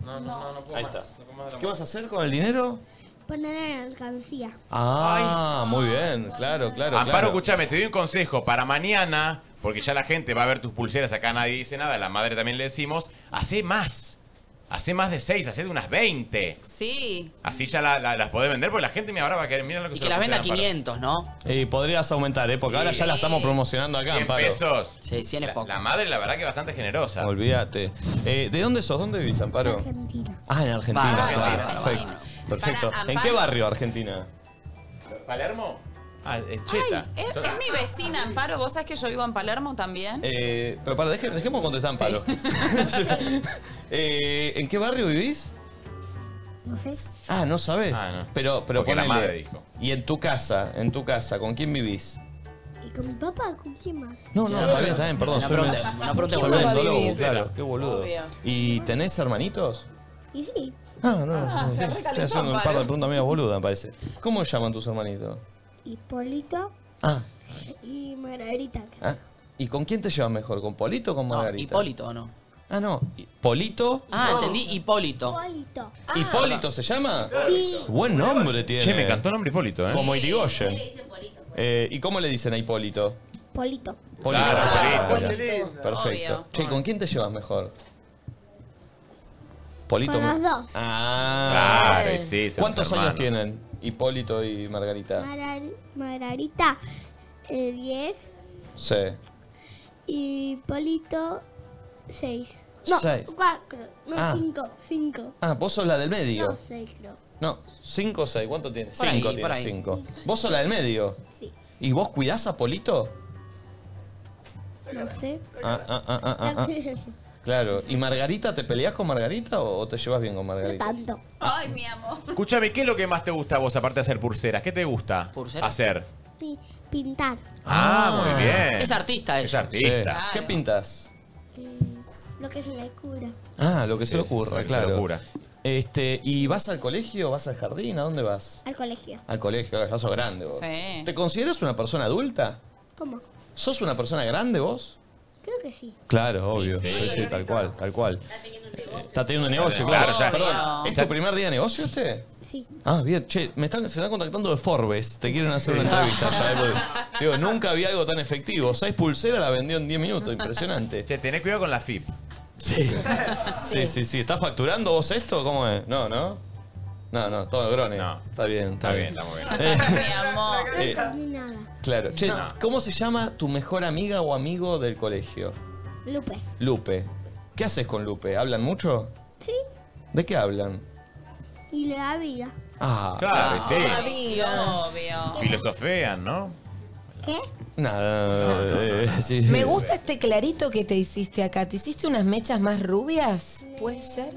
No, no, no, no puedo Ahí más. está. No puedo más de la ¿Qué mamá. vas a hacer con el dinero? Poner en alcancía. Ah, muy bien, claro, claro. Amparo, escúchame, te doy un consejo para mañana, porque ya la gente va a ver tus pulseras, acá nadie dice nada, a la madre también le decimos, hacé más. Hacé más de 6, hacé de unas 20. Sí. Así ya la- la- las podés vender, porque la gente me ahora va a querer, mira lo que Y se que lo las venda a puse Amparo. 500, ¿no? Y podrías aumentar, ¿eh? Porque ahora ya la estamos promocionando acá, 100 Amparo. pesos. Sí, 100 es La- poco. La, madre, la verdad, que bastante generosa. Olvídate. Eh, ¿De dónde sos? ¿Dónde vivís, Amparo? Argentina. Ah, en Argentina. Bárbaro, claro, bárbaro, Perfecto. Perfecto. Para, ¿En Amparo- qué barrio, Argentina? ¿Palermo? Ah, es cheta. Es, es mi vecina, Amparo. ¿Vos sabés que yo vivo en Palermo también? Eh, pero para, deje- dejemos contestar, Amparo. <laughs> Eh, ¿En qué barrio vivís? No sé. Ah, no sabes. Pero, pero Porque la ponele. madre dijo. Y en tu casa, en tu casa, ¿con quién vivís? ¿Y con mi papá? ¿Con quién más? No, no, está bien, está bien, perdón. No soy un- pregunte- no pregunte soy un boludeces. zoólogo, Vivir. claro, qué boludo. Obvio. ¿Y tenés hermanitos? Y sí. Ah, no, no, Ah, no, se sí. recalentó, Estoy haciendo un par de Amparo. preguntas medio boludas, me parece. ¿Cómo llaman tus hermanitos? Hipólito Ah, y Margarita. ah. ¿Y con quién te llevas mejor? ¿Con Polito o con Margarita? Hipólito, ¿no? Ah, no. ¿Y- ¿Polito? Ah. Ah, entendí, Hipólito. Hipólito. ¿Hipólito se llama? Sí. Buen nombre tiene. Che, me cantó el nombre Hipólito, ¿eh? Como Irigoyen. Eh, ¿Y cómo le dicen a Hipólito? Polito. Polito. Claro, Polito. Polito. Qué lindo. Perfecto. Obvio. Che, ¿con quién te llevas mejor? Polito. Con los dos. Ah. Claro, y sí, somos ¿Cuántos años hermanos. tienen Hipólito y Margarita? Marar- Margarita, eh, 10. Sí. y Polito, 6. No, Seis. 4. Ah. No, 5. 5. Ah, vos sos la del medio. No, 6 creo. No, cinco o seis. ¿Cuánto tienes? Por ahí, Cinco por tienes, ahí. cinco. Vos sos la del medio. Sí. ¿Y vos cuidás a Polito? No sé. Ah, ah, ah, ah, ah, ah. Claro. ¿Y Margarita, te peleás con Margarita o o te llevas bien con no <laughs> Margarita? tanto. Ay, mi amor. Escúchame, ¿qué es lo que más te gusta a vos, aparte de hacer pulseras? ¿Qué te gusta ¿Pulseras? hacer? Pi- pintar. Ah, muy bien. Es artista Es ella. Sí. artista. ¿Qué pintas? Eh, Lo que es una cura. Ah, lo que se Sí, le lo que ocurra, se claro. le ocurra. Este, ¿y vas al colegio? ¿Vas al jardín? ¿A dónde vas? Al colegio. Al colegio, ya sos grande vos. Sí. ¿Te consideras una persona adulta? ¿Cómo? ¿Sos una persona grande vos? Creo que sí. Claro, obvio. Sí, sí, tal cual, tal cual. Está teniendo un negocio, claro. Claro, ya. Perdón, ¿Es tu primer día de negocio este? Sí. Ah, bien, che, me están, se están contactando de Forbes, te quieren hacer una entrevista. ya, <laughs> porque- digo, nunca había algo tan efectivo. Seis pulseras la vendió en 10 minutos, impresionante. Che, tenés cuidado con la FIP. Sí. sí, sí, sí. ¿Estás facturando vos esto? ¿Cómo es? No, ¿no? No, no, todo grone. Está bien, está, bien. Estamos bien. Eh, Mi amor. Eh, Ni nada. <laughs> claro. Che, No. ¿cómo se llama tu mejor amiga o amigo del colegio? Lupe. Lupe. ¿Qué haces con Lupe? ¿Hablan mucho? Sí. ¿De qué hablan? Y le da vida. Ah. Ah, Claro, sí. Obvio. Filosofean, ¿no? ¿Qué? Nada. eh, sí, sí. Me gusta este clarito que te hiciste acá. ¿Te hiciste unas mechas más rubias? ¿Puede ser?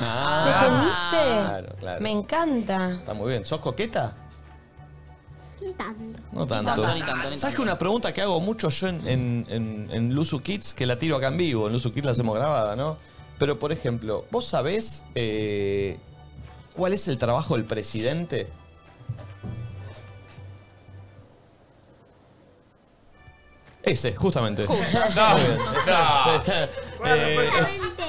Ah. ¿Te teniste? Claro, claro. Me encanta. Está muy bien. ¿Sos coqueta? Tanto. No tanto. tanto, ni tanto, ni ¿Sabes tanto. que una pregunta que hago mucho yo en, en, en- en Luzu Kids, que la tiro acá en vivo, en Luzu Kids la hacemos grabada, ¿no? Pero, por ejemplo, ¿vos sabés eh, cuál es el trabajo del presidente? Ese, justamente. No, Muy bien. no. Está- eh, pues, Gente,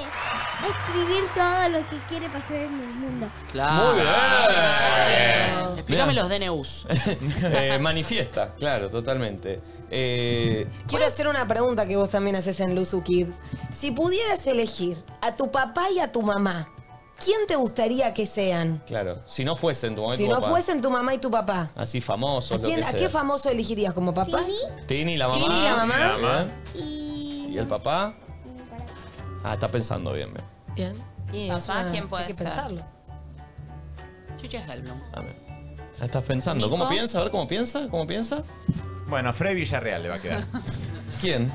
escribir todo lo que quiere pasar en el mundo. Muy bien. Explícame Bien. los DNUs. <laughs> Eh, manifiesta, claro, totalmente. Eh, Quiero hacer una pregunta que vos también haces en Luzu Kids. Si pudieras elegir a tu papá y a tu mamá, ¿quién te gustaría que sean? claro, si no fuesen tu momento Si no fuesen tu mamá y tu papá, así famoso, ¿a, quién, lo que a sea. qué famoso elegirías como papá? Tini, la mamá. Tini, la mamá. Y... el papá. Ah, está pensando bien, ah, bien. Bien. Papá, ¿quién puede hay que ser? pensarlo. Chucha Helblum. A ver. Ah, estás pensando. ¿Cómo Nico. piensa? A ver, ¿cómo piensa? ¿Cómo piensa? Bueno, Freddy Villarreal le va a quedar. ¿Quién?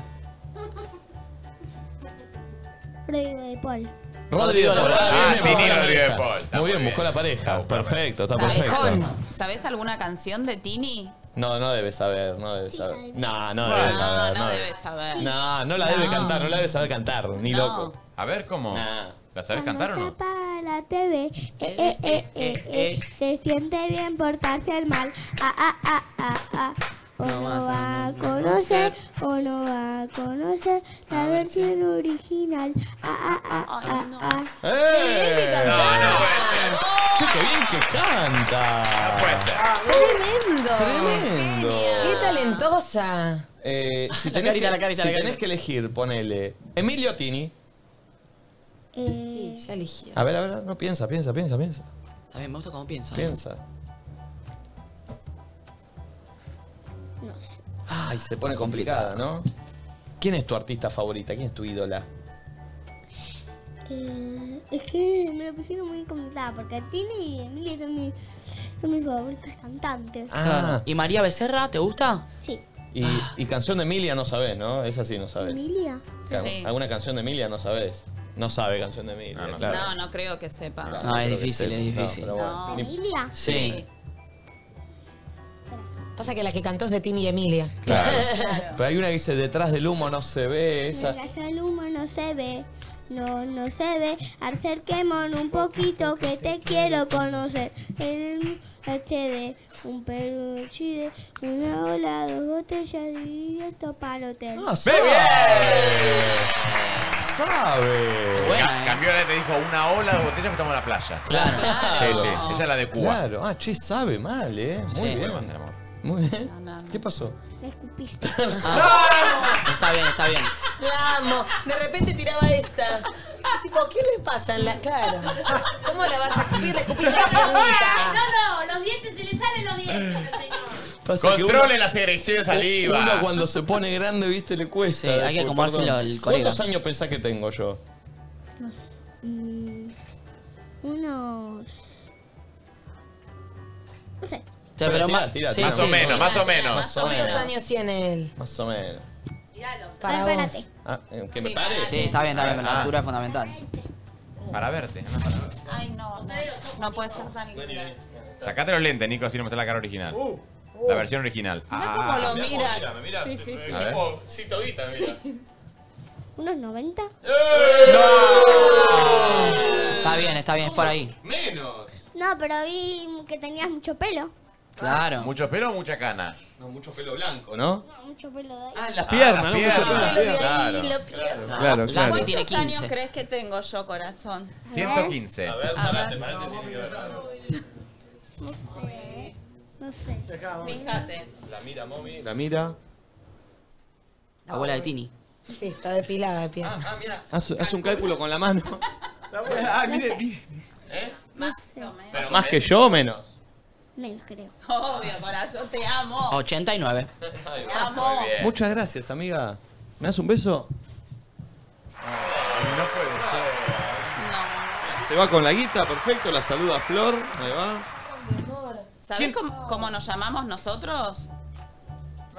Rodrigo de Paul. Rodrigo de Paul. Ah, bien, bien, Tini buscó la Rodrigo de pareja. Paul. Está Muy bien, buscó la pareja. Perfecto, está ¿Sabés, perfecto. ¿Sabés alguna canción de Tini? No, no debe saber, no debe saber. No, no debe Bueno, saber. no No, debe saber. No, no la debe cantar, no la debe saber cantar, ni No. loco. A ver cómo. ¿La sabes cantar o no? Para la TV, eh, eh, eh, eh, eh. se siente bien portarse al mal. Ah, ah, ah, ah, ah. O no va a conocer, o no va a conocer la versión original. Ah, ah, ah, ah, ah. ¡Eh! No, no puede ser. Che, qué bien que canta. No puede ser. ¡Tremendo! Tremendo. ¡Qué talentosa! Eh, si La tenés, carita, que, la carita, si la carita. tenés que elegir, ponele Emilio Tini. Sí, ya elegí. A ver, a ver, no piensa, piensa, piensa, piensa. Está bien, me gusta cómo piensa. ¿eh? Piensa. No Ay, se pone complicada, ¿no? ¿Quién es tu artista favorita? ¿Quién es tu ídola? Eh, es que me lo pusieron muy complicada porque Tina y Emilia son mis, son mis favoritas cantantes. Claro. Ah. ¿Y María Becerra, te gusta? Sí. Ah. Y, y canción de Emilia no sabés, ¿no? Esa sí no sabés. Emilia. Claro, ¿Alguna canción de Emilia no sabés? No sabe canción de Emilia. claro. No, no creo que sepa. No, No, Ah, es creo que difícil, sepa. es difícil. No, pero bueno. No. Ni- Emilia. Sí. Pasa que la que cantó es de Tini y Emilia. Claro. Pero hay una que dice, detrás del humo no se ve esa. Mientras el humo no se ve, no, no se ve. Acerquémonos un poquito que te quiero conocer. En el HD, un peluchide, una ola, dos botellas y esto para el hotel. Ah, ¡Ve bien! ¡Sabe! Ca- cambió la te dijo una ola de botella que estamos en la playa. eh. Claro. Sí, sí. Ella es la de Cuba. Claro, ah, che, sabe mal, ¿eh? Muy Sí. bien. Muy mal, amor. Muy bien. ¿Qué pasó? Me escupiste. Está bien, está bien. La amo. De repente tiraba esta. Tipo, ¿qué le pasa en la cara? ¿Cómo la vas a escupir? Le escupiste la pregunta. No, no, los dientes se le salen los dientes. Controle las erecciones saliva. Uno cuando se pone grande, viste, le Sí, cuesta. hay que después, acomodárselo perdón. al colega. ¿Cuántos años pensás que tengo yo? Mm, unos. No sé. Pero, tirá, ma- tirá, sí, tirá. sí, sí. Más o ¿Cuántos menos. años tiene él? Más o menos. Para vos. Ah, eh, ¿Que me Sí, pare? Sí, está bien, está bien, pero la Ah, altura es fundamental. Para verte. ¿no? Ay, no. No, No puede ser tan linda. Sacate los lentes, Nico, así no mostré la cara original. La versión original. Ah. Mirá cómo lo mira. mira, mira, Sí, sí, sí. A ver. Sí, toguita, mira. ¿Unos 90? ¡Eh! Está bien, está bien, es por ahí. No, pero vi que tenías mucho pelo. Claro. ¿Mucho pelo o mucha cana? No, mucho pelo blanco, ¿no? Mucho pelo de ahí. Ah, las piernas, ¿no? piernas. Mucho pelo de ahí, Claro. la Claro. Claro, claro. ¿Cuántos Tiene 15. años crees que tengo yo, corazón? 115. A ver, parate, parate, tiene que ver algo. No sé. No sé. Fíjate. La mira, mommy. La mira. La abuela de Tini. Sí, está depilada de pierna. Hace, hace un cálculo con Ah, la <laughs> mano. Ah, mire, mire. Más o menos. Pero más que yo, menos. Menos creo. Obvio, corazón, te amo. 89. Te amo. Muchas gracias, amiga. ¿Me das un beso? No puede Se va con la guita, perfecto. La saluda Flor. Ahí va. ¿Sabés cómo, cómo nos llamamos nosotros? No,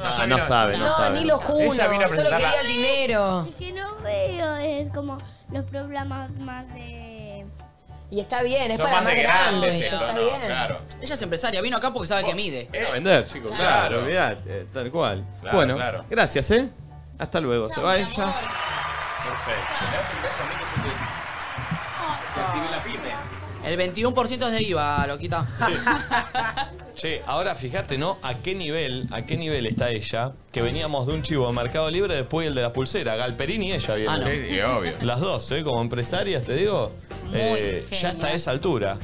Ah, no sabe, no No, sabe, ni no lo sabe. juro, Ella vino a solo presentarla. quería el dinero. Es que no veo es como los problemas más de... Y está bien, es Son para más más de grandes. grandes eso, esto, está ¿no? bien. Claro. Ella es empresaria, vino acá porque sabe que mide. Eh, A vender, chicos. Claro, olvidate, eh, tal cual. bueno, claro. gracias, ¿eh? Hasta luego. Se va ella. Perfecto. Le das un beso a mí que yo te. Te activé la pyme. El 21% es de IVA, loquita. Che, ahora fíjate, ¿no? ¿A qué nivel, a qué nivel está ella? Que veníamos de un chivo de Mercado Libre, después el de la pulsera. Galperini y ella viene. Ah, no. Sí, sí, obvio. Las dos, ¿eh? Como empresarias, te digo. eh, ya está a esa altura.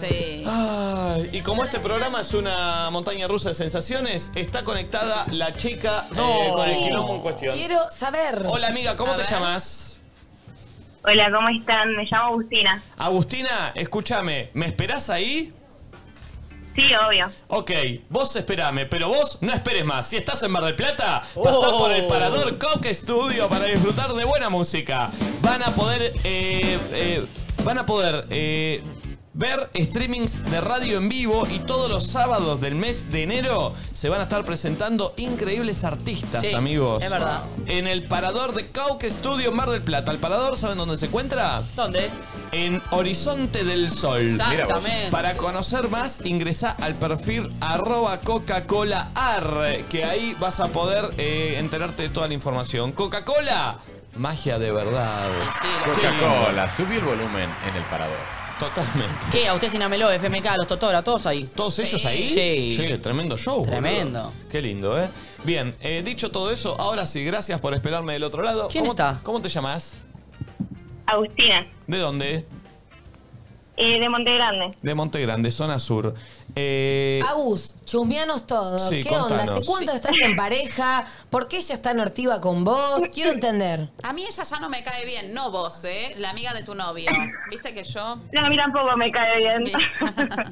Sí. Ay, y como este programa es una montaña rusa de sensaciones, está conectada la chica eh, No. con el Sí. quilombo en cuestión. Quiero saber. Hola amiga, ¿cómo te llamas? Hola, ¿cómo están? Me llamo Agustina. Agustina, escúchame, ¿me esperás ahí? Sí, obvio. Ok, vos esperame, pero vos no esperes más. Si estás en Mar del Plata, pasá Oh. por el Parador Coque Studio para disfrutar de buena música. Van a poder, eh, eh, van a poder eh, ver streamings de radio en vivo y todos los sábados del mes de enero se van a estar presentando increíbles artistas, Sí, amigos. es verdad. En el Parador de Coque Studio en Mar del Plata. ¿El Parador saben dónde se encuentra? ¿Dónde? En Horizonte del Sol. Exactamente. Mira vos. Para conocer más, ingresa al perfil arroba Coca-Cola AR, que ahí vas a poder eh, enterarte de toda la información. Coca-Cola, magia de verdad. Coca-Cola, subí el volumen en el parador. Totalmente. <laughs> ¿Qué? A usted Sinamelo, FMK, los Totora, todos ahí. ¿Todos ellos ahí? Sí. Che, tremendo show. boludo. Tremendo. Qué lindo, ¿eh? Bien, eh, dicho todo eso, ahora sí, gracias por esperarme del otro lado. ¿Quién ¿Cómo, está? ¿Cómo te llamas? Agustina, ¿De dónde? eh, de Monte Grande. De Monte Grande, zona sur. Eh, Ah, Agus, chusmeanos todo. Sí, ¿Qué onda? contanos. ¿Hace cuánto estás en pareja? ¿Por qué ella está nortiva con vos? Quiero entender. A mí ella ya no me cae bien, no vos, ¿eh? La amiga de tu novio. ¿Viste que yo? No, a mí tampoco me cae bien.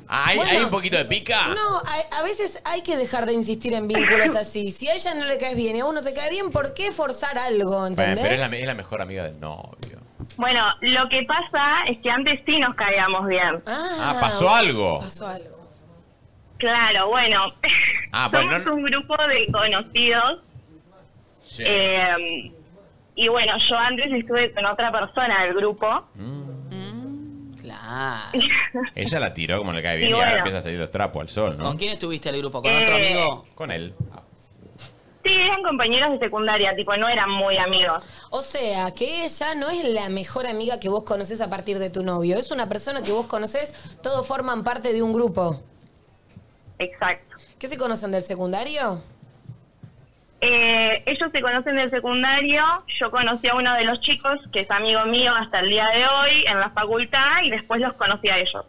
Ah, ¿Hay, ¿Hay un poquito de pica? No, a, a veces hay que dejar de insistir en vínculos así. Si a ella no le caes bien y a uno te cae bien, ¿por qué forzar algo? Bueno, ¿Entendés? pero es la, es la mejor amiga del novio. Bueno, lo que pasa es que antes sí nos caíamos bien. Ah, ¿pasó algo? Pasó algo. Claro, bueno, Ah, bueno, somos no- un grupo de conocidos. Sí. eh, y bueno, yo antes estuve con otra persona del grupo. Mm. Claro. ella la tiró como le cae bien Y y, ahora bueno. empieza a salir los trapos al sol, ¿no? ¿Con quién estuviste el grupo? ¿Con Eh, otro amigo? Con él. Sí, eran compañeros de secundaria, tipo, no eran muy amigos. O sea, que ella no es la mejor amiga que vos conoces a partir de tu novio. Es una persona que vos conoces, todos forman parte de un grupo. Exacto. ¿Qué se conocen del secundario? Eh, ellos se conocen del secundario, yo conocí a uno de los chicos, que es amigo mío hasta el día de hoy, en la facultad, y después los conocí a ellos.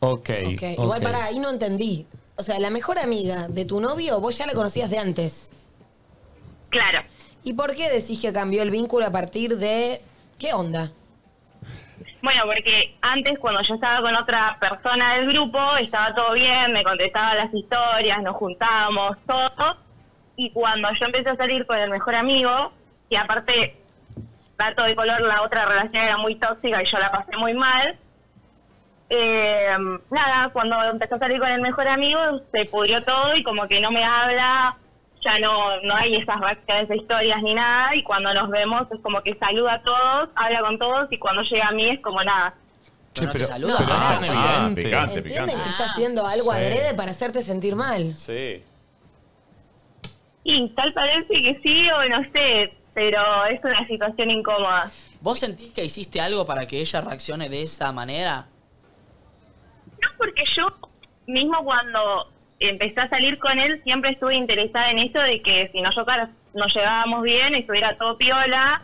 ok. Ok, Igual ok. para ahí no entendí. O sea, la mejor amiga de tu novio vos ya la conocías de antes. Claro. ¿Y por qué decís que cambió el vínculo a partir de qué onda? Bueno, porque antes cuando yo estaba con otra persona del grupo, estaba todo bien, me contestaba las historias, nos juntábamos, todo. Y cuando yo empecé a salir con el mejor amigo, y aparte, dato de color, la otra relación era muy tóxica y yo la pasé muy mal. eh, nada, cuando empezó a salir con el mejor amigo, se pudrió todo y como que no me habla, ya no, no hay esas reacciones de historias ni nada, y cuando nos vemos es como que saluda a todos, habla con todos, y cuando llega a mí es como nada. Che, pero, saluda. pero es Ah, tan o sea, evidente. picante, ¿Entienden que está haciendo algo Sí. adrede para hacerte sentir mal? Sí. Y tal parece que sí o no sé, pero es una situación incómoda. ¿Vos sentís que hiciste algo para que ella reaccione de esa manera? No, porque yo mismo cuando empecé a salir con él, siempre estuve interesada en eso de que si nosotras nos llevábamos bien, estuviera todo piola.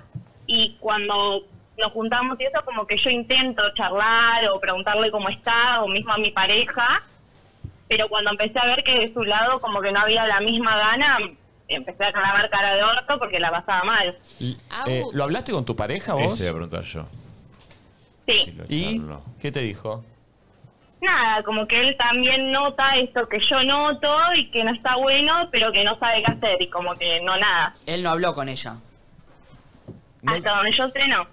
Y cuando nos juntamos y eso, como que yo intento charlar o preguntarle cómo está, o mismo a mi pareja. Pero cuando empecé a ver que de su lado como que no había la misma gana, empecé a clavar cara de orto porque la pasaba mal. Eh, ¿Lo hablaste con tu pareja vos? Eso iba a preguntar yo. Sí. ¿Y qué te dijo? Nada, como que él también nota esto que yo noto y que no está bueno, pero que no sabe qué hacer y como que no nada. Él no habló con ella. Hasta donde yo sé, no.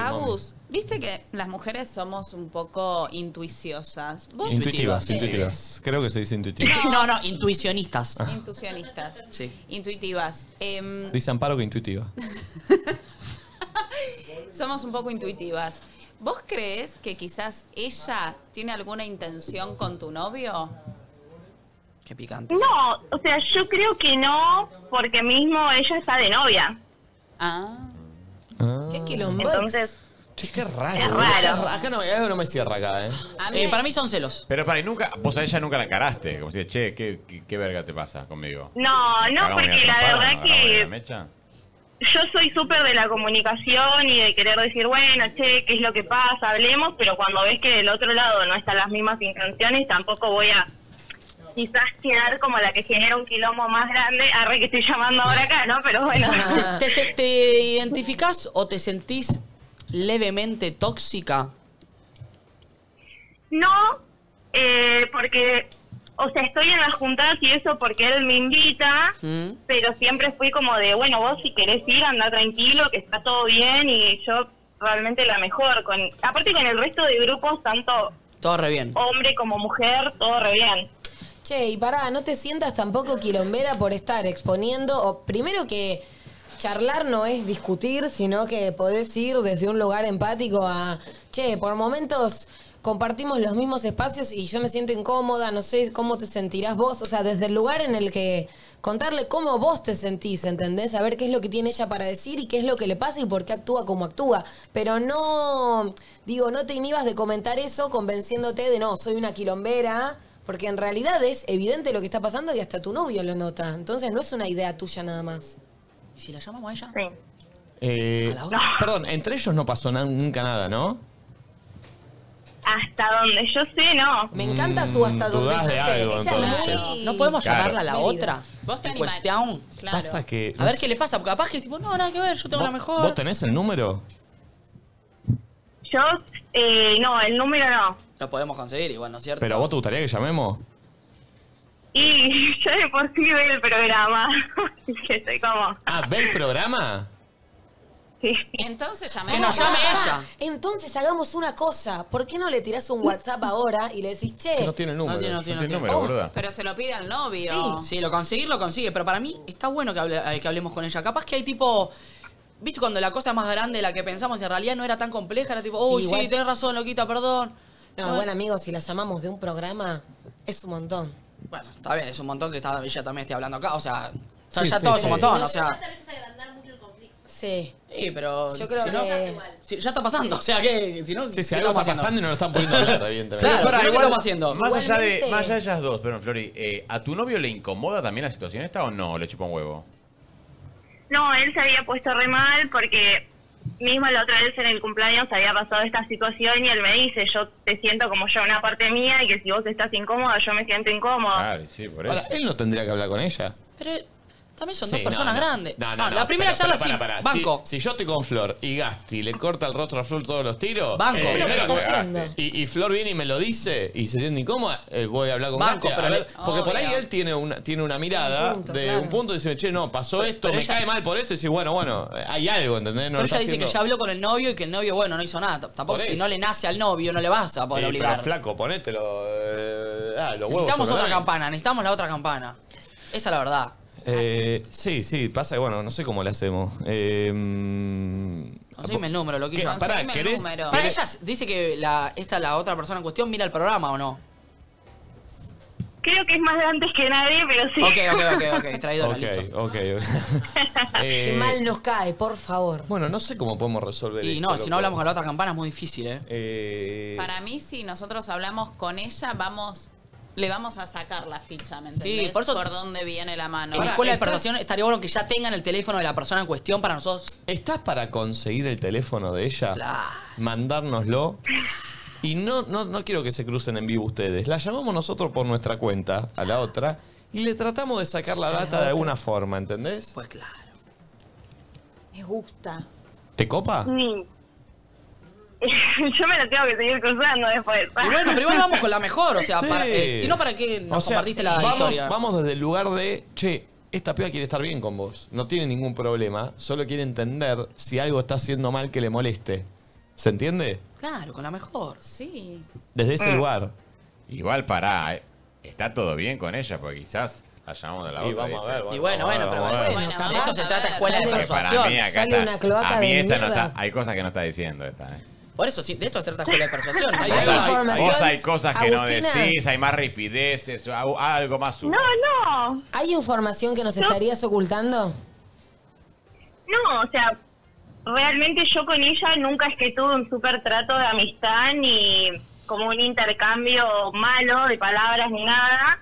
Agus, viste que las mujeres somos un poco intuiciosas. Vos Intuitivas, Sí. intuitivas. Creo que se dice Ah, intuitivas. No, no, intuicionistas. Intuicionistas. Intuitivas. Em, Dice Amparo que intuitiva. somos un poco intuitivas. ¿Vos crees que quizás ella tiene alguna intención con tu novio? Qué picante. No, o sea, yo creo que no, porque mismo ella está de novia. Ah. Qué Entonces, Che, qué raro. Es raro. Acá no, algo no me cierra acá, ¿eh? A mí- Eh, para mí son celos. Pero para, y nunca, vos a ella nunca la encaraste. Como si, che, ¿qué, qué, qué verga te pasa conmigo? no, no, ¿Cagamos en porque la trompada? verdad ¿Nos agarramos en la que mecha? yo soy súper de la comunicación y de querer decir, bueno, che, ¿qué es lo que pasa? Hablemos, pero cuando ves que del otro lado no están las mismas intenciones, tampoco voy a quizás quedar como la que genera un quilombo más grande. Arre que estoy llamando ahora acá, ¿no? Pero bueno. <laughs> ¿Te, te- te identificás o te sentís levemente tóxica? No, eh, porque, o sea, estoy en las juntadas y eso porque él me invita, ¿Mm? pero siempre fui como de, bueno, vos si querés ir, anda tranquilo, que está todo bien y yo realmente la mejor. con Aparte con el resto de grupos, tanto Todo re bien. hombre como mujer, todo re bien. Che, y pará, no te sientas tampoco quilombera por estar exponiendo, o primero que charlar no es discutir, sino que podés ir desde un lugar empático a, che, por momentos compartimos los mismos espacios y yo me siento incómoda, no sé cómo te sentirás vos, o sea, desde el lugar en el que contarle cómo vos te sentís, ¿entendés? Saber qué es lo que tiene ella para decir y qué es lo que le pasa y por qué actúa como actúa, pero no, digo, no te inhibas de comentar eso convenciéndote de, no, soy una quilombera. Porque en realidad es evidente lo que está pasando y hasta tu novio lo nota. Entonces no es una idea tuya nada más. ¿Y si la llamamos a ella? Eh, Perdón, entre ellos no pasó na- nunca nada, ¿no? Hasta donde yo <laughs> sé, no. Me encanta su hasta Mm, donde dudás yo de sé. algo, Ella es entonces. muy- No podemos Claro. llamarla a la Medida. otra. Vos te cuestión. Pasa que. A ver qué le pasa, porque capaz que decimos, no, nada que ver, yo tengo la Eh, ¿Vos mejor. tenés el número? Yo, eh, no, el número no. Lo podemos conseguir igual, ¿no es cierto? ¿Pero a vos te gustaría que llamemos? Y <laughs> yo de por sí veo el programa, así que estoy como... Ah, ¿ve el programa? Entonces llamemos. Que nos llame ella. Entonces hagamos una cosa. ¿Por qué no le tirás un WhatsApp ahora y le decís, che? Que no tiene número. No tiene, no tiene, no tiene. Oh, número, boluda. Pero se lo pide al novio. Sí, sí, lo conseguir lo consigue, pero para mí está bueno que, hable- eh, que hablemos con ella. Capaz que hay tipo, viste cuando la cosa es más grande de la que pensamos y en realidad no era tan compleja, era tipo, uy, sí, igual- tenés razón, loquita, perdón. No, bueno, amigo, si la llamamos de un programa, es un montón. Bueno, está bien, es un montón que está, ella también esté hablando acá, o sea, ya, Sí, ya sí, todo sí, es un sí. montón, No, o sea. Sí. Sí, pero. Yo creo si no- que- si- ya está pasando, o sea que. Si no, Sí, si ¿qué algo estamos está haciendo? pasando y no lo están pudiendo hablar, evidentemente. Claro, Pará, si no, ¿qué igual, estamos haciendo? Más allá, de, Igualmente- más allá de ellas dos, pero Flori, eh, ¿a tu novio le incomoda también la situación esta o no? ¿Le chupa un huevo? No, él se había puesto re mal porque mismo la otra vez en el cumpleaños había pasado esta situación y él me dice, yo te siento como yo una parte mía y que si vos estás incómoda, yo me siento incómoda. Claro, sí, por eso. Ahora, él no tendría que hablar con ella. Pero también son Sí, dos personas no, no. grandes. Ah, No, no, no, la primera pero, charla pero, sí, para, para. banco. Si, si yo estoy con Flor y Gasti le corta el rostro a Flor todos los tiros. Banco. eh, Pero, ¿qué primero está que- haciendo? Y, y Flor viene y me lo dice y se siente incómoda, eh, voy a hablar con Banco, Gasti. a pero ver, le- porque por ahí Obvio. él tiene una, tiene una mirada Un punto, de claro. un punto y dice, che, no, pasó esto, Pero me ella- cae mal por eso. Y dice, bueno, bueno, eh, hay algo, ¿entendés? No pero lo ella está dice que ya haciendo- habló con el novio y que el novio, bueno, no hizo nada. T- Tampoco Por si eso. no le nace al novio, no le vas a poder Eh, obligar. pero flaco, ponételo. eh, ah, los huevos necesitamos sobre otra la- campana, necesitamos la otra campana. Esa es la verdad. Eh, sí, sí, pasa que bueno, no sé cómo le hacemos. Eh, mm, Conseguime el número, loquillo. ¿Qué? Pará, Conseguime el ¿querés- número. Pará, querés- ella dice que la, esta, la otra persona en cuestión mira el programa o no. Creo que es más de antes que nadie, pero sí. Ok, ok, ok, ok, traidora, Ok, ok, ok. Qué Eh, mal nos cae, por favor. Bueno, no sé cómo podemos resolver Y esto, no, si loco. no hablamos con la otra campana es muy difícil, ¿eh? Eh, Para mí, si nosotros hablamos con ella, vamos le vamos a sacar la ficha, ¿me Sí, entendés? por eso- dónde viene la mano. En la escuela de persuasión estaría bueno que ya tengan el teléfono de la persona en cuestión para nosotros. ¿Estás para conseguir el teléfono de ella? Claro. Mandárnoslo. Y no, no, no quiero que se crucen en vivo ustedes. La llamamos nosotros por nuestra cuenta a la otra y le tratamos de sacar la data de alguna forma, ¿entendés? Pues claro. Me gusta. ¿Te copa? Sí. <laughs> Yo me la tengo que seguir cruzando después. Y bueno, pero igual vamos con la mejor, o sea, Sí. para- eh, si no, ¿para qué nos O sea, compartiste la vamos, historia? Vamos desde el lugar de, che, esta piba quiere estar bien con vos. No tiene ningún problema. Solo quiere entender si algo está haciendo mal que le moleste. ¿Se entiende? Claro, con la mejor. Sí. Desde Mm. ese lugar. Igual pará, eh, está todo bien con ella, porque quizás la llamamos de la Y otra. vamos a ver, Y bueno, bueno, pero bueno, de esto se trata escuela de Porque persuasión. para mí acá Sale está- una cloaca a mí de esta no mierda. está, hay cosas que no está diciendo esta. eh. Por eso, sí, de esto se trata escuela de <laughs> persuasión. Vos hay- Vos hay cosas que Agustina. no decís, hay más ripideces, au- algo más sucio. no. ¿Hay información que nos estarías ocultando? No, o sea, realmente yo con ella nunca es que tuve un súper trato de amistad ni como un intercambio malo de palabras ni nada.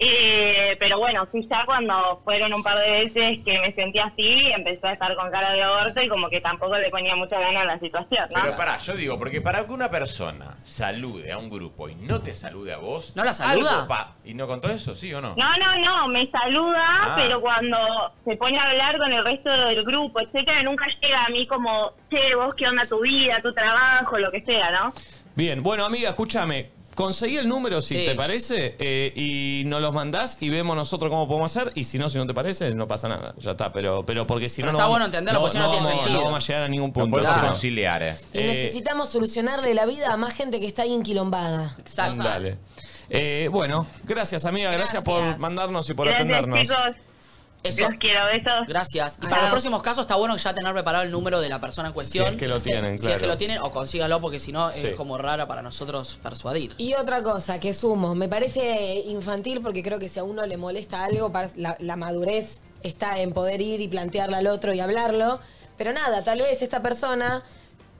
Eh, pero bueno, sí, ya cuando fueron un par de veces que me sentí así, empecé a estar con cara de aborto y como que tampoco le ponía mucha gana a la situación, ¿no? Pero pará, yo digo, porque para que una persona salude a un grupo y no te salude a vos. ¿No la saluda? algo pa- ¿Y no contó eso, sí o no? No, no, no, me saluda, Ah. pero cuando se pone a hablar con el resto del grupo, etcétera, nunca llega a mí como, che, vos qué onda tu vida, tu trabajo, lo que sea, ¿no? Bien, bueno, amiga, escúchame. Conseguí el número, si te parece, eh, y nos los mandás y vemos nosotros cómo podemos hacer. Y si no, si no te parece, no pasa nada. Ya está, pero, pero porque si Pero no. está no bueno entenderlo, porque si no, no tiene vamos, sentido. No vamos a llegar a ningún punto. podemos Claro. conciliar, eh. Y Eh, necesitamos solucionarle la vida a más gente que está ahí enquilombada. Dale. Eh, bueno, gracias, amiga. Gracias, por mandarnos y por Gracias, atendernos. chicos. Eso. Los quiero, besos. Gracias. Y para los próximos casos está bueno ya tener preparado el número de la persona en cuestión. Si es que lo tienen, Si es que claro. lo tienen, o consígalo, porque si no Sí. es como rara para nosotros persuadir. Y otra cosa que sumo, me parece infantil porque creo que si a uno le molesta algo, par- la, la madurez está en poder ir y plantearle al otro y hablarlo. Pero nada, tal vez esta persona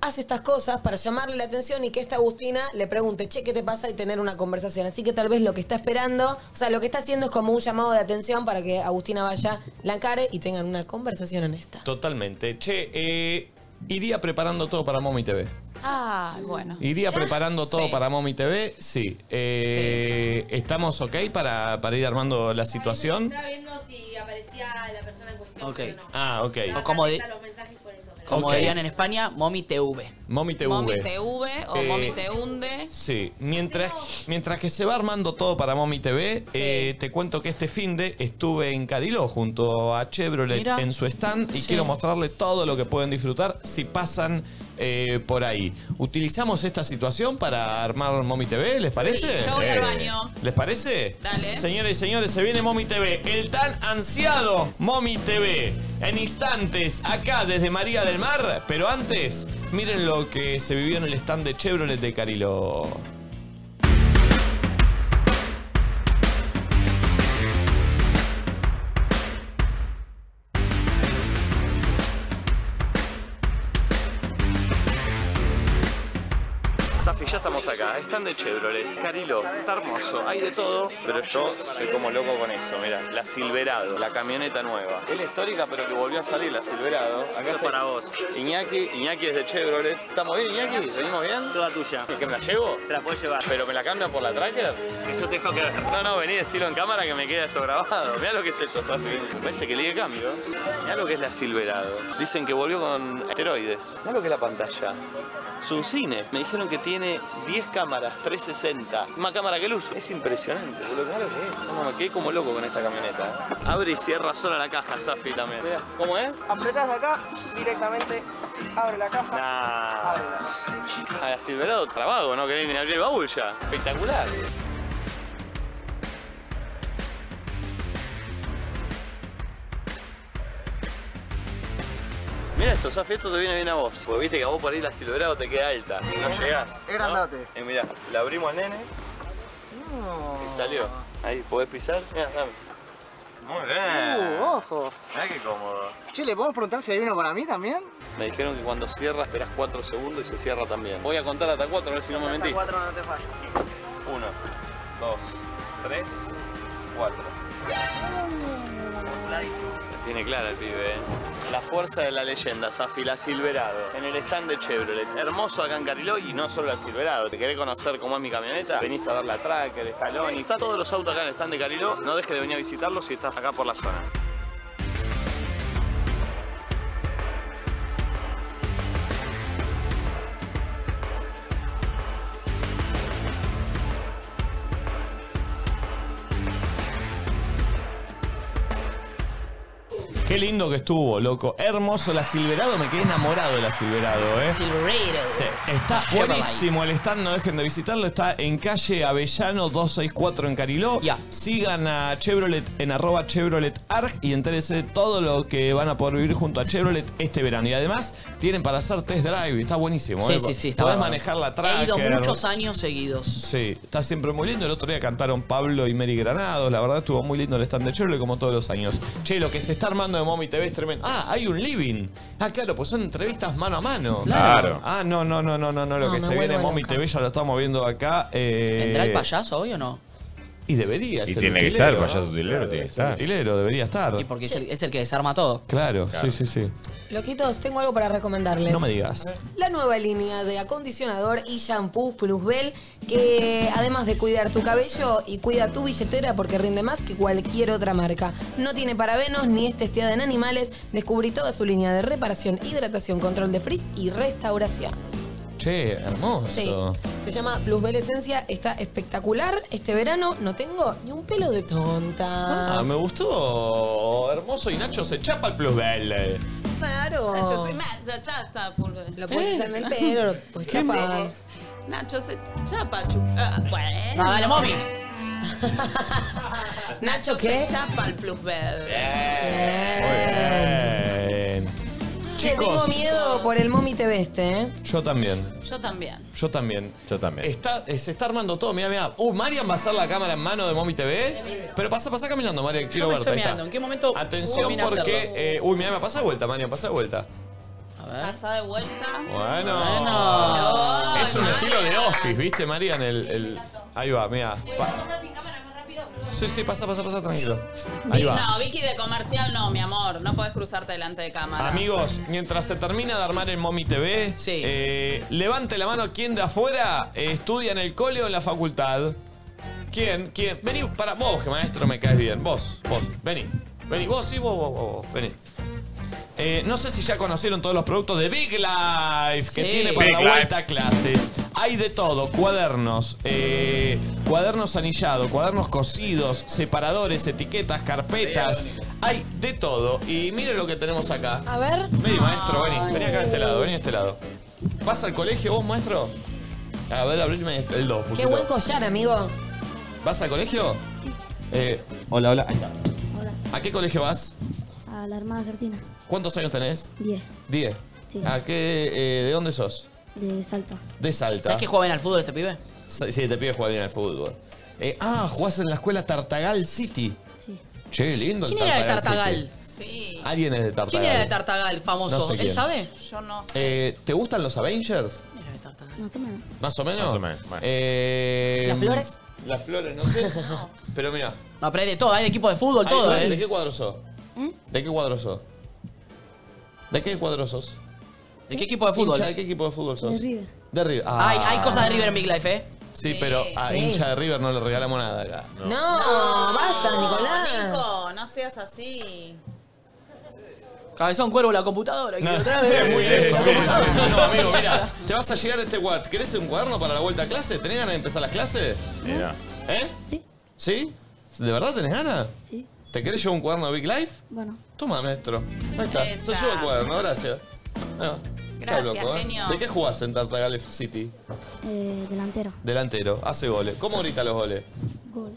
hace estas cosas para llamarle la atención y que esta Agustina le pregunte, che, ¿qué te pasa? y tener una conversación. Así que tal vez lo que está esperando, o sea, lo que está haciendo es como un llamado de atención para que Agustina vaya, la encare y tengan una conversación honesta. Totalmente. Che, eh, iría preparando todo para Momi TV. Ah, bueno. Iría Ya preparando todo sé. para Momi TV, sí. Eh, ¿Estamos ok para, para ir armando la situación? Estaba viendo si aparecía la persona en cuestión. Ok. Ah, ok. O como, di- Los mensajes por eso. como Ok. dirían en España, Momi TV. Momi TV. Momi TV o Eh, Momi te hunde. Sí, mientras, mientras que se va armando todo para Momi TV, eh, te cuento que este fin de estuve en Cariló junto a Chevrolet Mira. en su stand y Sí. quiero mostrarle todo lo que pueden disfrutar si pasan eh, por ahí. ¿Utilizamos esta situación para armar Momi TV? ¿Les parece? Eh, Sí, yo voy al baño. ¿Les parece? Dale. Señoras y señores, se viene Momi TV, el tan ansiado Momi TV. <laughs> En instantes, acá desde María del Mar, pero antes, miren lo que se vivió en el stand de Chevrolet de Cariló. Safi, ya estamos acá, stand de Chevrolet, Cariló, está hermoso, hay de todo, pero yo estoy como loco con eso, mira, la Silverado, la camioneta nueva. Es la histórica, pero que volvió a salir la Silverado. Acá está para vos. Iñaki, Iñaki es de Chevrolet. ¿Estamos bien, Iñaki? ¿Venimos bien? Toda tuya. ¿Y que me la llevo? Te la puedo llevar. ¿Pero me la cambian por la Tracker? Eso te dejo que No, no, vení a decirlo en cámara que me queda eso grabado. Mirá lo que es esto, Safi. Parece que le cambio. Mirá lo que es la Silverado. Dicen que volvió con esteroides. Mirá lo que es la pantalla. Es un cine. Me dijeron que tiene 10 cámaras, 360. Más cámara que el uso. Es impresionante, lo claro que es. No, me quedé como loco con esta camioneta. eh. Abre y cierra sola la caja, Safi, también. Mirá, ¿Cómo es? Apretás acá, directamente abre la caja. Ah, a la Silverado trabajo, no querés ni abrir el baúl ya. Espectacular. Mira esto, Safi, esto te viene bien a vos. Porque viste que a vos por ahí la Silverado te queda alta. No llegás. Es ¿no? grandote. Eh, mirá, la abrimos al nene y salió. Ahí, podés pisar. Mirá, dame. Muy bien. Uh, oh. ojo. Mirá qué cómodo. Che, ¿le podemos preguntar si hay uno para mí también? Me dijeron que cuando cierra esperás 4 segundos y se cierra también. Voy a contar hasta 4, a ver si no me mentís. Hasta cuatro no te falla. 1, dos, tres, cuatro. La tiene clara el pibe, ¿eh? La fuerza de la leyenda, Safi, la Silverado. En el stand de Chevrolet. Hermoso acá en Cariló y no solo la Silverado. ¿Te querés conocer cómo es mi camioneta? Venís a ver la Tracker, el Jalón. Y está todos los autos acá en el stand de Cariló. No dejes de venir a visitarlos si estás acá por la zona. Qué lindo que estuvo, loco. Hermoso la Silverado, me quedé enamorado de la Silverado, ¿eh? Silverado. Sí, está Chevrolet. buenísimo el stand, no dejen de visitarlo. Está en calle Avellano 264 en Cariló. Sigan a Chevrolet en arroba Chevrolet Arg y entérense de todo lo que van a poder vivir junto a Chevrolet este verano. Y además tienen para hacer test drive, está buenísimo. Sí, ¿eh? sí, sí. está Podés bárbaro. manejar la He ido Tracker. muchos años seguidos. Sí, está siempre muy lindo. El otro día cantaron Pablo y Mary Granados. La verdad estuvo muy lindo el stand de Chevrolet como todos los años. Che, lo que se está armando de Mommy TV es tremendo. Ah, hay un living. Ah, claro, pues son entrevistas mano a mano. Claro. Ah, no, no, no, no, no, no. Lo No, que me se viene vuelvo Mommy loca. TV ya lo estamos viendo acá. eh, ¿Vendrá el payaso hoy o no? Y debería Y ser tiene que utilero, estar, el payaso ¿no? utilero tiene que es un estar. Utilero, debería estar. Y porque es el, es el que desarma todo. Claro, sí, sí, sí. Loquitos, tengo algo para recomendarles. No me digas. La nueva línea de acondicionador y shampoo Plus Bell, que además de cuidar tu cabello y cuida tu billetera porque rinde más que cualquier otra marca. No tiene parabenos ni es testeada en animales. Descubrí toda su línea de reparación, hidratación, control de frizz y restauración. Che, hermoso. Se llama Plus Bell Esencia, está espectacular. Este verano no tengo ni un pelo de tonta. Ah, me gustó. Hermoso. Y Nacho se chapa el plus belle. Claro. Nacho se ma- chata, pulga. Lo puedes usar en el pelo, lo puedes Eh. Qué chapar. loco. Nacho se chapa, chu- ah, bueno. No, dale, mami. Nacho, ¿qué? Se chapa el plus bed. Bien. Che, tengo miedo por el Mommy TV este, ¿eh? Yo también. Yo también. Yo también. Yo también. Está, eh, se está armando todo, mira, mira. Uh, Marian va a hacer la cámara en mano de Mommy TV. Pero pasa, pasa caminando, Marian, quiero Yo me verte. estoy ahí está. mirando. ¿En qué momento Atención termina porque. hacerlo? eh, uy, mira, me pasa de vuelta, Marian, pasa de vuelta. Pasada de vuelta. Bueno. Bueno. Es un estilo de office, ¿viste, Marian? El, el- Ahí va, mira. Sí, sí, pasa, pasa, pasa, tranquilo. Ahí Vi- va. No, Vicky de comercial no, mi amor. No podés cruzarte delante de cámara. Amigos, mientras se termina de armar el Momi TV, eh, levante la mano quien de afuera eh, estudia en el cole o en la facultad. ¿Quién? ¿Quién? Vení, para vos, que maestro me caes bien. Vos, vos, vení. Vení, vos, sí, vos, vos, vos, vos, vení. Eh, no sé si ya conocieron todos los productos de Big Life que Sí. tiene para Big la Life. vuelta a clases. Hay de todo, cuadernos, eh, cuadernos anillados, cuadernos cosidos, separadores, etiquetas, carpetas. Hay de todo. Y miren lo que tenemos acá. A ver. Vení, maestro, vení. Vení acá a este lado, vení a este lado. ¿Vas al colegio vos, maestro? A ver, abrime el 2. Qué buen collar, amigo. ¿Vas al colegio? Eh, hola, hola. Ahí está. ¿A qué colegio vas? Ah, A la Armada Argentina. ¿Cuántos años tenés? 10. Diez. Sí. ¿A qué, eh, ¿De dónde sos? De Salta. De Salta. ¿Sabes que juega bien al fútbol este pibe? Sí, te pide jugar bien al fútbol. Eh, ah, jugás en la escuela Tartagal City. Sí. Che, lindo. el ¿Quién era de City. Tartagal? Sí. Alguien es de Tartagal. ¿Quién era de Tartagal No famoso? sé ¿Él quién. sabe? Yo no. Eh, ¿Te gustan los Avengers? Más o menos. ¿Más o menos? Más o menos, bueno. Eh, ¿Las flores? Las flores, no sé. Pero mira. No, pero hay de todo, hay de equipo de fútbol, todo, Ahí, ¿De ¿eh? qué cuadro sos? ¿Eh? ¿De qué cuadro sos? ¿De qué cuadro sos? ¿De qué equipo de fútbol? Hincha, ¿De qué equipo de fútbol sos? De River. De River. Ah. Hay, hay cosas de River en Big Life, ¿eh? Sí, pero a Sí. hincha de River no le regalamos nada acá. No, basta, No, Nicolás. Nico, no seas así. Cabezón, cuervo, la computadora. quiero otra vez. <laughs> Es muy lejos, ¿cómo sabes? No, amigo, mira, te vas a llegar a este cuadro. ¿Querés un cuaderno para la vuelta a clase? ¿Tenés ganas de empezar las clases? Mira. ¿Eh? Sí. ¿Sí? ¿De verdad tenés ganas? Sí. ¿Te querés llevar un cuaderno de Big Life? Bueno. Toma, maestro. Ahí está. Se Esa. lleva el cuaderno, gracias. Ah, está Gracias, loco, ¿eh? genio. ¿De qué jugás en Tartagal City? Eh, <laughs> delantero. Delantero, hace goles. ¿Cómo grita los goles? Gol.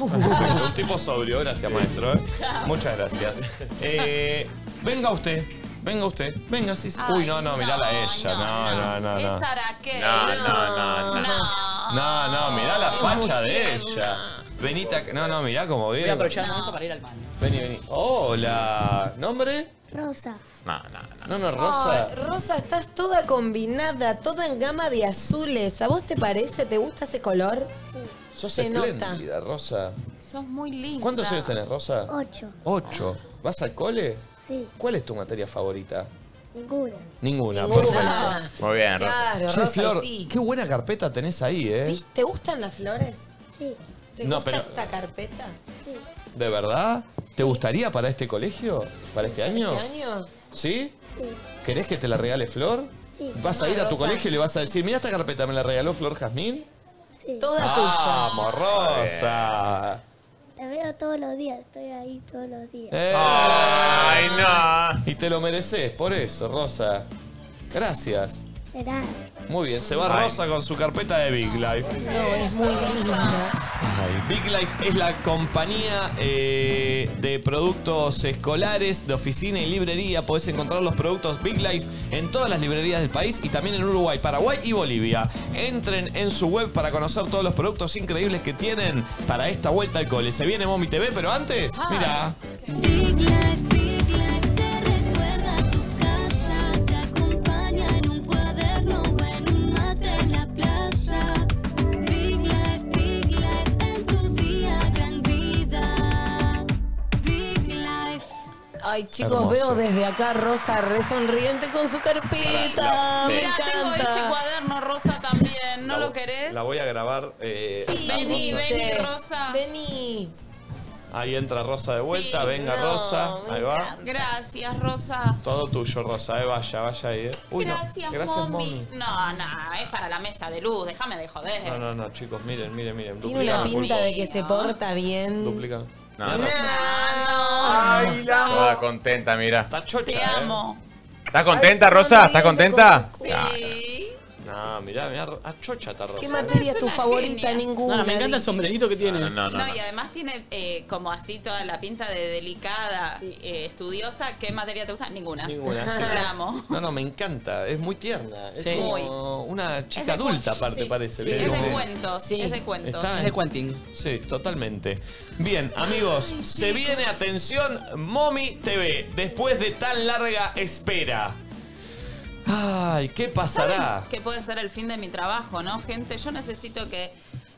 un tipo sobrio, gracias maestro. ¿eh? Muchas gracias. Eh, venga usted, venga usted, venga, sí, sí. Uy, no, no, mirala a ella. No, no, no. no. Es Araquel. No, no, no, no. No, no, mirala a facha de tierna. ella. Vení, tac- no, no, mirá cómo Voy a viene. aprovechar el momento para ir al baño. Vení, vení. Hola. ¿Nombre? Rosa. No, no, no. No, no, Rosa. Ay, Rosa, estás toda combinada, toda en gama de azules. ¿A vos te parece? ¿Te gusta ese color? Sí. Sos Se nota. espléndida, Rosa. Sos muy linda. ¿Cuántos años tenés, Rosa? Ocho. Ocho. ¿Vas al cole? Sí. ¿Cuál es tu materia favorita? Ninguna. Ninguna. Ninguna. perfecto. Muy bien, Claro, Che, Rosa, Flor, sí. qué buena carpeta tenés ahí, ¿eh? ¿Te gustan las flores? Sí. ¿Te No, gusta pero- esta carpeta? Sí. ¿De verdad? ¿Te gustaría para este colegio? ¿Para este año? ¿Este año? ¿Sí? Sí. ¿Querés que te la regale Flor? Sí. Vas a ir a tu colegio y le vas a decir, mira esta carpeta, me la regaló Flor Jazmín. Sí. Ah. ¡Vamos, Rosa! La veo todos los días, estoy ahí todos los días. Eh. ¡Ay, no! Eh. Y te lo mereces, por eso, Rosa. Gracias. Será. Muy bien, se va Ay. Rosa con su carpeta de Big Life. No, es muy linda. Ay, Big Life es la compañía eh, de productos escolares, de oficina y librería. Podés encontrar los productos Big Life en todas las librerías del país y también en Uruguay, Paraguay y Bolivia. Entren en su web para conocer todos los productos increíbles que tienen para esta vuelta al cole. Se viene Momi TV, pero antes, Ah. mira. Big Life, Big Life te recuerda a tu casa, te acompaña en un cuaderno o en un mate en la plaza. Big Life, Big Life en tu día, gran vida. Big Life. Ay, chicos, Hermoso. veo desde acá a Rosa re sonriente con su carpeta. Pará, no, Me Mirá, tengo este encanta. cuaderno rosa también. ¿No lo querés? La voy a grabar. eh, Vení, Rosa. vení, Rosa. Vení. Ahí entra Rosa de vuelta, venga no, Rosa. Ahí va. Gracias, Rosa. Todo tuyo, Rosa. eh, vaya, vaya ahí. eh. Uy, no. Gracias, Gracias, mami. mami. No, no, es para la mesa de luz. Déjame de joder. No, no, no, chicos, miren, miren, miren. Tiene una pinta de que se porta bien. Duplica. No, no. Ah, Ay, Toda contenta, mira. Está chocha. Te amo. ¿Estás contenta, Rosa? ¿Estás contenta? No, mirá, mirá. Ah, chocha está Rosa. ¿Qué eh. materia es tu favorita? Ninguna. No, no, me encanta el dice. sombrerito que tiene. No, no, No, y además tiene eh, como así toda la pinta de delicada, eh, estudiosa. ¿Qué materia te gusta? Ninguna. Ninguna, sí, sí. La amo. No, no, me encanta. Es muy tierna. Es Sí. como una Es chica de adulta, cuen- aparte, sí, parece. sí, ¿viste? es de Como- cuentos. Es de cuentos. Está en- Sí, totalmente. Bien, amigos, se viene, atención, Momi TV, después de tan larga espera. Ay, Ah, ¿qué pasará? Que puede ser el fin de mi trabajo, ¿no, gente? Yo necesito que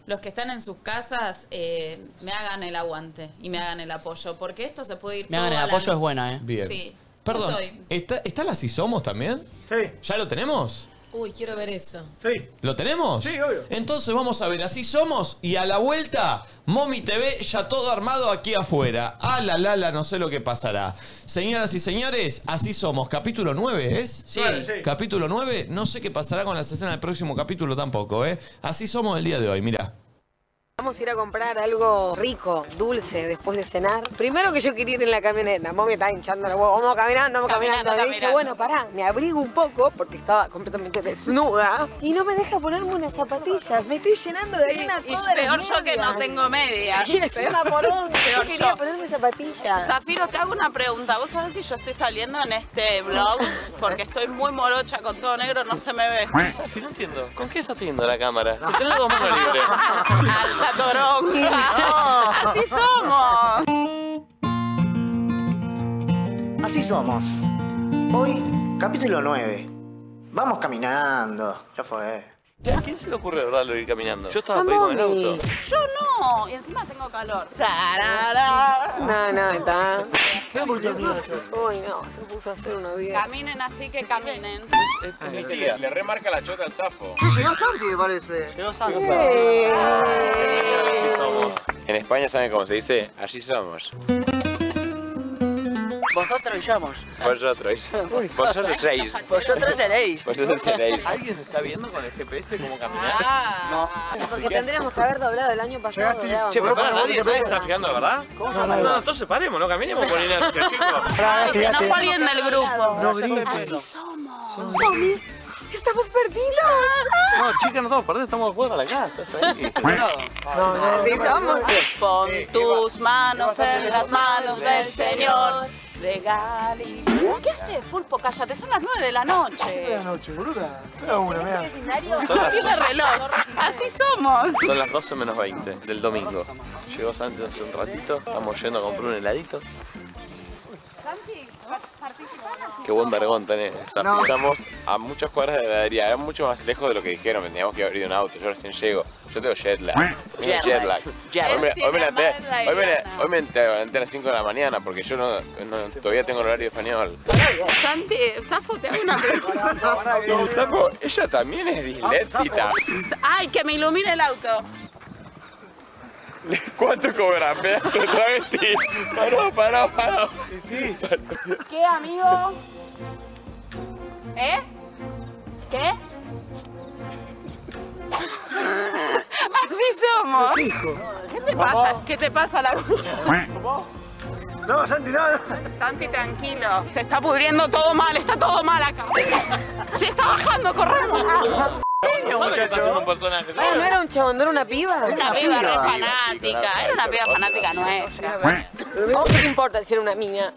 los que están en sus casas eh, me hagan el aguante y me hagan el apoyo, porque esto se puede ir Me hagan todo el a la- apoyo es buena, ¿eh? Bien. Sí. Perdón, Estoy. ¿está, ¿está la Si Somos también? Sí. ¿Ya lo tenemos? Uy, quiero ver eso. Sí. ¿Lo tenemos? Sí, obvio. Entonces vamos a ver, así somos y a la vuelta, Momi TV ya todo armado aquí afuera. Ah, la, la, la, no sé lo que pasará. Señoras y señores, así somos. Capítulo 9, ¿es? Sí. Nueve, sí. Capítulo 9, no sé qué pasará con las escenas del próximo capítulo tampoco, ¿eh? Así somos el día de hoy, mirá. Vamos a ir a comprar algo rico, dulce, después de cenar. Primero que yo quería ir en la camioneta, vos me está hinchando la huevo. Vamos caminando, vamos caminando. Caminando, Y dije, caminando. bueno, pará, me abrigo un poco porque estaba completamente desnuda. Y no me deja ponerme unas zapatillas. Me estoy llenando de arena y todas peor las yo que no medias. tengo medias. Sí, es una poronga. Peor Yo quería yo. ponerme zapatillas. Zafiro, te hago una pregunta. ¿Vos sabés si yo estoy saliendo en este blog? Porque estoy muy morocha con todo negro, no se me ve. Safi, no entiendo. ¿Con qué estás teniendo la cámara? Si tenés dos manos libres. Alta toronja. Así somos. Así somos. Hoy, capítulo 9. Vamos caminando. Ya fue. ¿A quién se le ocurre de verdad lo de ir caminando? Yo A estaba primo en el mami. auto. Yo no. Y encima tengo calor. No, no, está. ¿Qué Uy, no, se puso a hacer una vida. Caminen así que caminen. Este, Le remarca la chota al zafo. Llegó Santi, me parece. Llegó Así somos. En España saben cómo se dice, así somos. Vosotros somos. Vosotros. Vosotros seis. Vosotros seréis. Pues Vosotros seréis. ¿Alguien está viendo con el GPS cómo caminar? No. Porque tendríamos que haber doblado el año pasado. doblábamos. Che, pero para, nadie, nadie está fijando, ¿verdad? ¿Cómo no, no, no, entonces paremos, no <laughs> caminemos por este inercia, Ay, chicos. se nos fue alguien del grupo. No grites. Así somos. Tommy, estamos perdidos. No, chicas, no estamos perdidos, estamos de acuerdo a la casa. <laughs> ¿sabes? No, Así somos. Pon tus manos en las manos del Señor. De Gali. ¿Qué haces, Pulpo? Cállate, son las 9 de la noche. Buenas noches, bruta. Era una, mira. vecindario Son las tiene ocho. reloj. Así vamos. Son las 12 menos 20 del domingo. Llegó Santi hace un ratito, estamos yendo a comprar un heladito. Qué buen vergón tenés. No. Estamos a muchas cuadras de la heladería, era mucho más lejos de lo que dijeron, me teníamos que abrir un auto, yo recién llego. Yo tengo jet lag. Yo tengo Jet jet lag. lag. Jet Hoy me- lag. Hoy me levanté- Tiene más hoy me le- lag. hoy me levanté a las 5 de la mañana porque yo no, no- todavía tengo horario español. Santi, Zafo, te hago una pregunta. Sapo, ella también es disléxica. Ay, que me ilumine el auto. ¿Cuánto cobran? Pedazo de travesti. Paró, paró, paró. Sí. ¿Qué, amigo? ¿Eh? ¿Qué? Así somos. ¿Qué te pasa? ¿Qué te pasa la No, Santi, nada. Santi, tranquilo. Se está pudriendo todo mal, está todo mal acá. Se está bajando, corremos. ¿Sabes que está haciendo un personaje? Eh, Ah, no era un chabón, no era una piba. Una piba re fanática, era una piba fanática nuestra. ¿Cómo que te importa si era una niña?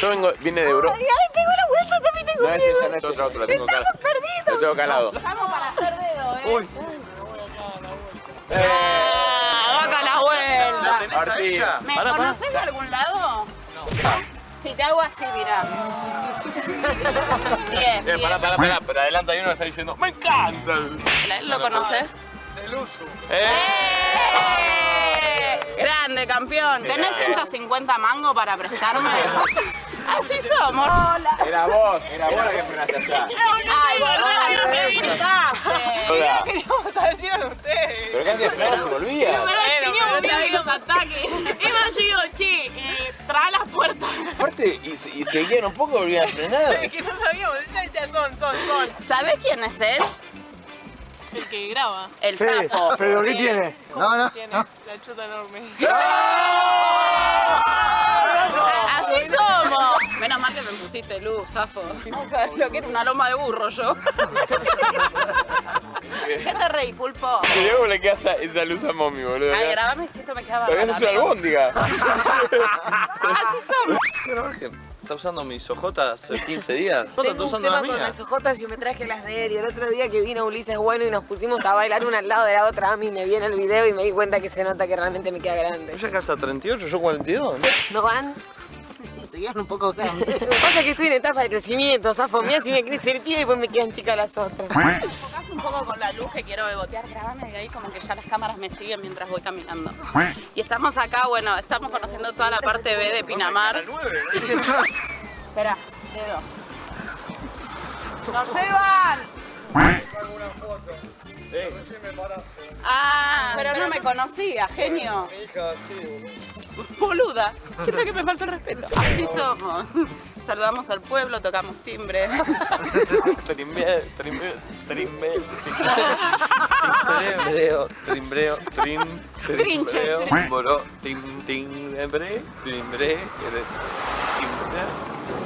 Yo vengo, vine de Europa. pegó la vuelta, Sofi, No es esa, no es otra, otra, la tengo cal- la tengo calado. Vamos para hacer dedo, eh. Uy. Vaca la ¿La vuelta. tenés a Martín. ella? ¿Me Pará, pará. conoces de algún lado? Si te hago así, <laughs> mirá. Bien. Bien, pará, pará, pará, pero adelante hay uno que está diciendo, ¡me encanta! Eh, ¿Lo conoces? Eh, Eh, Grande, campeón. ¿Tenés Mirá, eh. 150 mango para <laughs> prestarme? Así somos. Hola. Era vos, era vos la que frenaste allá. Ay, boludo, no me gritaste. <laughs> Hola. Queríamos saber si eran ustedes. Pero casi de frenar se volvía. Teníamos miedo de los ataques. Emma, yo digo, che, eh, trae las puertas. Aparte, y, y seguían un poco, volvían a frenar. que no sabíamos, ella decía son, son, son. ¿Sabés quién es él? El que graba. El Sí, sapo. pero ¿qué tiene? No, no. no. La chuta enorme. Así somos. Menos mal que me pusiste luz, Zafo. No sabes lo que era una loma de burro yo. ¿Qué te reí, pulpo? Y luego le queda esa, esa luz a mommy, boludo. Ay, grabame si esto me quedaba. Todavía se bárbaro, usa amigo. albóndiga. Así somos. ¿Está usando mis ojotas hace 15 días? ¿Vos estás Tengo un usando las tema con las mías? ojotas y me traje las de él. Y el otro día que vino Ulises Bueno y nos pusimos a bailar una al lado de la otra, a mí me vi en el video y me di cuenta que se nota que realmente me queda grande. ¿Ella casa 38, yo 42? ¿No van? Te quedan un poco grande. Pasa que estoy en etapa de crecimiento, zafo. Mira si me crece el pie y después me quedan chicas las otras. Enfocás un poco con la luz que quiero bebotear, grabame de ahí como que ya las cámaras me siguen mientras voy caminando. Y estamos acá, bueno, estamos conociendo toda la parte B de Pinamar. <laughs> Espera, dedo. ¡Nos llevan! Ah, pero no me conocía, genio. Boluda, siento que me falta el respeto. Así somos. Saludamos al pueblo, tocamos timbre. Trimbe, trimbe, trimbe. Trimbreo, trimbreo, trim, Trinche. trimbreo, moró, tim, timbre, timbre, timbre.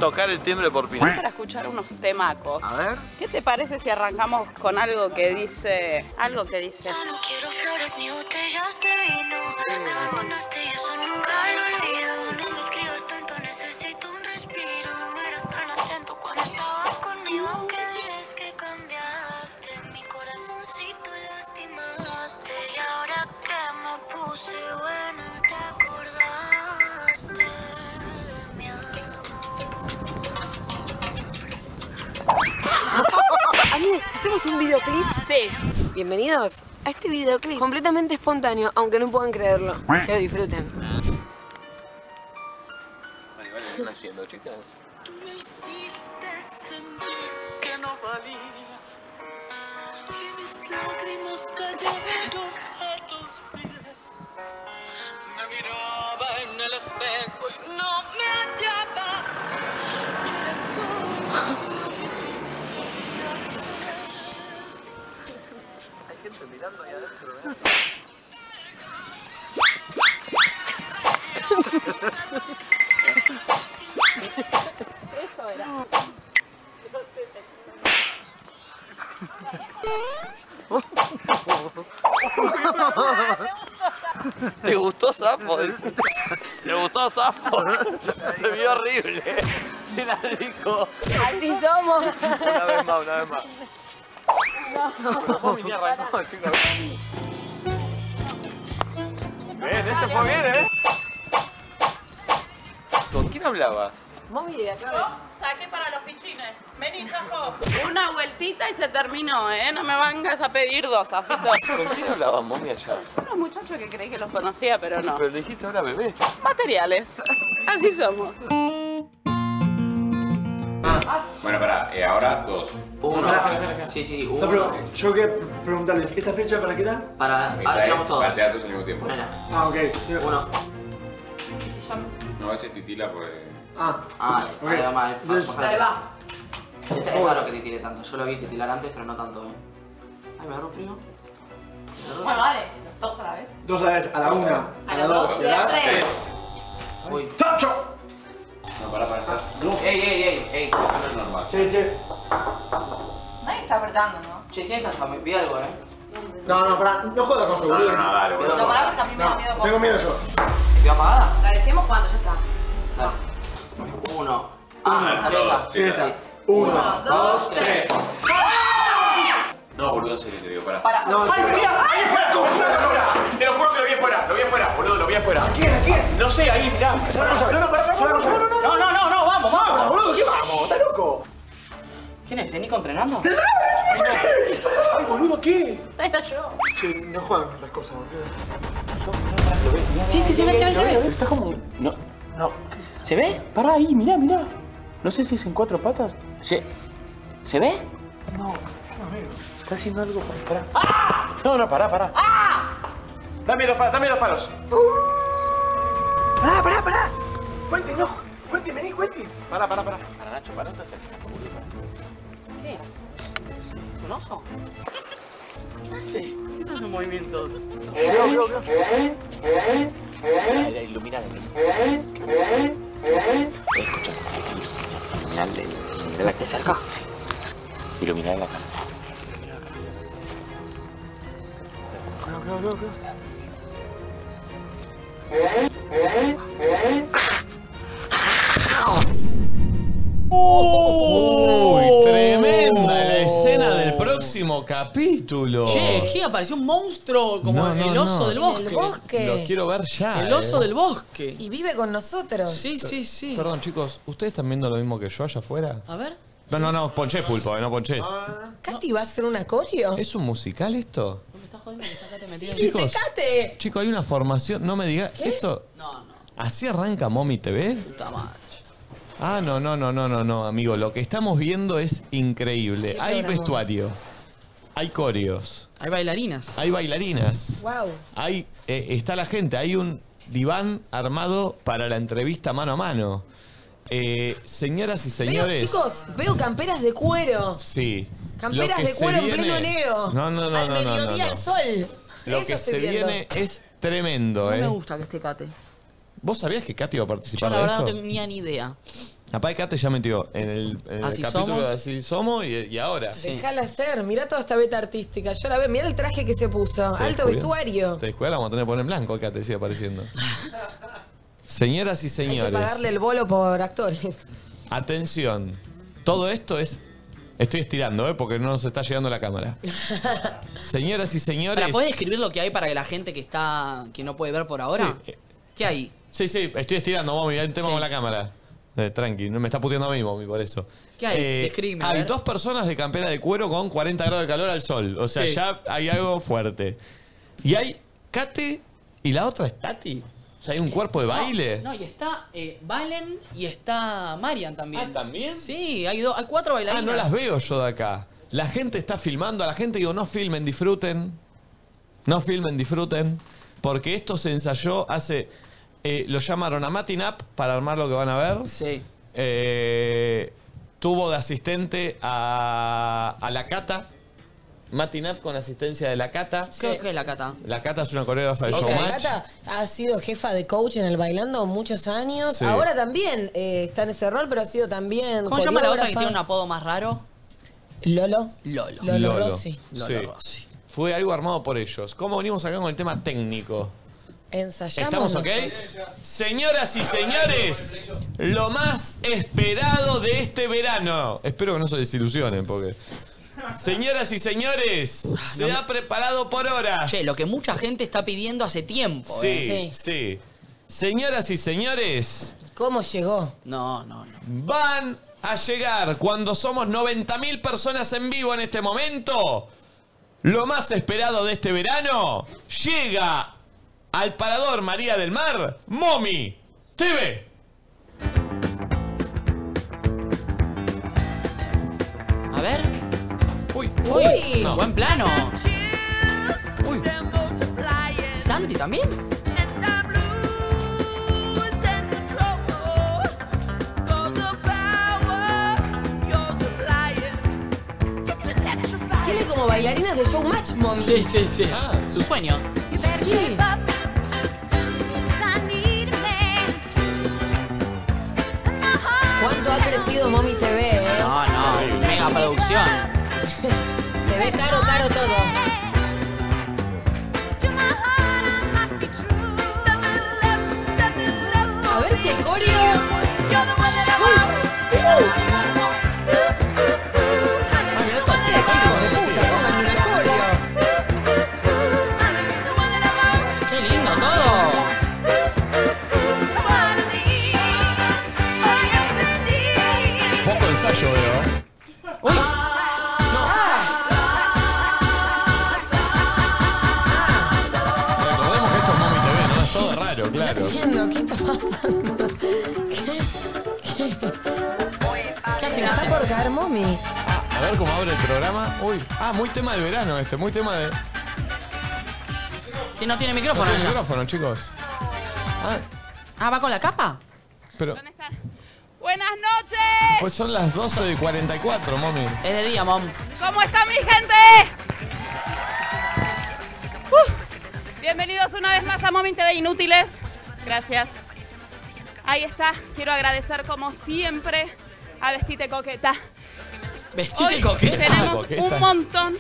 Tocar el timbre por Vamos para pina. escuchar unos temacos. A ver. ¿Qué te parece si arrancamos con algo que dice. Algo que dice. No quiero flores ni botellas de vino. Me abandonaste y eso nunca lo olvido. No me escribas tanto, necesito un respiro. No eras tan atento cuando estabas conmigo. Aunque dices que cambiaste, mi corazoncito lastimaste. Y ahora que me puse buena, te acordaste de mi Ani, ¿hacemos un videoclip? Sí. Bienvenidos a este videoclip completamente espontáneo, aunque no puedan creerlo. Que lo disfruten. Vale, vale, ¿qué están haciendo, chicas? Me hiciste sentir que no valía y mis lágrimas cayeron a tus pies. Me miraba en el espejo y no me hallaba. Yo era Hay gente mirando ahí adentro, ¿eh? Eso era. ¿Te gustó Sapo? Dice. ¿Te gustó Sapo? Se vio horrible. Se la dijo. Así somos. Una vez más, una vez más. No, no, no, chicos. Bien, eso fue bien, ¿eh? ¿Con quién hablabas? Muy acá Saqué para los fichines. Vení, Sajo. Una vueltita y se terminó, ¿eh? No me vengas a pedir dos, Sajito. ¿Con quién hablabas, mami, allá? Unos muchachos que creí que los conocía, pero no. Pero le dijiste ahora bebé. Materiales. Así somos. Bueno, pará, eh, ahora dos. Uno. Sí, sí, uno. No, pero yo quería preguntarles, ¿esta fecha para qué era? Para, ahora tiramos todos. Parte de datos al mismo tiempo. Ponela. Ah, ok. Uno. No, ese es titila pues. porque. Ah. Ah, Ok. ahí va más. fa- Entonces- bájale. Dale, va. Este es raro que te tire tanto. Yo lo vi titilar antes, pero no tanto, eh. Ay, me agarró frío. Bueno, vale, todos a la vez. Dos a la, a la una, a, la dos, y a la tres. Uy. ¡Tacho! Ah, No, pará, pará. Ey, ey, ey, ey. No es normal. Che, che. Nadie está apretando, ¿no? Che, ¿quién está? Me vi algo, eh. No, no, pará, no jodas con su No, boludo. no, no, dale, boludo. Pero pará porque a mí me da miedo. Tengo miedo yo. ¿Quedó apagada? La decimos cuando ya está. Dale. Uno. Ah, salió dos, esa. sí, está. Uno, dos, tres. No, boludo, en serio te digo, pará. Para. No, ¡Ay, yo- mirá! ¡Ahí afuera! ¡Cómo Te lo juro que lo vi afuera, lo vi afuera, boludo, lo vi afuera. ¿Quién? ¿Quién? No sé, ahí, mirá. No, no, pará, pará, pará, pará, pará, No, no, no, no, vamos, pará, vamos. boludo, ¿qué vamos? ¿Estás loco? ¿Quién es? ¿Es Nico entrenando? Ay, boludo, ¿qué? Era yo. Che, no juegan con estas cosas, boludo. Sí, sí, sí, ve, se ve, se ve. Está como. No, no, ¿qué es eso? ¿Se ve? Pará ahí, mirá, mirá. No sé si es en cuatro patas. ¿Se, ¿se ve? No, yo no veo. Está haciendo algo para. Pará. No, no, pará, pará. Dame dos, pa- dame dos palos. Pará, pará, pará. Cuente, no. Cuente, vení, cuente. Pará, pará, pará. Para Nacho, pará, estás cerca, boludo, pará. ¿Qué es? ¿Un oso? ¿Qué Ah, hace? Esos son movimientos. La- la iluminada. Escucha, iluminar, iluminar la cara. ¿De cerca? Sí. Iluminar la cara. Cuidado, cuidado, cuidado, cuidado. ¡Oh! Oh. ¡Uy! Tremenda la escena del próximo capítulo. Che, ¿qué? Apareció un monstruo como No, no, el oso no. del En bosque. el bosque. Lo quiero ver ya. El oso eh. del bosque. Y vive con nosotros. Sí, sí, sí. Perdón, chicos, ¿ustedes están viendo lo mismo que yo allá afuera? A ver. No, no, no, ponchés, pulpo, eh, no ponchés. Ah. ¿Katy va a hacer un acorio? ¿Es un musical esto? Me estás jodiendo que acá te metí. ¡Sí, Chicos. secate! Chico, hay una formación. No me digas. ¿Esto? No, no. ¿Así arranca Mommy TV? Puta madre. Ah, no, no, no, no, no, no, amigo. Lo que estamos viendo es increíble. ¿Qué Hay programa? vestuario. Hay coreos. Hay bailarinas. Hay bailarinas. ¡Wow! Hay, eh, está la gente. Hay un diván armado para la entrevista mano a mano. Eh, señoras y Veo, señores. chicos, veo camperas de cuero. Sí. Camperas Lo que de se cuero en viene- pleno enero. No, no, no, Al no, no, no, mediodía no. al sol. Lo Eso que estoy se viendo. viene es tremendo, No ¿eh? me gusta que esté Kate. ¿Vos sabías que Katy iba a Yo participar la de verdad no esto? tenía ni idea. Capaz que Kate ya metió en el, en el Así capítulo somos. de Así Somos y, y ahora. Dejala ser, mirá toda esta beta artística. Yo la veo, mirá el traje que se puso. Te Alto descuidas. vestuario. Te descuidas, la vamos a tener que poner en blanco acá, te sigue <laughs> apareciendo. Señoras y Hay que señores, pagarle el bolo por actores. atención. Todo esto es... Estoy estirando, ¿eh? Porque no nos está llegando <laughs> la cámara. Señoras y señores... ¿Para poder escribir lo que hay para que la gente que está que no puede ver por ahora? Sí. ¿Qué hay? Sí, sí, estoy estirando, mami, hay un tema con la cámara. Eh, tranqui, no me está puteando a mí, mami, por eso. ¿Qué hay? Eh, Describime, a hay ver. dos personas de campera de cuero con 40 grados de calor al sol. O sea, Sí. ya hay algo fuerte. Y hay Kate y la otra es Tati. O sea, hay un cuerpo de No, baile. No, y está eh, Valen y está Marian también. Ah, ¿también? Sí, hay, dos, hay cuatro ah, bailarinas. no las veo yo de acá. La gente está filmando, a la gente digo, no filmen, disfruten. No filmen, disfruten. Porque esto se ensayó hace. eh, lo llamaron a Matinap para armar lo que van a ver. Sí. Eh, tuvo de asistente a, a la Cata. Matinap con asistencia de la Cata. Creo que es la cata. La Cata es una coreógrafa de Sí, showmatch. Cata ha sido jefa de coach en el bailando muchos años. Sí. Ahora también eh, está en ese rol, pero ha sido también. ¿Cómo se llama la otra que coreógrafa. tiene un apodo más raro? Lolo. Lolo. Lolo, Rossi. Lolo Sí. Rossi. Fue algo armado por ellos. ¿Cómo venimos acá con el tema técnico? Ensayamos. ¿Estamos ok? Señoras y señores, lo más esperado de este verano. Espero que no se desilusionen porque Señoras y señores, se ha preparado por horas. Che, lo que mucha gente está pidiendo hace tiempo. eh. Sí, sí, Señoras y señores. ¿Cómo llegó? No, no, no. Van a llegar cuando somos 90.000 personas en vivo en este momento. Lo más esperado de este verano llega al parador María del Mar, Momi TV. A ver. Uy, uy. No. Buen plano. Uy. ¿Y Santi también? Tiene como bailarinas de showmatch, mommy. Sí, sí, sí. Ah, Su sueño. Sí. ¿Cuánto ha crecido Mommy TV, eh? No, no. Mega producción. <laughs> Se ve caro, caro todo. A ver si el coreo. Qué lindo todo. Poco ensayo veo. Recordemos que esto es Momi TV, ¿no? Es todo raro, claro. Entiendo, ¿qué está pasando? ¿Qué hacen? Está por caer Mommy. A ver cómo abre el programa. Uy, ah, muy tema de verano este, muy tema de. Sí, no tiene micrófono No tiene ya. micrófono, chicos. Ah, Ah, va con la capa. pero Buenas noches. pues son las 12 de 44, mami. Es de día, mom. ¿Cómo está mi gente? Uh, bienvenidos una vez más a Momin TV Inútiles. Gracias. Ahí está. Quiero agradecer como siempre a Vestite Coqueta. Vestite Hoy coqueta. Tenemos un montón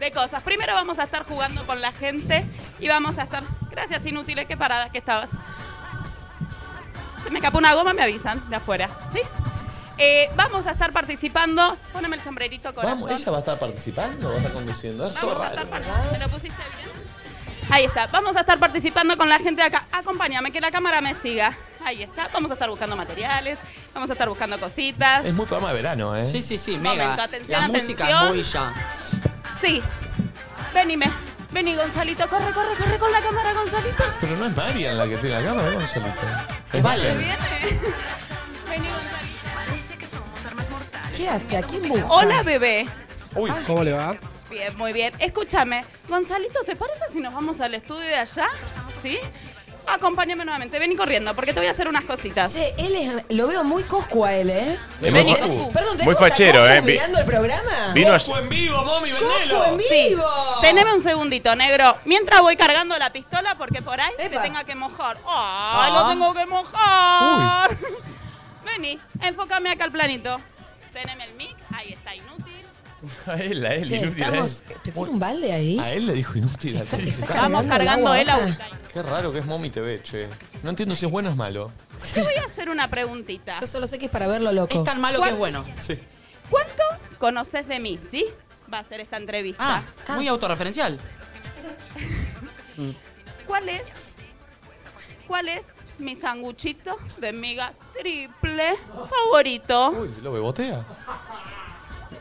de cosas. Primero vamos a estar jugando con la gente y vamos a estar... Gracias, Inútiles. Qué parada que estabas. Se me escapó una goma, me avisan de afuera. ¿Sí? Eh, vamos a estar participando. Póneme el sombrerito corazón. Vamos, ella va a estar participando, va a estar conduciendo. Es todo Vamos a raro. ¿eh? estar par- ¿Me lo pusiste bien? Ahí está. Vamos a estar participando con la gente de acá. Acompáñame, que la cámara me siga. Ahí está. Vamos a estar buscando materiales. Vamos a estar buscando cositas. Es muy programa de verano, ¿eh? Sí, sí, sí, Momento, mega. atención, la música es atención. muy ya. Sí. Venime. Vení, Gonzalito. Corre, corre, corre con la cámara, Gonzalito. Pero no es Marian la que tiene la cámara, Gonzalito. Es Valen. Vení, Gonzalito. ¿Qué hace? ¿A quién busca? Hola, bebé. Uy, ¿cómo le va? Bien, muy bien. Escúchame, Gonzalito, ¿te parece si nos vamos al estudio de allá? ¿Sí? Acompáñame nuevamente, vení corriendo, porque te voy a hacer unas cositas. Che, él es, lo veo muy cosco a él, ¿eh? Es muy Vení, facu. Perdón, Muy ¿tenemos fachero, a Coscu ¿eh? Vi- mirando el Ah. programa? Vino a- en vivo, mami, vendelo. en Sí. vivo! Teneme un segundito, negro. Mientras voy cargando la pistola, porque por ahí me tenga que mojar. ¡Ah, Ah. lo tengo que mojar! <laughs> Vení, enfócame acá al planito. Teneme el mic, ahí está, inútil. <laughs> A él, a él, Che, inútil. a él. estamos... ¿Tiene un balde ahí? A él le dijo inútil. a él. Estamos cargando el agua. Qué raro que es Momi TV, che. No entiendo si es bueno o es malo. Te voy a hacer una preguntita. Yo solo sé que es para verlo loco. Es tan malo que es bueno. Sí. ¿Cuánto conoces de mí? ¿Sí? Va a ser esta entrevista. Ah, muy autorreferencial. ¿Cuál es? ¿Cuál es mi sanguchito de miga triple favorito? Uy, lo bebotea.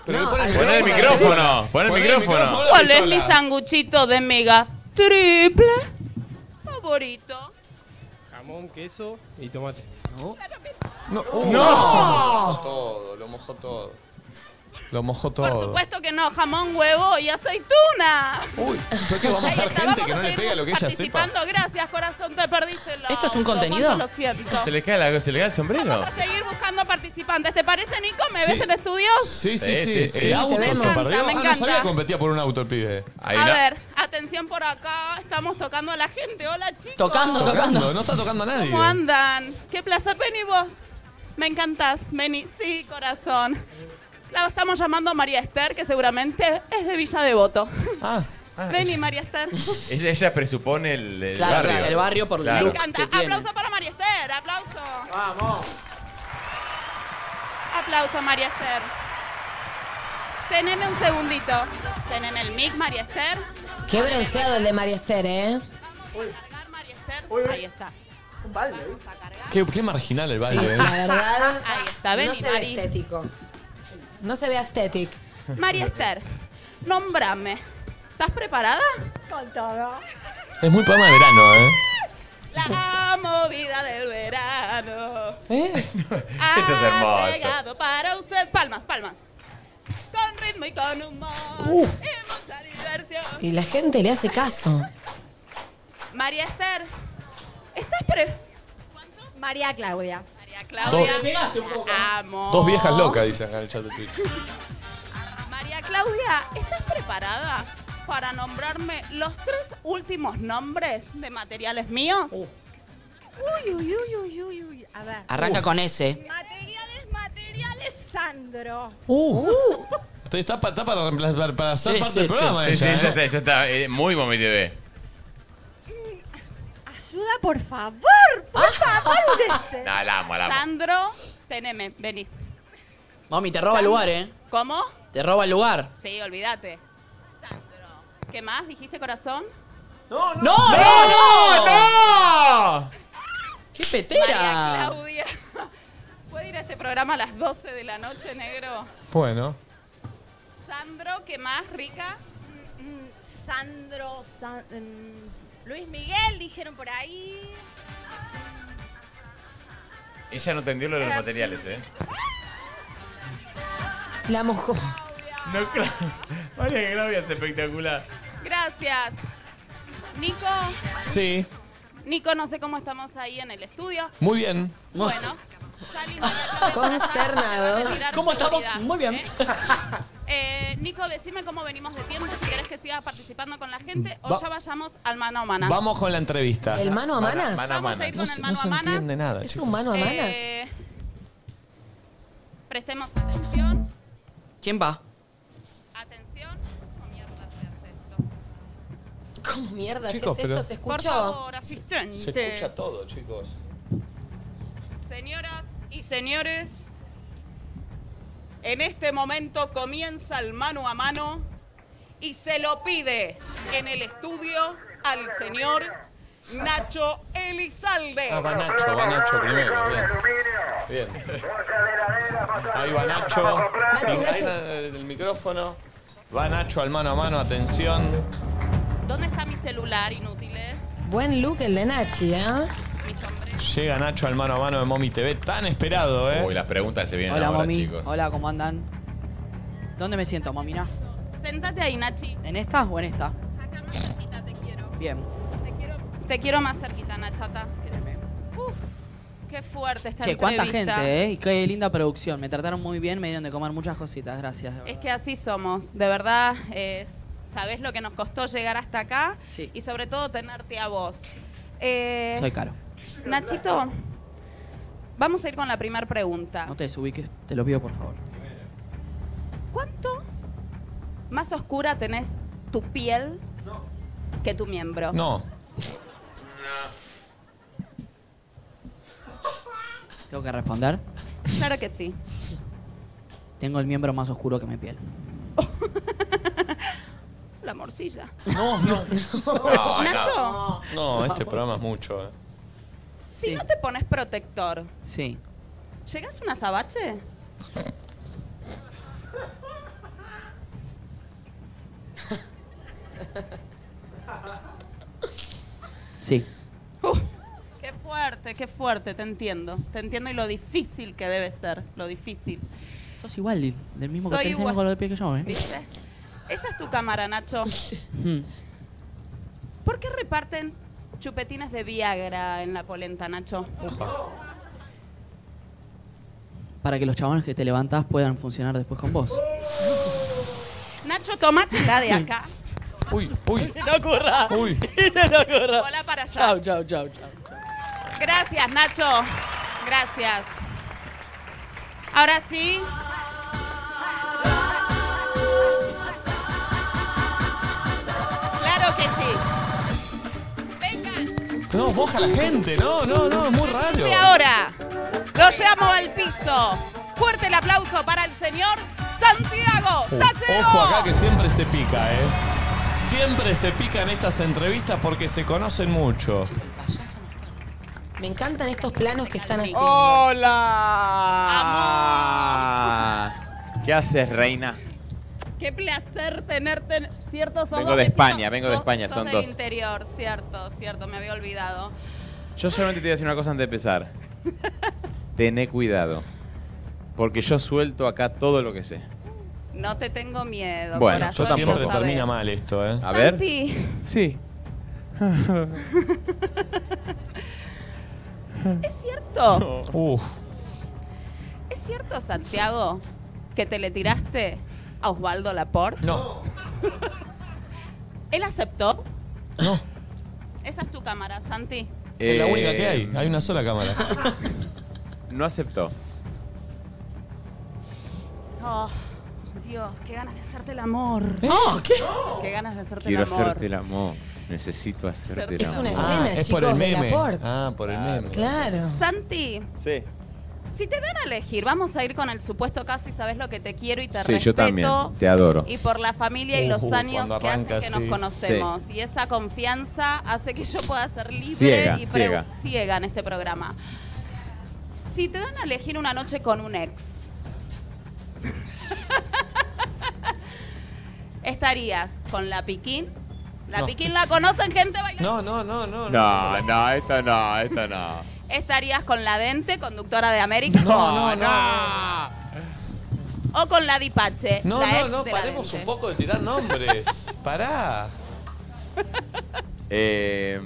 No, pon al revés. Pon el micrófono, pon el micrófono. ¿Cuál es mi sanguchito de miga triple favorito? Jamón, queso y tomate. No. uh. ¡No! Lo mojó todo, lo mojó todo. Lo mojó Por todo. supuesto que no, jamón, huevo y aceituna. Uy, creo que vamos a Ahí estar está, gente que vamos no a le seguir pega lo que ella sepa. Participando, gracias, corazón, te perdiste el ¿Esto es un auto, contenido? cuánto Lo siento. le cae, el sombrero? Vamos a seguir buscando participantes. ¿Te parece, Nico? ¿Me Sí. ves en estudio? Sí, sí, Sí, sí, sí. sí. El Sí, auto te se vemos. Me perdió. encanta, me Ah, no sabía encanta. que competía por un auto el pibe. a ver, atención por acá. Estamos tocando a la gente. Hola, chicos. No está tocando a nadie. ¿Cómo andan? Qué placer, vení vos. Me encantás, vení. Sí, corazón. La estamos llamando a María Esther, que seguramente es de Villa Devoto. Ah, <laughs> vení, María <laughs> Esther. Ella, ella presupone el, el Claro, barrio. claro, el barrio por el Claro. Me encanta. Aplauso para María Esther, aplauso. Vamos. Aplauso, María Esther. Teneme un segundito. Teneme el mic, María Esther. Qué bronceado el de María Esther, ¿eh? Ahí está. Un balde. Qué, qué marginal el baile. Sí, ¿eh? la verdad. Ahí está, vení, No se ve Mari. estético. No se ve estético. María Esther, nombrame. ¿Estás preparada? Con todo. Es muy poema de verano, ¿eh? <laughs> La movida del verano. ¿Eh? Ha Esto es hermoso. llegado para usted. Palmas, palmas. Con ritmo y con humor. Eh, Uh. Y mucha diversión. Y la gente le hace caso. María Esther, ¿estás pre... María Claudia. María Claudia. Dos- pegaste un poco. Amo. Dos viejas locas, dice acá en el chat de Twitch. María Claudia, ¿estás preparada para nombrarme los tres últimos nombres de materiales míos? Uh. Uy, uy, uy, uy, uy, uy. A ver. Arranca con ese. Materiales, materiales, Sandro. Uh. Usted está, pa- está para, reemplazar- para ser Sí, parte sí, del sí. programa Sí, ella, sí, ya ¿eh? está, ya está. Eh, muy Momi TV. Ayuda, por favor, Ah. por favor, <laughs> No, la amo, la amo. Sandro, teneme, vení. Mami, te roba el Sandro. lugar, ¿eh? ¿Cómo? Te roba el lugar. Sí, olvídate. Sandro. ¿Qué más? ¿Dijiste corazón? No, ¡No, no, no! ¡Qué María petera! Claudia. <laughs> ¿Puede ir a este programa a las 12 de la noche, negro? Bueno. Sandro, ¿qué más, rica? Mm, Sandro, San- mm, Luis Miguel, dijeron por ahí. Ella no entendió lo de los materiales, ¿eh? La mojó. No, claro. María Claudia es espectacular. Gracias. Nico, Sí. Nico, no sé cómo estamos ahí en el estudio. Muy bien. Bueno, salimos de acá de Consternados. pasar, te van a tirar ¿Cómo estamos? seguridad, Muy bien. ¿eh? Eh, Nico, decime cómo venimos de tiempo, si querés que siga participando con la gente o Va- ya vayamos al mano a manas. Vamos con la entrevista. ¿El mano a manas? Mano a Vamos a ir con No, el se- no mano a se manas. entiende nada, ¿Es chicos. un mano a manas? Eh, prestemos atención. ¿Quién va? Atención. ¿Cómo mierda Chicos, si es esto? pero- ¿Se Por escuchó? favor, asistentes. Se escucha todo, chicos. Señoras y señores, en este momento comienza el mano a mano y se lo pide en el estudio al señor Nacho Elizalde. Ah, va Nacho, va Nacho primero. Bien. Bien. Ahí va Nacho. Ahí está el micrófono. Va Nacho al mano a mano, atención. ¿Dónde está mi celular, inútiles? Buen look el de Nachi, ¿eh? Llega Nacho al mano a mano de Momi TV, tan esperado, ¿eh? Uy, las preguntas se vienen Hola, ahora, mami. chicos. Hola, ¿cómo andan? ¿Dónde me siento, mamina? Sentate ahí, Nachi. ¿En esta o en esta? Acá más cerquita te quiero. Bien. Te quiero, te quiero más cerquita, Nachata. Uf, qué fuerte está Che, cuánta gente, ¿eh? Y qué linda producción. Me trataron muy bien, me dieron de comer muchas cositas. Gracias. de verdad. Es que así somos, de verdad, es, sabés lo que nos costó llegar hasta acá Sí. y sobre todo tenerte a vos. Eh, Soy caro. Nachito, vamos a ir con la primera pregunta. No te desubiques, te lo pido por favor. ¿Cuánto más oscura tenés tu piel que tu miembro? No. Tengo que responder. Claro que sí. Tengo el miembro más oscuro que mi piel. La morcilla. <laughs> No, no. No, Nacho, No, este programa es mucho, ¿eh? si no te pones protector, Sí. ¿llegás a un azabache? Sí. Qué fuerte, qué fuerte, te entiendo. Te entiendo y lo difícil que debe ser, lo difícil. Sos igual, Lil, del mismo que Soy tenés el igual. mismo color de piel que yo, ¿eh? ¿Viste? Esa es tu <laughs> cámara, Nacho. Mm. ¿Por qué reparten chupetines de Viagra en la polenta, Nacho? Para que los chabones que te levantás puedan funcionar después con vos. Nacho, tomate la de <laughs> acá. Uy, uy. Se te ocurra. <laughs> Uy. Se te ocurra. Hola para allá. <laughs> Chau, chau, chau, chau. Gracias, Nacho. Gracias. Ahora sí. Claro que sí. No, moja la gente, no, no, no, es muy raro. Y ahora, lo llevamos al piso. Fuerte el aplauso para el señor Santiago, Tallero. Oh, Ojo acá que siempre se pica, ¿eh? Siempre se pica en estas entrevistas porque se conocen mucho. Me encantan estos planos que están haciendo. ¡Hola! Ah, ¿Qué haces, reina? Qué placer tenerte. en- Cierto, sos Vengo vos de que sí, España, sos- vengo de sos- España, sos son del dos. interior, cierto, cierto, me había olvidado. Yo solamente te voy a decir una cosa antes de <laughs> empezar. Tené cuidado. Porque yo suelto acá todo lo que sé. No te tengo miedo. Bueno, yo corazón, tampoco. lo sabes. mal esto, ¿eh? A ver. Santi. Sí. ¿Es cierto? Uf. ¿Es cierto, Santiago, que te le tiraste a Osvaldo Laporte? No. ¿Él aceptó? No. Esa es tu cámara, Santi. Es la única que hay. Hay una sola cámara. Eh, <laughs> No aceptó. Oh, Dios, qué ganas de hacerte el amor. No, ¿qué? Qué ganas de hacerte Quiero el amor. hacerte el amor. Necesito hacerte el Es amor. una Ah, es por el chicos, de meme. Laporte. Ah, por el meme. Claro. Santi, Sí. si te dan a elegir, vamos a ir con el supuesto caso y sabes lo que te quiero y te Sí, respeto. yo también. Te adoro. Y por la familia y los Uh, años cuando que hace arranca, que nos sí. conocemos. Y esa confianza hace que yo pueda ser libre Ciega, y pregu- ciega. ciega en este programa. Si te dan a elegir una noche con un <laughs> ex, estarías con la piquín. La No. piquín la conocen gente bailando. No, no, no, no. No, no, esta no, esta no. Estarías con la dente, conductora de América. No, no, O con la Dipache. No, la no, ex no, de la paremos Dente. un poco de tirar nombres. Pará. Eh,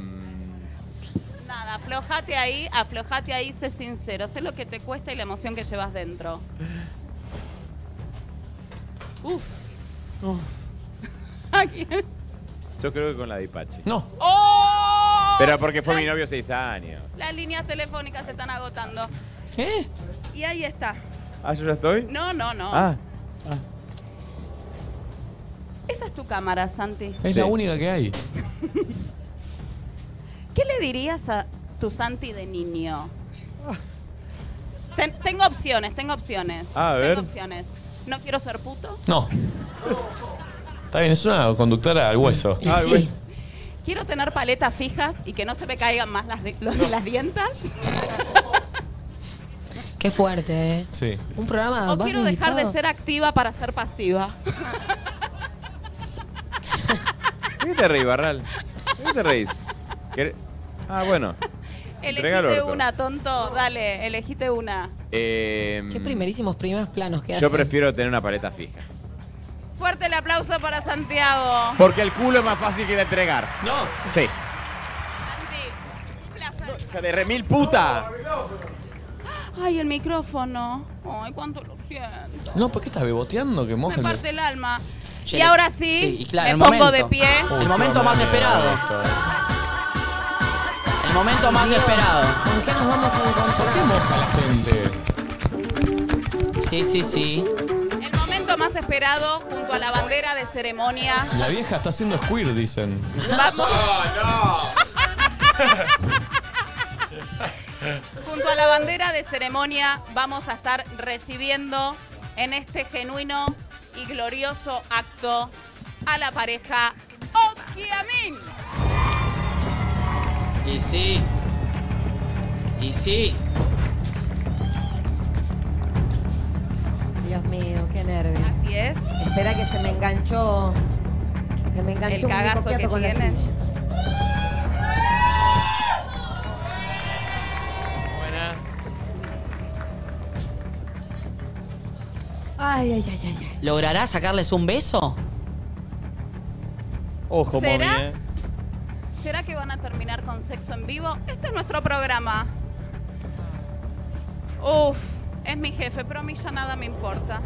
Nada, aflojate ahí, aflojate ahí, sé sincero. Sé lo que te cuesta y la emoción que llevas dentro. Uf. <laughs> ¿A quién? yo creo que con la de Ipache. No. Pero porque fue mi novio seis años. ¡Oh! Las líneas telefónicas se están agotando. ¿Eh? Y ahí está. ¿Ah, yo ya estoy? No, no, no. Ah, Esa es tu cámara, Santi. Es la única que hay. ¿Qué le dirías a tu Santi de niño? Ah. Ten- tengo opciones, tengo opciones. A ver. Tengo opciones. No quiero ser puto. No. Está bien, es una conductora al hueso. Y sí. Quiero tener paletas fijas y que no se me caigan más las, de- los- las dientas. Qué fuerte, ¿eh? Sí. Un programa. o ¿vas quiero dejar de invitado? ser activa para ser pasiva. ¿por ¿qué te reís, Barral? ¿Por ¿Qué te reís? ¿Qué- Ah, bueno. Entrega el Elegite orto. una, tonto. Dale, elegite una. Eh, Qué primerísimos primeros planos que yo hacen. prefiero tener una paleta <laughs> fija. Fuerte el aplauso para Santiago. Porque el culo es más fácil que de entregar. No. Sí. Hija de remil puta. Ay, el micrófono. Ay, cuánto lo siento. No, ¿por qué estás beboteando que moja Me el- parte el alma. Che, y ahora sí, sí, y claro, el me pongo momento. de pie. Uy, qué más esperado. esto, eh. El momento más esperado. ¿Con qué nos vamos a encontrar? ¿Qué moja la gente? Sí, sí, sí. El momento más esperado junto a la bandera de ceremonia. La vieja está haciendo squir, dicen. Vamos. junto a la bandera de ceremonia vamos a estar recibiendo en este genuino y glorioso acto a la pareja Okiamin. Y sí. Y sí. Dios mío, qué nervios. Así es. Espera que se me enganchó. Se me enganchó El un cagazo copiato que con la tiene. silla. Buenas. Ay, ay, ay, ay, ay. ¿Logrará sacarles un beso? Ojo, ¿Será? mami, eh. ¿Será que van a terminar con sexo en vivo? Este es nuestro programa. Uf, es mi jefe, pero a mí ya nada me importa.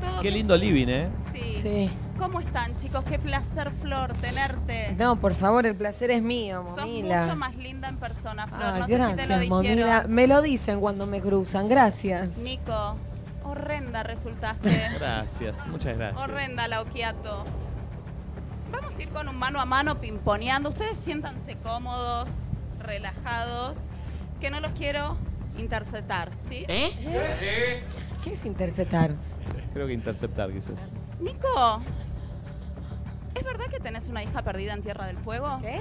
Todo Qué lindo living, ¿eh? Sí. ¿Cómo están, chicos? Qué placer, Flor, tenerte. No, por favor, el placer es mío, Sos momila. mucho más linda en persona, Flor. Ay, no sé si te lo Ah, gracias, dijeron. momila. Me lo dicen cuando me cruzan, gracias. Nico, horrenda resultaste. Gracias, muchas gracias. horrenda la Okiato. Vamos a ir con un mano a mano pimponeando. Ustedes siéntanse cómodos, relajados, que no los quiero Interceptar, ¿sí? ¿Eh? ¿Qué es interceptar? Creo que interceptar, quizás. Nico, ¿es verdad que tenés una hija perdida en Tierra del Fuego? ¿Qué?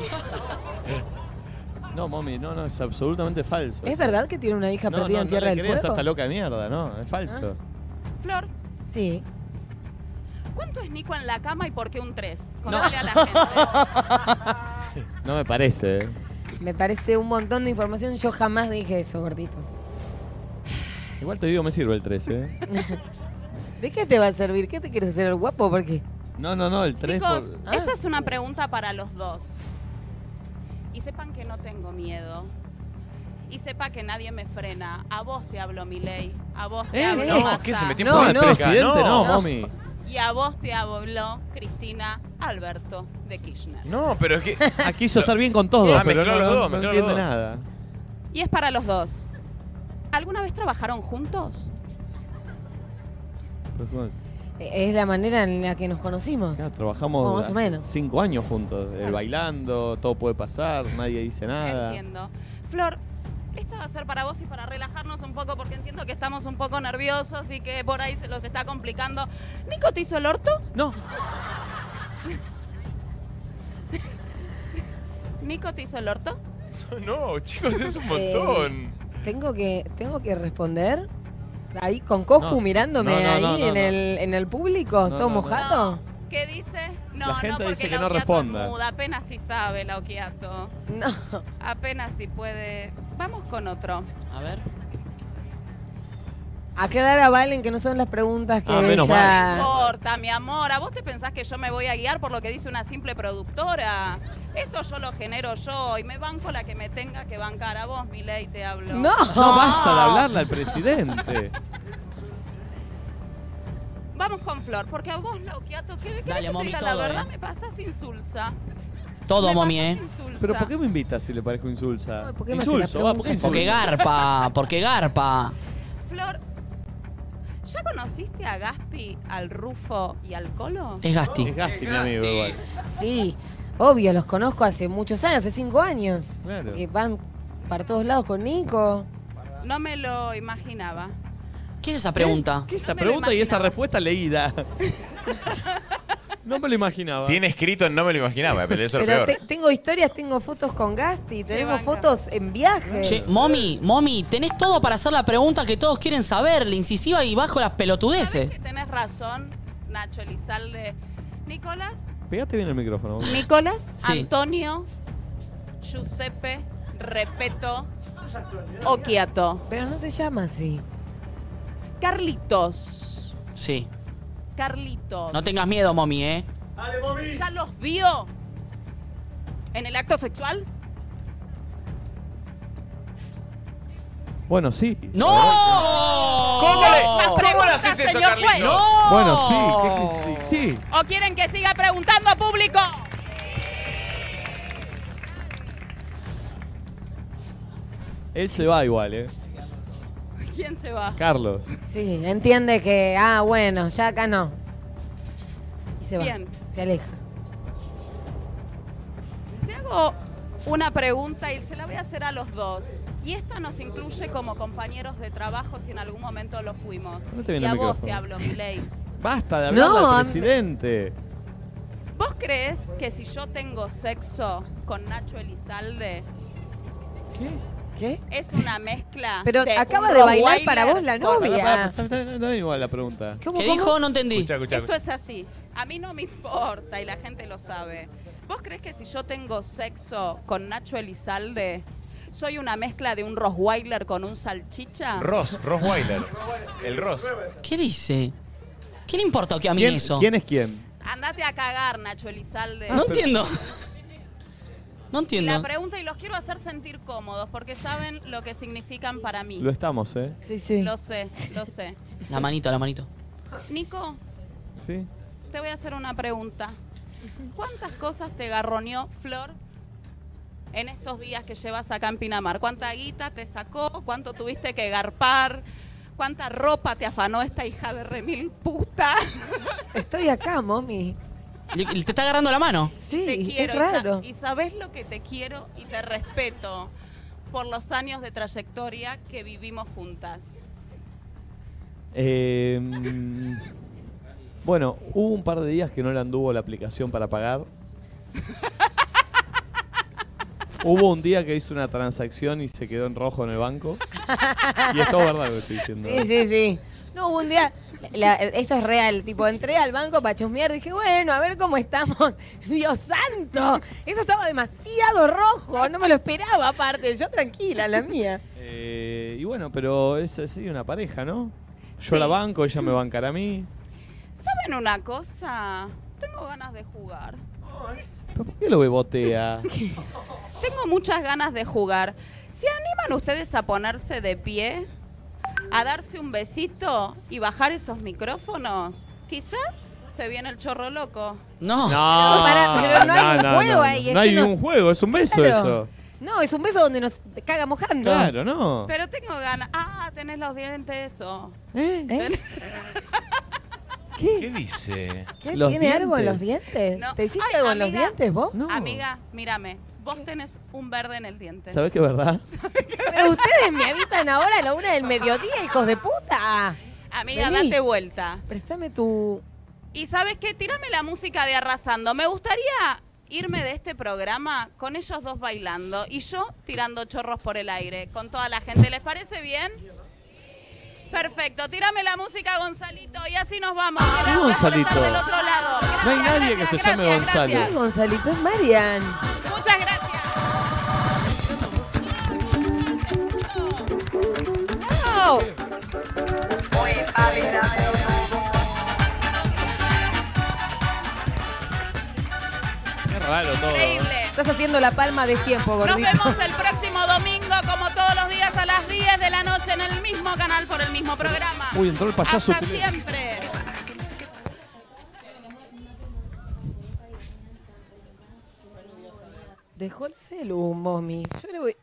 No, mami, no, no, es absolutamente falso. ¿Es verdad que tiene una hija No, perdida no, en Tierra no le del creas Fuego? Ah. a esta loca mierda, no, es falso. Flor, Sí. ¿cuánto es Nico en la cama y por qué un 3? Contale a la gente. No me parece. ¿eh? Me parece un montón de información. Yo jamás dije eso, gordito. Igual te digo, me sirve el <laughs> 3, ¿eh? ¿De qué te va a servir? ¿Qué te quieres hacer el guapo? ¿Por qué? No, no, no, el 3 Chicos, por... esta es una pregunta para los dos. Y sepan que no tengo miedo. Y sepa que nadie me frena. A vos te hablo, Milei. A vos te ¿Eh? hablo, No, Massa. ¿qué? Se metió en No, poder no. de pesca. Presidente, no, mami. Y a vos te habló Cristina Alberto de Kirchner. No, pero es que... Aquí hizo estar bien con todo, Ah, pero mezcló no, los no- dos, no mezcló los entiende dos. nada. Y es para los dos. ¿Alguna vez trabajaron juntos? Eh, Es la manera en la que nos conocimos. Ya, trabajamos O más o hace menos. cinco años juntos, eh, bailando, todo puede pasar, nadie dice nada. Entiendo. Flor, esta va a ser para vos y para relajarnos un poco porque entiendo que estamos un poco nerviosos y que por ahí se los está complicando. ¿Nico te hizo el orto? No. <laughs> ¿Nico te hizo el <laughs> orto? No, chicos, es un Eh, montón. Tengo que, tengo que responder. Ahí con Coscu No. mirándome No, no, ahí no, no, en, no. El, en el público, No, todo no, no. mojado. ¿Qué dice? No, La gente no, porque dice que no Lauquieto es responda. muda, apenas si sabe la Okiato. No. Apenas si puede. Vamos con otro. A ver. Aclarar a Valen que no son las preguntas que Ah, menos No ella. importa, mi amor. ¿A vos te pensás que yo me voy a guiar por lo que dice una simple productora? Esto yo lo genero yo y me banco la que me tenga que bancar. A vos, mi ley, te hablo. Ah, No basta de hablarle al presidente. Vamos con Flor, porque a vos, Lauquiato, ¿qué, qué Dale, que te mami, diga todo, la verdad? eh. Me pasás insulsa. Todo, Me momi, ¿eh? pasás insulsa. Pero ¿por qué me invitas si le parezco insulsa? ¿por qué me hace la Insulso, va, ¿por qué insulso? Porque garpa, porque garpa. Flor, ¿ya conociste a Gaspi, al Rufo y al Colo? Es Gasti. Es Gasti, mi amigo, igual. Sí, obvio, los conozco hace muchos años, hace cinco años. Claro. Que van para todos lados con Nico. No me lo imaginaba. ¿Qué es esa pregunta? ¿Qué es esa No me lo pregunta y esa respuesta leída? no me lo imaginaba. Tiene escrito, no me lo imaginaba, pero eso es lo Pero peor. te- tengo historias, tengo fotos con Gasti, tenemos fotos en viajes. Che, momi, momi, tenés todo para hacer la pregunta que todos quieren saber, la incisiva y bajo las pelotudeces. Que tenés razón, Nacho Elizalde. Nicolás, Pegate bien el micrófono. vos. Nicolás, Sí. Antonio, Giuseppe, Repeto, Okiato. Pero no se llama así. Carlitos. Sí. Carlitos. No tengas miedo, momi, ¿eh? ¿Ya los vio en el acto sexual? Bueno, sí. ¡No! Oh. ¿Cómo le, Más ¿cómo le preguntas, haces eso, señor Carlitos? juez. Bueno, sí. ¿qué- qué- sí. sí. ¿O quieren que siga preguntando a público? Él se va igual, ¿eh? ¿Quién se va? Carlos. Sí, entiende que, ah, bueno, ya acá no. Y se va. Bien. Se aleja. Te hago una pregunta y se la voy a hacer a los dos. Y esta nos incluye como compañeros de trabajo si en algún momento lo fuimos. No Y te viene a el vos micrófono. te hablo, Milei. Basta de hablar No, al am- presidente. ¿Vos crees que si yo tengo sexo con Nacho Elizalde... ¿Qué? Es una mezcla Pero de acaba un de bailar Rottweiler para vos la con- Pará, novia. pará, está- está- No es igual la pregunta. ¿Cómo, ¿Qué cómo? dijo? No entendí. Esto es así. A mí no me importa y la gente lo sabe. ¿Vos crees que si yo tengo sexo con Nacho Elizalde, soy una mezcla de un Rosweiler con un salchicha? Ross, Ross Wilder. El Ross. ¿Qué dice? ¿Qué le importa que a mí ¿Quién- eso? ¿Quién es quién? Andate a cagar, Nacho Elizalde. No entiendo. No Y entiendo. la pregunta, y los quiero hacer sentir cómodos, porque saben lo que significan para mí. Lo estamos, ¿eh? Sí, sí. Lo sé, lo sé. La manito, la manito. Nico, Sí. te voy a hacer una pregunta. ¿Cuántas cosas te garroneó Flor en estos días que llevas acá en Pinamar? ¿Cuánta guita te sacó? ¿Cuánto tuviste que garpar? ¿Cuánta ropa te afanó esta hija de remil puta? Estoy acá, mami. Le- le- Te está agarrando la mano. Sí, Te quiero. es y sa- raro. Y, sabes lo que te quiero y te respeto. por los años de trayectoria que vivimos juntas? Eh, mm, bueno, hubo un par de días que no le anduvo la aplicación para pagar. Hubo un día que hizo una transacción y se quedó en rojo en el banco. Y es todo verdad lo que estoy diciendo. Sí, sí, sí. No, hubo un día, la- esto es real, tipo, entré al banco para chusmear, dije, bueno, a ver cómo estamos. <laughs> Dios santo, eso estaba demasiado rojo, no me lo esperaba aparte, yo tranquila, la mía. Eh, y bueno, pero es así una pareja, ¿no? Yo la banco, ella me bancará a mí. ¿Saben una cosa? Tengo ganas de jugar. ¿Por qué lo <laughs> bebotea? Tengo muchas ganas de jugar. ¿Se animan ustedes a ponerse de pie? ¿A darse un besito y bajar esos micrófonos? Quizás se viene el chorro loco. No. No, No, pará, pero no hay un juego ahí, es No que hay nos- un juego, es un beso Claro. eso. No, es un beso donde nos caga mojando. Claro, no. Pero tengo ganas. Ah, tenés los dientes, eso. ¿Eh? ¿Qué? dice? ¿Qué? ¿Tiene algo en los dientes? ¿Te hiciste algo en los dientes vos? Amiga, mírame. Vos tenés un verde en el diente. ¿Sabes qué es verdad? Pero ustedes me avisan ahora a la una del mediodía, hijos de puta. Amiga, Vení. date vuelta. Préstame tu... Y sabes qué, tírame la música de Arrasando. Me gustaría irme de este programa con ellos dos bailando y yo tirando chorros por el aire con toda la gente. ¿Les parece bien? Perfecto, tírame la música Gonzalito y así nos vamos. Gracias por estar Ah, Gonzalito. del otro lado. No hay nadie que se llame Gonzalo. Ay, Gonzalito, es Marian. Muchas gracias. No. Qué raro todo. Increíble. Estás haciendo la palma de tiempo, Nos gordito. vemos el próximo domingo, como todos los días, a las 10 de la noche en el mismo canal por el mismo programa. Uy, entró el payaso. Hasta siempre. Dejó el celu, mommy. Yo le voy...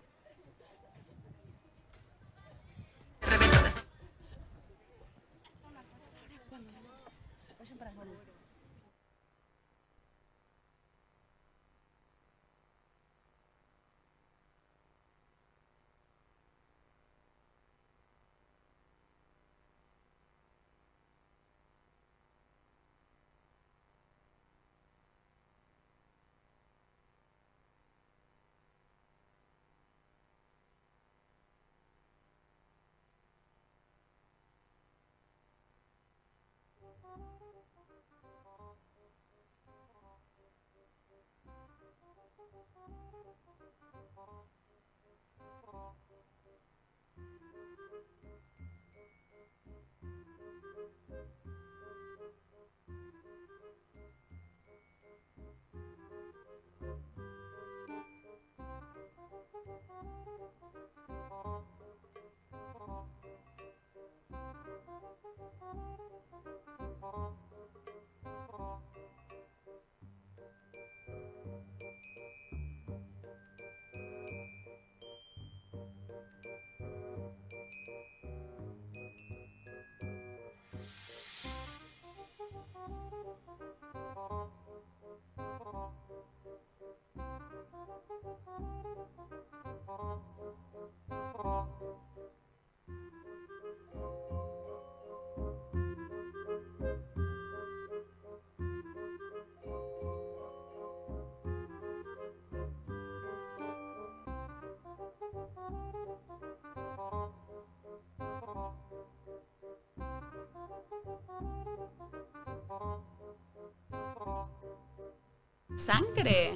¿Sangre?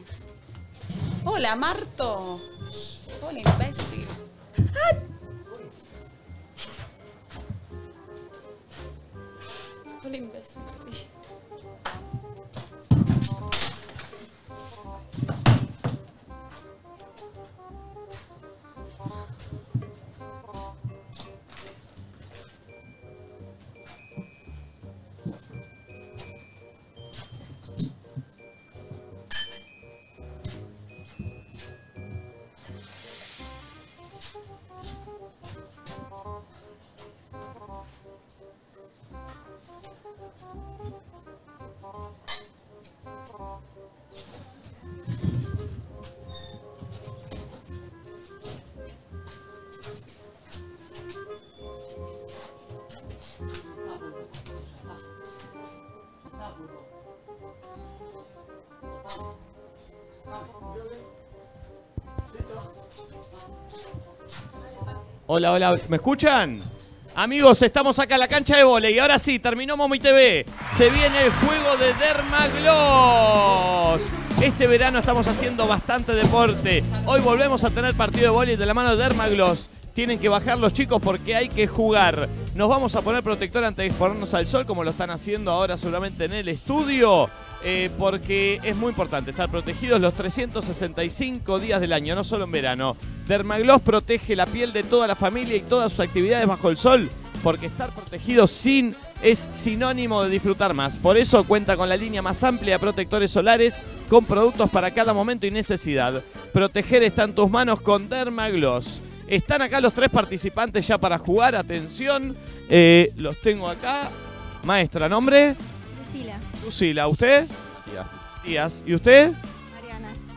Hola, Marto. Hola, imbécil. Ah, Hola, imbécil. Hola, hola, ¿me escuchan? Amigos, estamos acá en la cancha de vole y ahora sí, terminó Momi TV. Se viene el juego de Dermagloss. Este verano estamos haciendo bastante deporte. Hoy volvemos a tener partido de vole de la mano de Dermagloss. Tienen que bajar los chicos porque hay que jugar. Nos vamos a poner protector antes de exponernos al sol, como lo están haciendo ahora seguramente en el estudio. eh, porque es muy importante estar protegidos los 365 días del año, no solo en verano. Dermagloss protege la piel de toda la familia y todas sus actividades bajo el sol, porque estar protegido sin es sinónimo de disfrutar más. Por eso cuenta con la línea más amplia de protectores solares con productos para cada momento y necesidad. Proteger está en tus manos con Dermagloss. Están acá los tres participantes ya para jugar. Atención, eh, los tengo acá. Maestra, nombre. Lucila. Lucila, ¿usted? Díaz. ¿Y usted?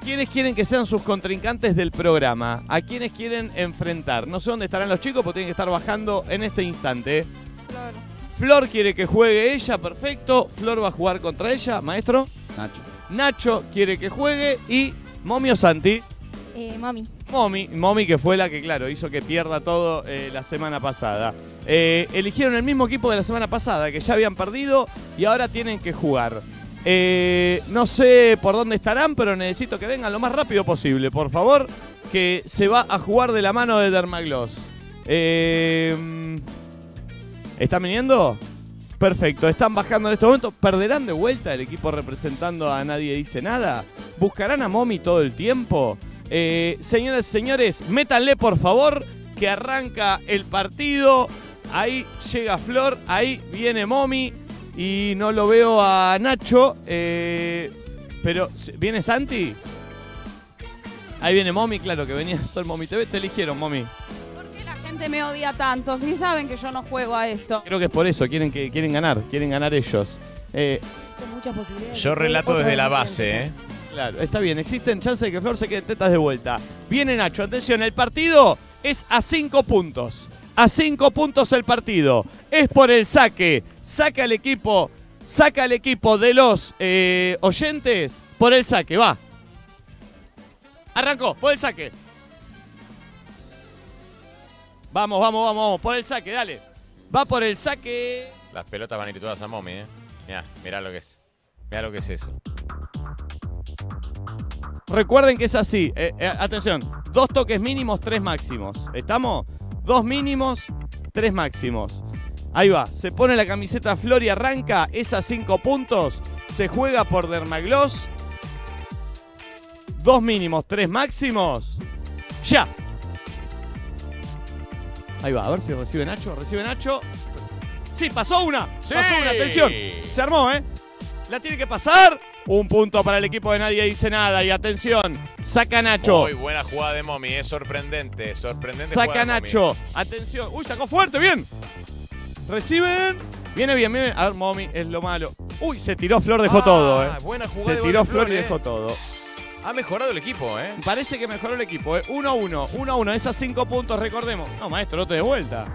¿Quiénes quieren que sean sus contrincantes del programa? ¿A quiénes quieren enfrentar? No sé dónde estarán los chicos, porque tienen que estar bajando en este instante. Flor. Flor quiere que juegue ella, perfecto. Flor va a jugar contra ella, maestro. Nacho. Nacho quiere que juegue y Momio Santi. Eh, mami. Momi, Momi que fue la que, claro, hizo que pierda todo eh, la semana pasada. Eh, eligieron el mismo equipo de la semana pasada, que ya habían perdido y ahora tienen que jugar. Eh, no sé por dónde estarán, pero necesito que vengan lo más rápido posible, por favor, que se va a jugar de la mano de Dermagloss. Eh, ¿Están viniendo? Perfecto, están bajando en este momento. ¿Perderán de vuelta el equipo representando a Nadie Dice Nada? ¿Buscarán a Momi todo el tiempo? Eh, señoras y señores, métanle por favor que arranca el partido. Ahí llega Flor, ahí viene Momi y no lo veo a Nacho. eh, pero, ¿viene Santi? Ahí viene Momi, claro que venía <laughs> a ser Momi TV. Te eligieron, Momi. La gente me odia tanto, si saben que yo no juego a esto. Creo que es por eso, quieren, que, quieren ganar, quieren ganar ellos. Eh, Muchas posibilidades. Yo relato desde la base, ¿eh? Claro, está bien. Existen chances de que Flor se quede en tetas de vuelta. Viene Nacho, atención, el partido es a cinco puntos. A cinco puntos el partido. Es por el saque. Saca el equipo. Saca el equipo de los eh, oyentes por el saque. Va. Arrancó, por el saque. Vamos, vamos, vamos, vamos. Por el saque, dale. Va por el saque. Las pelotas van a ir todas a Momi, ¿eh? Mirá, mirá lo que es. Mirá lo que es eso. Recuerden que es así. Eh, eh, atención, dos toques mínimos, tres máximos. ¿Estamos? Dos mínimos, tres máximos. Ahí va, se pone la camiseta Flor y arranca esas cinco puntos. Se juega por Dermagloss. Dos mínimos, tres máximos. ¡Ya! Ahí va, a ver si recibe Nacho. Recibe Nacho. Sí, pasó una. Pasó una, atención. Se armó, ¿eh? La tiene que pasar. Un punto para el equipo de Nadie Dice Nada. Y atención, saca Nacho. Muy buena jugada de Momi, es sorprendente, sorprendente. Saca jugada de Momi. Nacho. Atención. Uy, sacó fuerte, bien. Reciben. Viene bien, viene bien. A ver, Momi, es lo malo. Uy, se tiró Flor, dejó Ah, todo, ¿eh? buena jugada se de tiró gol de Flor y Flor, eh. dejó todo. Ha mejorado el equipo, ¿eh? Parece que mejoró el equipo, ¿eh? 1-1, 1-1. Esas cinco puntos, recordemos. No, maestro, no te des vuelta.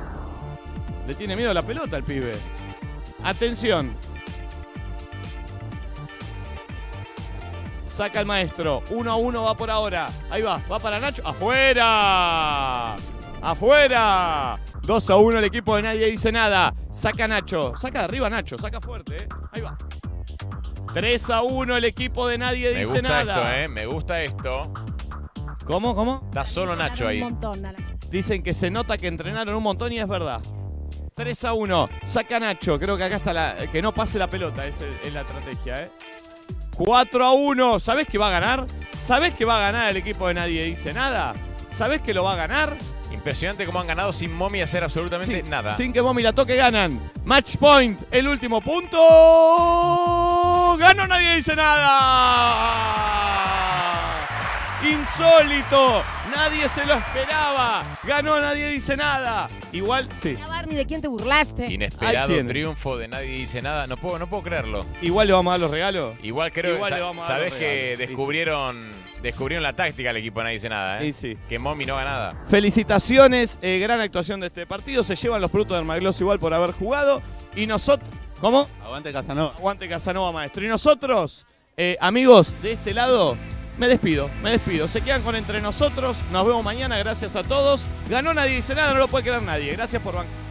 Le tiene miedo a la pelota al pibe. Atención. Saca el maestro. 1-1 va por ahora. Ahí va, va para Nacho. ¡Afuera! ¡Afuera! 2 a 1 el equipo de nadie dice nada. Saca Nacho. Saca de arriba Nacho. Saca fuerte, ¿eh? Ahí va. 3 a 1 el equipo de nadie Me dice gusta nada. esto, ¿eh? Me gusta esto. ¿Cómo? ¿Cómo? Está solo Nacho ahí. Dicen que se nota que entrenaron un montón y es verdad. 3 a 1. Saca Nacho. Creo que acá está la. Que no pase la pelota. esa Es, la estrategia, ¿eh? 4 a 1. ¿Sabés que va a ganar? ¿Sabés que va a ganar el equipo de nadie dice nada? ¿Sabés que lo va a ganar? Impresionante cómo han ganado sin Momi hacer absolutamente nada. Sin que Momi la toque, ganan. Match point. El último punto. Ganó, nadie dice nada. Insólito. Nadie se lo esperaba. Ganó, nadie dice nada. Igual, sí. Barney, ¿de quién te burlaste? Ahí Inesperado tiene. triunfo de nadie dice nada. No puedo, no puedo creerlo. Igual le vamos a dar los regalos. Igual creo Igual que le sa- vamos a dar sabés los que regalos, sí, sí. descubrieron, descubrieron la táctica del equipo de nadie dice nada, ¿eh? Que Momi no gana nada. Felicitaciones, eh, gran actuación de este partido. Se llevan los frutos del Maglos igual por haber jugado. Y nosotros. ¿Cómo? Aguante Casanova. Aguante Casanova, maestro. Y nosotros, eh, amigos, de este lado, Me despido, me despido. Se quedan con entre nosotros. Nos vemos mañana. Gracias a todos. Ganó nadie dice nada, no lo puede creer nadie. Gracias por bancar.